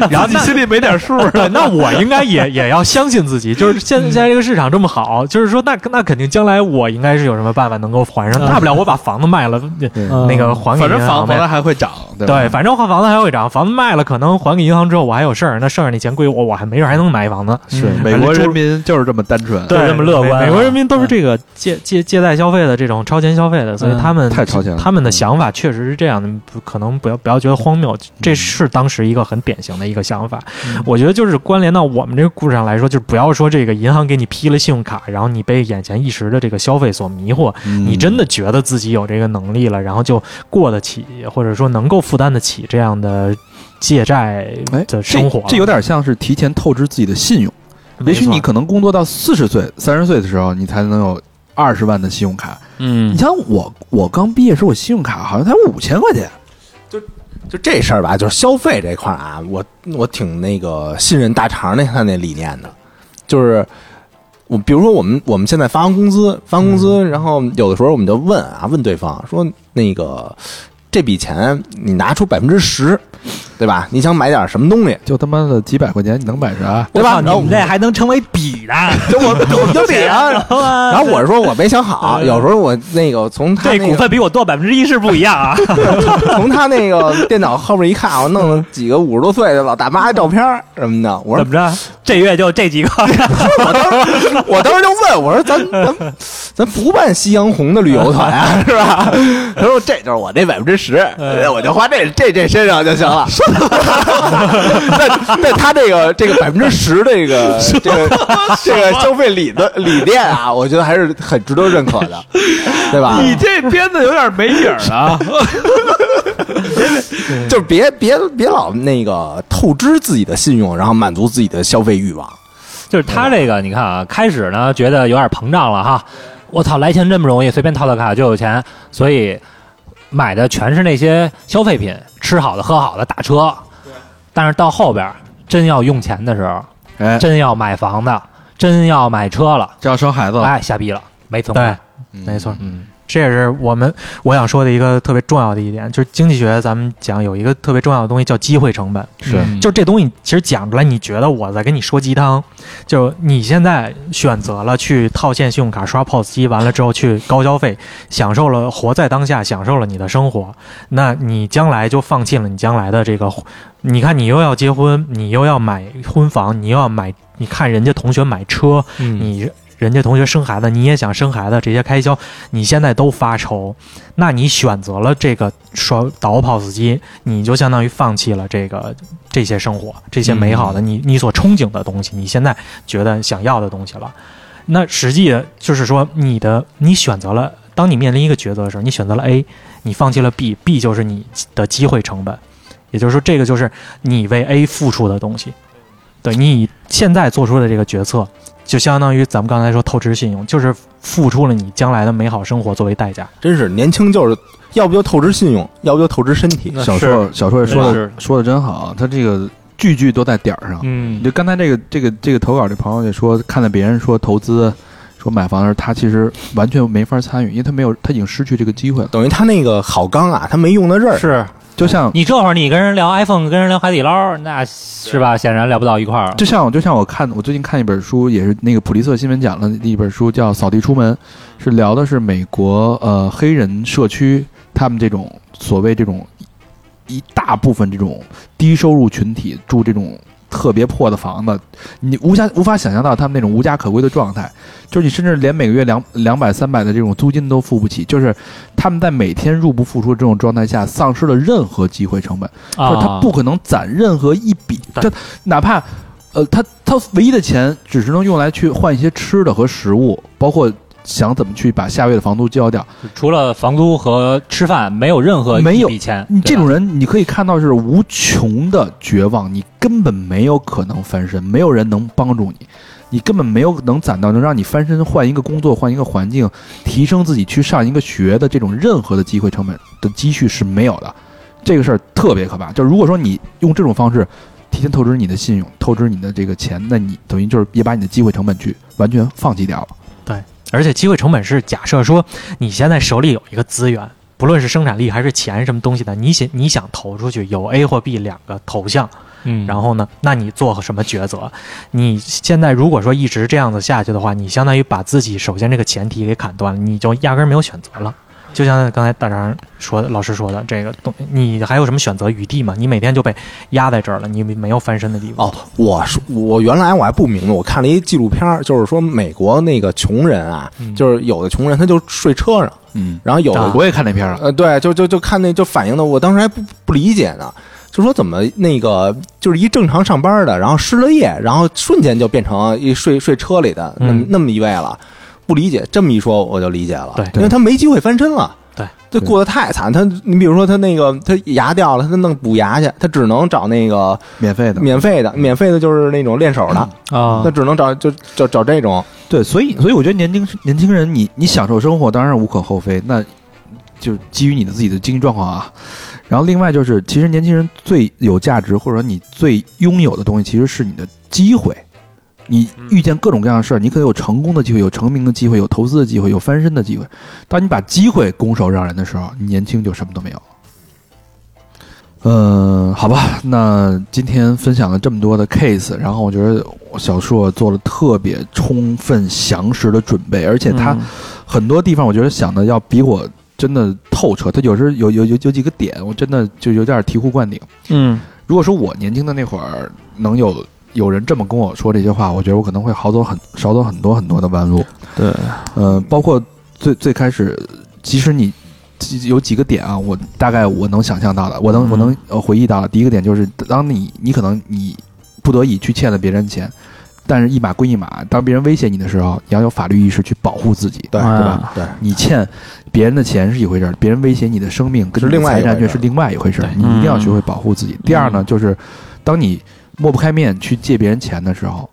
Speaker 2: 然后你心里没点数嗯了，那我应该 也也要相信自己。就是现现在这个市场这么好，就是说那那肯定将来我应该是有什么办法能够还上，大不了我把房子卖了，
Speaker 3: 嗯
Speaker 2: 那个还给
Speaker 5: 反正
Speaker 2: 银行
Speaker 5: 房
Speaker 2: 呗
Speaker 5: 房价还会涨，对吧？
Speaker 2: 对，反正换房子还会涨，房子卖了可能还给银行之后我还有事儿，那剩下那钱归我，我还没准还能买一房子。
Speaker 5: 是
Speaker 2: 嗯
Speaker 5: 美国人民就是这么单纯，
Speaker 3: 对这么乐观啊
Speaker 2: 美美国人民都是这个借借借贷消费的这种超前消费的，所以
Speaker 3: 嗯
Speaker 2: 他们
Speaker 5: 太超前了。
Speaker 2: 他们的想法确实是这样的，不可能不要不要觉得荒
Speaker 5: 嗯
Speaker 2: 谬，这是当时一个很典型的一个想法。我觉得就是关联到我们这个故事上来说，就是不要说这个银行给你批了信用卡，然后你被眼前一时的这个消费所迷惑，
Speaker 5: 嗯
Speaker 2: 你真的觉得自己有这个能力了，然后就过得起，或者说能够负担得起这样的借债
Speaker 5: 哎
Speaker 2: 的生活了
Speaker 5: 这，这有点像是提前透支自己的信用。
Speaker 2: 没
Speaker 5: 也
Speaker 2: 错
Speaker 5: 许你可能工作到四十岁、三十岁的时候，你才能有二十万的信用卡。
Speaker 12: 嗯
Speaker 5: 你，像我，我刚毕业时候，我信用卡好像才五千块钱。
Speaker 1: 就这事儿吧，就是消费这块儿啊，我我挺那个信任大肠那他那理念的，就是我比如说我们我们现在发完工资，发完工资，然后有的时候我们就问啊，问对方说那个这笔钱你拿出百分之十，对吧？你想买点什么东 西，
Speaker 5: 就他妈的几百块钱，你能买 啥？
Speaker 1: 对吧？
Speaker 3: 我操
Speaker 1: 然后
Speaker 3: 你们这还能成为比呢？
Speaker 1: 就我
Speaker 3: 啊
Speaker 1: 我就这样，啊然后我说我没想好，有时候我那个从他
Speaker 3: 这
Speaker 1: 那
Speaker 3: 股
Speaker 1: 个
Speaker 3: 份比我多百分之一是不一样啊！
Speaker 1: 从他那个电脑后面一看，我弄了几个五十多岁的老大妈照片儿什么的，我说
Speaker 3: 怎么着？这月就这 几个，
Speaker 1: 我当时就问我说：“咱咱咱不办夕阳红的旅游团啊，是吧？”他说：“这就是我这百分之十，我就花这这这身上就行了。 但”但他这个这个百分之十这个这个这个消费理的理念啊，我觉得还是很值得认可的，对吧？
Speaker 5: 你这编的有点没影儿啊！
Speaker 1: 就别别别老那个透支自己的信用，然后满足自己的消费欲望。
Speaker 3: 就是他这个，你看啊，开始呢觉得有点膨胀了哈，我操，来钱这么容易，随便套套卡就有钱，所以买的全是那些消费品，吃好的、喝好的、打车。但是到后边儿真要用钱的时候，
Speaker 5: 哎，
Speaker 3: 真要买房的，真要买车了，
Speaker 5: 这要生孩子 了，
Speaker 3: 哎，瞎逼了，没存
Speaker 2: 对
Speaker 3: 款。，
Speaker 2: 没错，
Speaker 5: 嗯，
Speaker 2: 这也是我们我想说的一个特别重要的一点，就是经济学咱们讲有一个特别重要的东西叫机会成本。
Speaker 5: 是
Speaker 3: 嗯
Speaker 2: 就这东西，其实讲出来，你觉得我在跟你说鸡汤？就你现在选择了去套现信用卡、刷 POS 机，完了之后去高消费，享受了活在当下，享受了你的生活，那你将来就放弃了你将来的这个。你看，你又要结婚，你又要买婚房，你又要买，你看人家同学买车，你人家同学生孩子，你也想生孩子，这些开销你现在都发愁，那你选择了这个刷倒 POS 机，你就相当于放弃了这个这些生活，这些美好的你你所憧憬的东西，你现在觉得想要的东西了。那实际的就是说，你的你选择了，当你面临一个抉择的时候，你选择了 A，你放弃了 B，B 就是你的机会成本，也就是说，这个就是你为 A 付出的东西。对你现在做出的这个决策，就相当于咱们刚才说透支信用，就是付出了你将来的美好生活作为代价。啊
Speaker 1: 真是年轻就是要不就透支信用，要不就透支身体。
Speaker 5: 小硕小硕说
Speaker 3: 是
Speaker 5: 的说的真好，啊他这个句句都在点儿上。
Speaker 3: 嗯
Speaker 5: 你就刚才这个这个这个投稿这朋友也说，看到别人说投资、说买房的时候，他其实完全没法参与，因为他没有，他已经失去这个机会了。
Speaker 1: 等于他那个好钢啊，他没用到这儿。
Speaker 3: 是
Speaker 5: 就像
Speaker 3: 你这会儿你跟人聊 iPhone，跟人聊海底捞，那是吧？显然聊不到一块儿。
Speaker 5: 就像我就像我看我最近看一本书，也是那个普利策新闻奖的一本书，叫《扫地出门》，是聊的是美国呃黑人社区他们这种所谓这种一大部分这种低收入群体住这种特别破的房子，你无暇无法想象到他们那种无家可归的状态，就是你甚至连每个月两两百三百的这种租金都付不起，就是他们在每天入不敷出的这种状态下，丧失了任何机会成本。就是他
Speaker 3: 啊，
Speaker 5: 不可能攒任何一笔，
Speaker 2: 对
Speaker 5: 他哪怕，呃，他他唯一的钱只是能用来去换一些吃的和食物，包括想怎么去把下月的房租交掉。
Speaker 3: 除了房租和吃饭，没有任何
Speaker 5: 没有
Speaker 3: 一笔钱。
Speaker 5: 你
Speaker 3: 对
Speaker 5: 这
Speaker 3: 吧
Speaker 5: 种人，你可以看到是无穷的绝望，你根本没有可能翻身，没有人能帮助你，你根本没有能攒到能让你翻身换一个工作、换一个环境、提升自己去上一个学的这种任何的机会成本的积蓄是没有的。这个事儿特别可怕，就如果说你用这种方式提前透支你的信用、透支你的这个钱，那你等于就是也把你的机会成本去完全放弃掉了。
Speaker 2: 而且机会成本是假设说你现在手里有一个资源，不论是生产力还是钱什么东西的，你想你想投出去有 A 或 B 两个头像，
Speaker 3: 嗯，
Speaker 2: 然后呢，那你做什么抉择？你现在如果说一直这样子下去的话，你相当于把自己首先这个前提给砍断了，你就压根儿没有选择了。就像刚才大张说的，老师说的这个东，你还有什么选择余地吗？你每天就被压在这儿了，你没有翻身的地方。
Speaker 1: 哦，我说我原来我还不明白，我看了一纪录片儿，就是说美国那个穷人啊，就是有的穷人他就睡车上，
Speaker 5: 嗯，
Speaker 1: 然后有的
Speaker 5: 我也看那片儿了，
Speaker 1: 呃，对，就就就看那就反映的，我当时还不不理解呢，就说怎么那个就是一正常上班的，然后失了业，然后瞬间就变成一睡睡车里的那么
Speaker 2: 嗯
Speaker 1: 那么一位了，不理解，这么一说我就理解了，
Speaker 2: 对
Speaker 1: 因为他没机会翻身了。
Speaker 2: 对，
Speaker 1: 这过得太惨。他，你比如说他那个，他牙掉了，他弄补牙去，他只能找那个
Speaker 5: 免费的。
Speaker 1: 免费的，免费的就是那种练手的，
Speaker 3: 啊
Speaker 2: 嗯
Speaker 1: 那，只能找就找找这种。
Speaker 5: 对，所以所以我觉得年轻年轻人你，你享受生活当然无可厚非，那就是基于你的自己的经济状况啊。然后另外就是，其实年轻人最有价值或者说你最拥有的东西，其实是你的机会。你遇见各种各样的事儿，你可能有成功的机会，有成名的机会，有投资的机会，有翻身的机会。当你把机会拱手让人的时候，你年轻就什么都没有了。嗯，好吧，那今天分享了这么多的 case，然后我觉得小硕做了特别充分详实的准备，而且
Speaker 12: 嗯
Speaker 5: 他很多地方我觉得想的要比我真的透彻。他有时候有有有有几个点，我真的就有点醍醐灌顶。
Speaker 2: 嗯，
Speaker 5: 如果说我年轻的那会儿能有有人这么跟我说这些话，我觉得我可能会好走很少走很多很多的弯路。
Speaker 12: 对，
Speaker 5: 呃，包括最最开始，其实你其有几个点啊，我大概我能想象到的，我能我能呃回忆到的。第一个点就是，当你你可能你不得已去欠了别人钱，但是一码归一码，当别人威胁你的时候，你要有法律意识去保护自己。
Speaker 1: 对
Speaker 2: 嗯
Speaker 5: 对吧？
Speaker 1: 对，
Speaker 5: 你欠别人的钱是一回事儿，别人威胁你的生命跟
Speaker 1: 是
Speaker 5: 你的
Speaker 1: 另外一
Speaker 5: 财
Speaker 1: 回
Speaker 5: 产权
Speaker 1: 事儿啊
Speaker 5: 是另外一回事儿，你一定要学会保护自己。第二
Speaker 2: 嗯
Speaker 5: 呢，就是当你抹不开面去借别人钱的时候，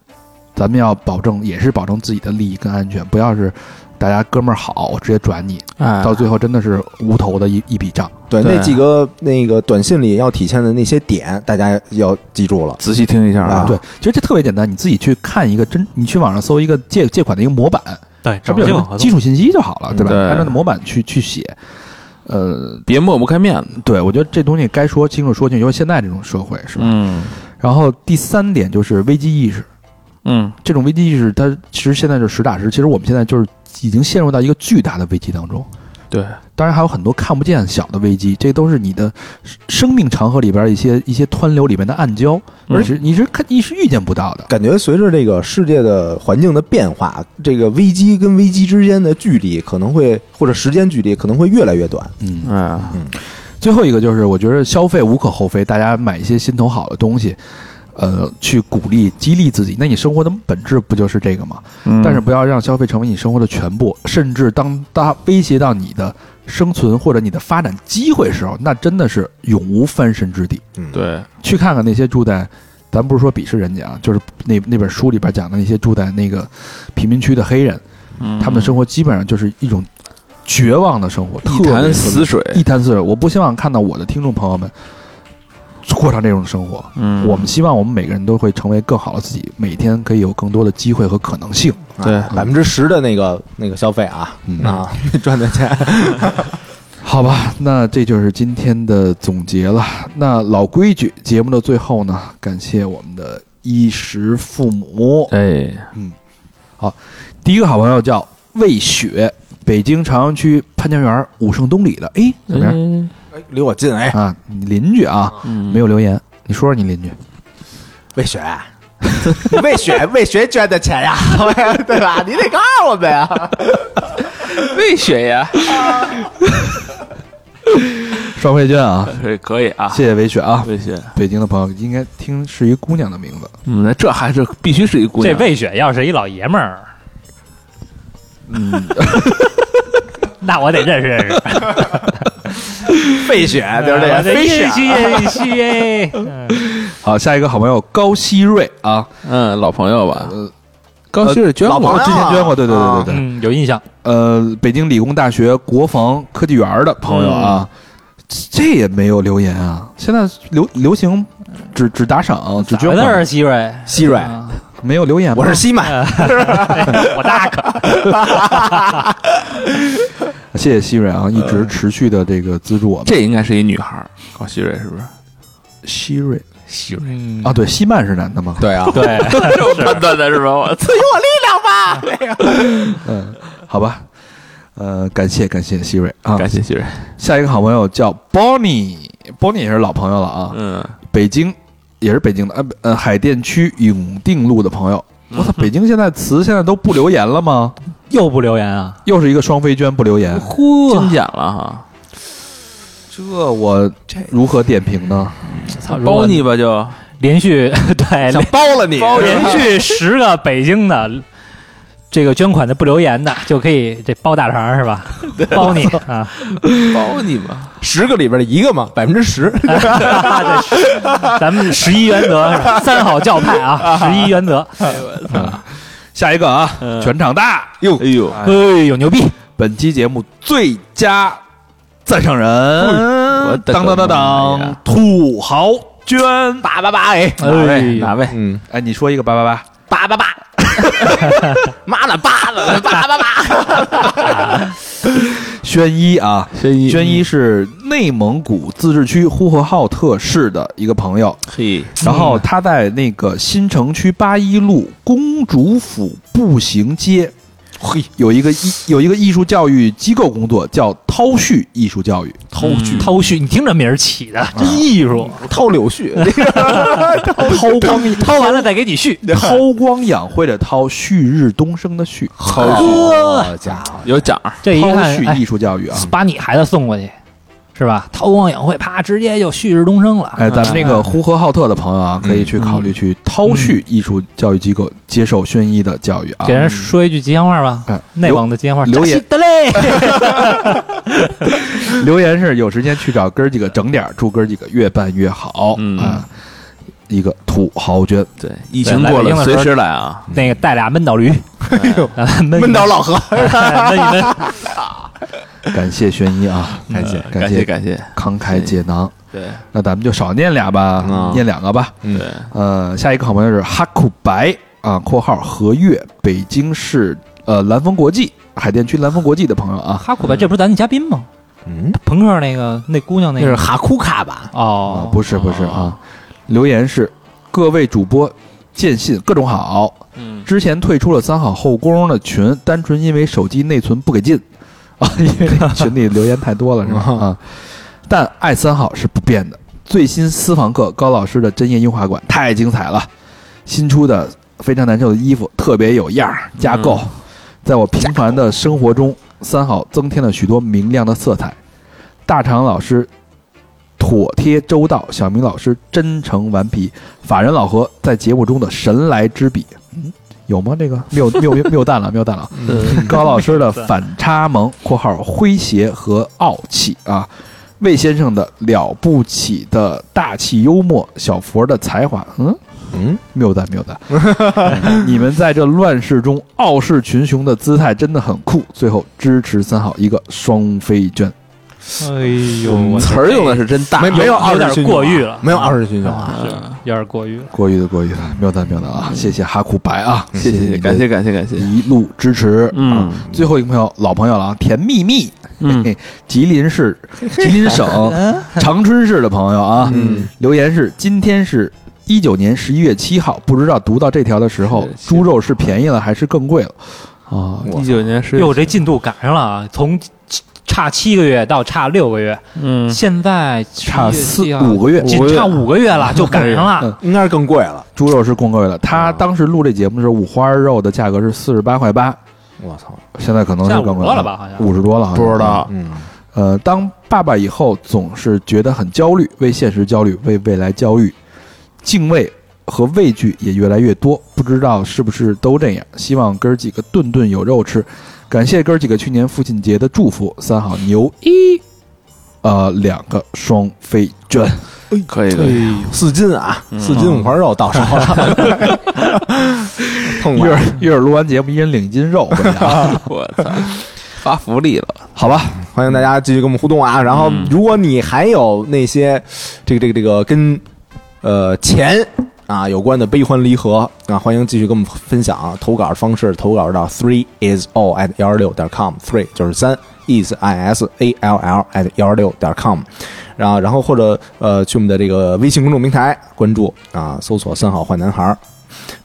Speaker 5: 咱们要保证也是保证自己的利益跟安全，不要是大家哥们儿好，我直接转你，
Speaker 1: 啊
Speaker 12: 哎
Speaker 5: 到最后真的是无头的一一笔账。
Speaker 1: 对，
Speaker 12: 对
Speaker 1: 那几个那个短信里要体现的那些点，大家要记住了。
Speaker 12: 仔细听一下
Speaker 1: 啊
Speaker 5: 对，其实这特别简单，你自己去看一个真，你去网上搜一个借借款的一个模板，
Speaker 2: 对，找
Speaker 5: 上面
Speaker 2: 借
Speaker 5: 有
Speaker 2: 款
Speaker 5: 什
Speaker 2: 合同
Speaker 5: 么基础信息就好了，对
Speaker 1: 嗯
Speaker 5: 吧？
Speaker 12: 对
Speaker 5: 按照那模板去去写。呃，
Speaker 12: 别抹不开面子。
Speaker 5: 对，我觉得这东西该说清楚说清楚，因为现在这种社会是吧？
Speaker 12: 嗯
Speaker 5: 然后第三点就是危机意识，
Speaker 12: 嗯，
Speaker 5: 这种危机意识，它其实现在是实打实。其实我们现在就是已经陷入到一个巨大的危机当中。
Speaker 12: 对，
Speaker 5: 当然还有很多看不见小的危机，这都是你的生命长河里边一些一些湍流里面的暗礁，
Speaker 12: 嗯
Speaker 5: 而且你是看你是预见不到的。
Speaker 1: 感觉随着这个世界的环境的变化，这个危机跟危机之间的距离可能会，或者时间距离可能会越来越短。
Speaker 5: 嗯，
Speaker 12: 哎，
Speaker 5: 最后一个就是，我觉得消费无可厚非，大家买一些心头好的东西，呃，去鼓励激励自己。那你生活的本质不就是这个吗？
Speaker 12: 嗯
Speaker 5: 但是不要让消费成为你生活的全部，甚至当它威胁到你的生存或者你的发展机会时候，那真的是永无翻身之地。
Speaker 1: 嗯，，
Speaker 12: 对，
Speaker 5: 去看看那些住在，咱不是说鄙视人家啊，就是那那本书里边讲的那些住在那个贫民区的黑人，
Speaker 12: 嗯
Speaker 5: 他们的生活基本上就是一种绝望的生活，特
Speaker 12: 一
Speaker 5: 别
Speaker 12: 潭
Speaker 5: 特
Speaker 12: 死水。
Speaker 5: 别一潭死水。我不希望看到我的听众朋友们过上这种生活。
Speaker 12: 嗯，
Speaker 5: 我们希望我们每个人都会成为更好的自己，每天可以有更多的机会和可能性。
Speaker 12: 对
Speaker 1: 啊百分之十的那个那个消费啊，
Speaker 5: 嗯
Speaker 1: 啊， 赚的钱。
Speaker 5: 好吧，那这就是今天的总结了。那老规矩，节目的最后呢，感谢我们的衣食父母。
Speaker 12: 哎，
Speaker 5: 第一个好朋友叫魏雪，北京朝阳区潘家园武胜东里的。哎，怎么样、
Speaker 12: 嗯
Speaker 1: 哎离我近哎，
Speaker 5: 啊？你邻居啊，没有留言，你说说你邻居。
Speaker 1: 魏雪， 魏雪，魏雪捐的钱呀， 对吧？你得告诉我们呀。
Speaker 12: 魏雪呀，
Speaker 5: 双飞娟啊，
Speaker 12: 可以可以啊，
Speaker 5: 谢谢魏雪啊，
Speaker 12: 魏雪，
Speaker 5: 北京的朋友应该听是一姑娘的名字。
Speaker 12: 嗯，那这还是必须是一姑
Speaker 3: 这
Speaker 12: 娘。
Speaker 3: 魏雪要是一老爷们儿，嗯， 那我得认识认识。
Speaker 1: 费雪就是这个啊费雪，
Speaker 3: 谢谢谢。嗯
Speaker 5: 好，下一个好朋友高希瑞啊，
Speaker 12: 嗯，老朋友吧，
Speaker 5: 呃
Speaker 12: 高希瑞捐
Speaker 1: 老
Speaker 12: 过
Speaker 1: 朋友
Speaker 5: 之前捐过，对对对对对，
Speaker 3: 嗯，有印象。
Speaker 5: 呃，北京理工大学国防科技园的朋友啊，这也没有留言啊。现在流流行只只打赏，只捐
Speaker 3: 哎我那
Speaker 5: 款，
Speaker 3: 是希瑞，
Speaker 1: 希瑞
Speaker 3: 啊
Speaker 5: 没有留言吗。
Speaker 1: 我是西麦。
Speaker 12: 啊
Speaker 3: 我大 可。
Speaker 5: 谢谢希瑞啊，一直持续的这个资助我们。
Speaker 12: 这应该是一女孩儿，高希瑞是不是？
Speaker 5: 希瑞
Speaker 12: 希瑞，
Speaker 3: 嗯
Speaker 5: 啊，，对，希曼是男的吗？
Speaker 1: 对啊，
Speaker 3: 对，
Speaker 12: 这 我判断的是吧？我操！
Speaker 5: 嗯，好吧，呃，感谢感谢希瑞啊。
Speaker 12: 感谢希瑞，
Speaker 5: 下一个好朋友叫 Bonnie，Bonnie 也是老朋友了啊，
Speaker 12: 嗯，
Speaker 5: 北京也是北京的，呃呃，海淀区永定路的朋友。我操，北京现在词现在都不留言了吗？
Speaker 3: 又不留言啊？
Speaker 5: 又是一个双飞娟不留言，
Speaker 12: 金奖了哈，
Speaker 5: 这我如何点评呢？
Speaker 3: 操，如
Speaker 12: 包
Speaker 3: 果
Speaker 12: 你吧就
Speaker 3: 连续 对
Speaker 1: 想包了你，
Speaker 3: 连续十个北京的这个捐款的不留言的，就可以这包大肠是吧？包你啊！
Speaker 12: 包你吧，
Speaker 1: 十个里边的一个嘛，百分之十。
Speaker 3: 咱们十一原则是吧？三好教派啊，十一原则。
Speaker 5: 下一个啊，全场大
Speaker 12: 哎呦，
Speaker 3: 哎呦，牛逼！
Speaker 5: 本期节目最佳赞赏人，
Speaker 12: 我的
Speaker 5: 当当当
Speaker 12: 妈呀
Speaker 5: 当，土豪娟，
Speaker 1: 八八八哎，
Speaker 12: 哪位
Speaker 3: 哎
Speaker 12: 哪位？
Speaker 1: 嗯，
Speaker 5: 哎，你说一个八八八，
Speaker 1: 八八八，妈了八了八八 八，
Speaker 5: 轩一啊，
Speaker 12: 轩一，
Speaker 5: 轩一是内蒙古自治区呼和浩特市的一个朋友，
Speaker 12: 嘿，
Speaker 5: 然后他在那个新城区八一路公主府步行街，嘿，有一个艺有一个艺术教育机构工作，叫涛旭艺术教育。嗯
Speaker 3: 偷哎剧，嗯偷序，你听这名儿起的，这艺术，
Speaker 1: 掏柳絮，
Speaker 5: 韬光
Speaker 3: 偷完了再给你续。
Speaker 5: 韬光养晦的韬，旭日东升的旭，
Speaker 1: 好家伙，
Speaker 12: 有奖儿，
Speaker 3: 这一嗯
Speaker 5: 韬
Speaker 3: 看，
Speaker 5: 旭
Speaker 3: 哎
Speaker 5: 艺术教育啊。
Speaker 3: 把你孩子送过去，是吧？韬光养晦，啪，直接就旭日东升了。
Speaker 5: 哎，咱们那个呼和浩特的朋友啊，可以去考虑去涛旭艺术教育机构接受轩一的教育啊
Speaker 3: 给。人说一句吉祥话吧
Speaker 5: 哎，
Speaker 3: 内蒙的吉祥话，
Speaker 5: 留言
Speaker 3: 扎西德勒
Speaker 5: 留言是有时间去找哥儿几个整点儿，祝哥儿几个越办越好
Speaker 12: 嗯
Speaker 5: 啊！一个土豪捐，
Speaker 12: 对，疫情过
Speaker 3: 来北京的
Speaker 12: 了
Speaker 3: 时
Speaker 12: 随
Speaker 3: 候
Speaker 12: 时来啊，
Speaker 3: 那个带俩闷倒驴，哎闷
Speaker 1: 闷到老何，
Speaker 3: 那你 们
Speaker 5: 感谢玄一啊，
Speaker 12: 感谢
Speaker 5: 感
Speaker 12: 嗯感
Speaker 5: 谢
Speaker 12: 谢感谢，
Speaker 5: 慷慨解囊。
Speaker 12: 对
Speaker 5: 那咱们就少念俩吧，
Speaker 1: 嗯
Speaker 5: 念两个吧。
Speaker 1: 嗯
Speaker 12: 对，
Speaker 5: 呃，下一个好朋友是哈库白啊（括号和悦北京市呃蓝峰国际海淀区蓝峰国际的朋友啊
Speaker 3: 哈库吧，这不是咱的嘉宾吗？
Speaker 1: 嗯，
Speaker 3: 朋克那个那姑娘那
Speaker 10: 那是
Speaker 3: 个
Speaker 10: 哈库卡吧？
Speaker 5: 啊
Speaker 3: 哦，，
Speaker 5: 不是不是啊，留言是各位主播见信各种好，
Speaker 12: 嗯，
Speaker 5: 之前退出了三好后宫的群，单纯因为手机内存不给进 啊，因为那个群里留言太多了是吧？啊，但爱三好是不变的。最新私房课高老师的针叶优化馆太精彩了，新出的非常难受的衣服特别有样儿，加购，在我平凡的生活中，三好增添了许多明亮的色彩。大肠老师妥帖周到，小明老师真诚顽皮，法人老何在节目中的神来之笔，有吗？这个谬谬谬蛋了，谬蛋了
Speaker 12: 嗯
Speaker 5: 啊。
Speaker 3: 嗯
Speaker 5: 高老师的反差萌（括号诙谐和傲气）啊，魏先生的了不起的大气幽默，小佛的才华，嗯
Speaker 1: 嗯，
Speaker 5: 谬蛋谬 蛋。你们在这乱世中傲视群雄的姿态真的很酷。最后支持三好一个双飞娟，
Speaker 3: 哎呦，我
Speaker 12: 词儿用的是真大，
Speaker 1: 没没有二
Speaker 3: 有
Speaker 1: 十
Speaker 3: 点
Speaker 1: 群雄啊
Speaker 3: 过誉了，
Speaker 1: 没有二十群雄啊，
Speaker 3: 是有点过誉了。
Speaker 5: 过誉的过誉的，谬蛋谬蛋啊！谢谢哈库白啊，
Speaker 12: 嗯谢
Speaker 5: 谢
Speaker 12: 谢感谢感谢感谢，
Speaker 5: 一路支持。
Speaker 12: 嗯
Speaker 5: 啊，最后一个朋友，老朋友了啊，甜蜜蜜，
Speaker 12: 嗯
Speaker 5: 嘿嘿 吉林市、吉林省长春市的朋友啊，
Speaker 12: 嗯
Speaker 5: 留言是：今天是一九年十一月七号，不知道读到这条的时候
Speaker 12: 是，是
Speaker 5: 猪肉是便宜了还是更贵了？啊，
Speaker 12: 一九年是
Speaker 3: 哟，这进度赶上了啊，从差七个月到差六个月，
Speaker 12: 嗯
Speaker 3: 现在
Speaker 5: 差四
Speaker 3: 11月
Speaker 5: 五个月，
Speaker 3: 仅差五个月了，就赶上了。
Speaker 1: 应该是更贵了。
Speaker 5: 猪肉是更贵了。他当时录这节目的时候，五花肉的价格是四十八块八，
Speaker 1: 我操，
Speaker 5: 现在可能
Speaker 3: 现
Speaker 5: 是
Speaker 3: 在
Speaker 5: 更
Speaker 3: 五
Speaker 5: 贵
Speaker 3: 多了吧？？好像
Speaker 5: 五十多了，好像
Speaker 12: 不知道
Speaker 1: 嗯，
Speaker 5: 呃，当爸爸以后总是觉得很焦虑，为现实焦虑，为未来焦虑，敬畏和畏惧也越来越多。不知道是不是都这样？希望哥儿几个顿顿有肉吃。感谢哥儿几个去年父亲节的祝福。三好牛一，呃，两个双飞 卷，
Speaker 12: 可以可以，
Speaker 1: 对，四斤啊，四斤五花肉到手了， 痛
Speaker 5: 一会
Speaker 1: 快
Speaker 5: 儿一会儿录完节目，一人领一斤肉回家，
Speaker 12: 我操，发福利了，
Speaker 5: 好吧？
Speaker 1: 欢迎大家继续跟我们互动啊！然后
Speaker 12: 嗯，
Speaker 1: 如果你还有那些这个这个这个跟呃钱啊有关的悲欢离合啊，欢迎继续跟我们分享啊。投稿方式投稿到 three is all at 幺二六点 com，three 就是三 is i s a l l at 幺二六点 com。然后，然后或者呃，去我们的这个微信公众平台关注啊，搜索“三好坏男孩”儿”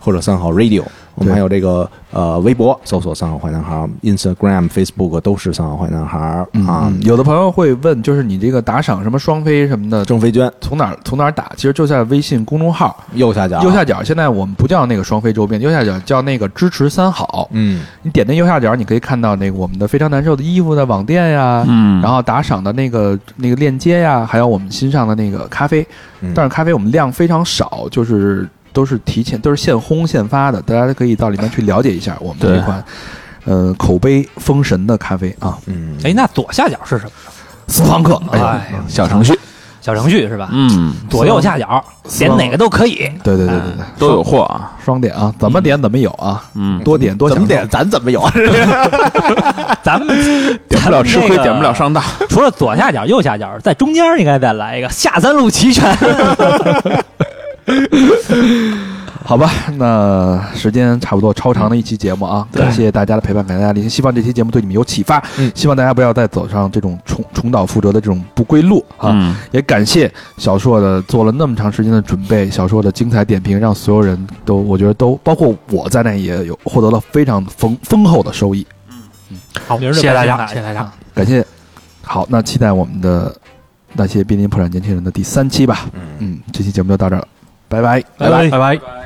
Speaker 1: 或者“三好 radio”。我们还有这个呃微博，搜索“三好坏男孩儿”、Instagram、Facebook 都是“三好坏男孩儿”啊。
Speaker 5: 嗯，有的朋友会问，就是你这个打赏什么双飞什么的，
Speaker 1: 郑飞娟
Speaker 5: 从哪儿从哪儿打？其实就在微信公众号。
Speaker 1: 右下
Speaker 12: 啊
Speaker 1: 角，
Speaker 5: 右下角现在我们不叫那个双飞周边，右下角叫那个支持三好。
Speaker 1: 嗯，
Speaker 5: 你点那右下角，你可以看到那个我们的非常难受的衣服的网店呀，
Speaker 12: 嗯
Speaker 5: 然后打赏的那个那个链接呀，还有我们新上的那个咖啡。
Speaker 1: 嗯
Speaker 5: 但是咖啡我们量非常少，就是都是提前都是现烘现发的，大家可以到里面去了解一下我们这
Speaker 12: 对
Speaker 5: 款。呃，口碑封神的咖啡啊，
Speaker 1: 嗯，
Speaker 3: 哎，那左下角是什么？
Speaker 5: 私房课，哎呀，嗯
Speaker 3: 哎呀，
Speaker 12: 嗯小程序，
Speaker 3: 小程序是吧？
Speaker 12: 嗯，
Speaker 3: 左右下角点哪个都可以。
Speaker 5: 对对对对对，
Speaker 12: 都有货啊，
Speaker 5: 双点啊，怎么点怎么有啊，
Speaker 12: 嗯，
Speaker 5: 多点多
Speaker 1: 怎
Speaker 5: 享
Speaker 1: 么
Speaker 5: 受。
Speaker 1: 点咱怎么有？啊
Speaker 3: 咱们
Speaker 12: 点不了吃亏，点不了。上当，
Speaker 3: 咱们那个 除了左下角、右下角，在中间应该再来一个下三路齐全。
Speaker 5: 好吧，那时间差不多，超长的一期节目啊，感谢大家的陪伴，感谢大家的聆听，希望这期节目对你们有启发，
Speaker 1: 嗯
Speaker 5: 希望大家不要再走上这种重重蹈覆辙的这种不归路啊。
Speaker 12: 嗯，
Speaker 5: 也感谢小硕的做了那么长时间的准备，小硕的精彩点评让所有人都，我觉得都包括我在内也有获得了非常丰丰厚的收益，
Speaker 2: 好，
Speaker 3: 明儿
Speaker 2: 谢
Speaker 3: 就
Speaker 2: 谢大
Speaker 3: 不
Speaker 2: 家，
Speaker 3: 要
Speaker 2: 谢
Speaker 3: 进来
Speaker 2: 谢大家，
Speaker 5: 感谢。好，那期待我们的那些濒临破产年轻人的第三期吧。嗯，这期节目就到这儿了，拜拜。
Speaker 3: 拜拜
Speaker 2: 拜拜。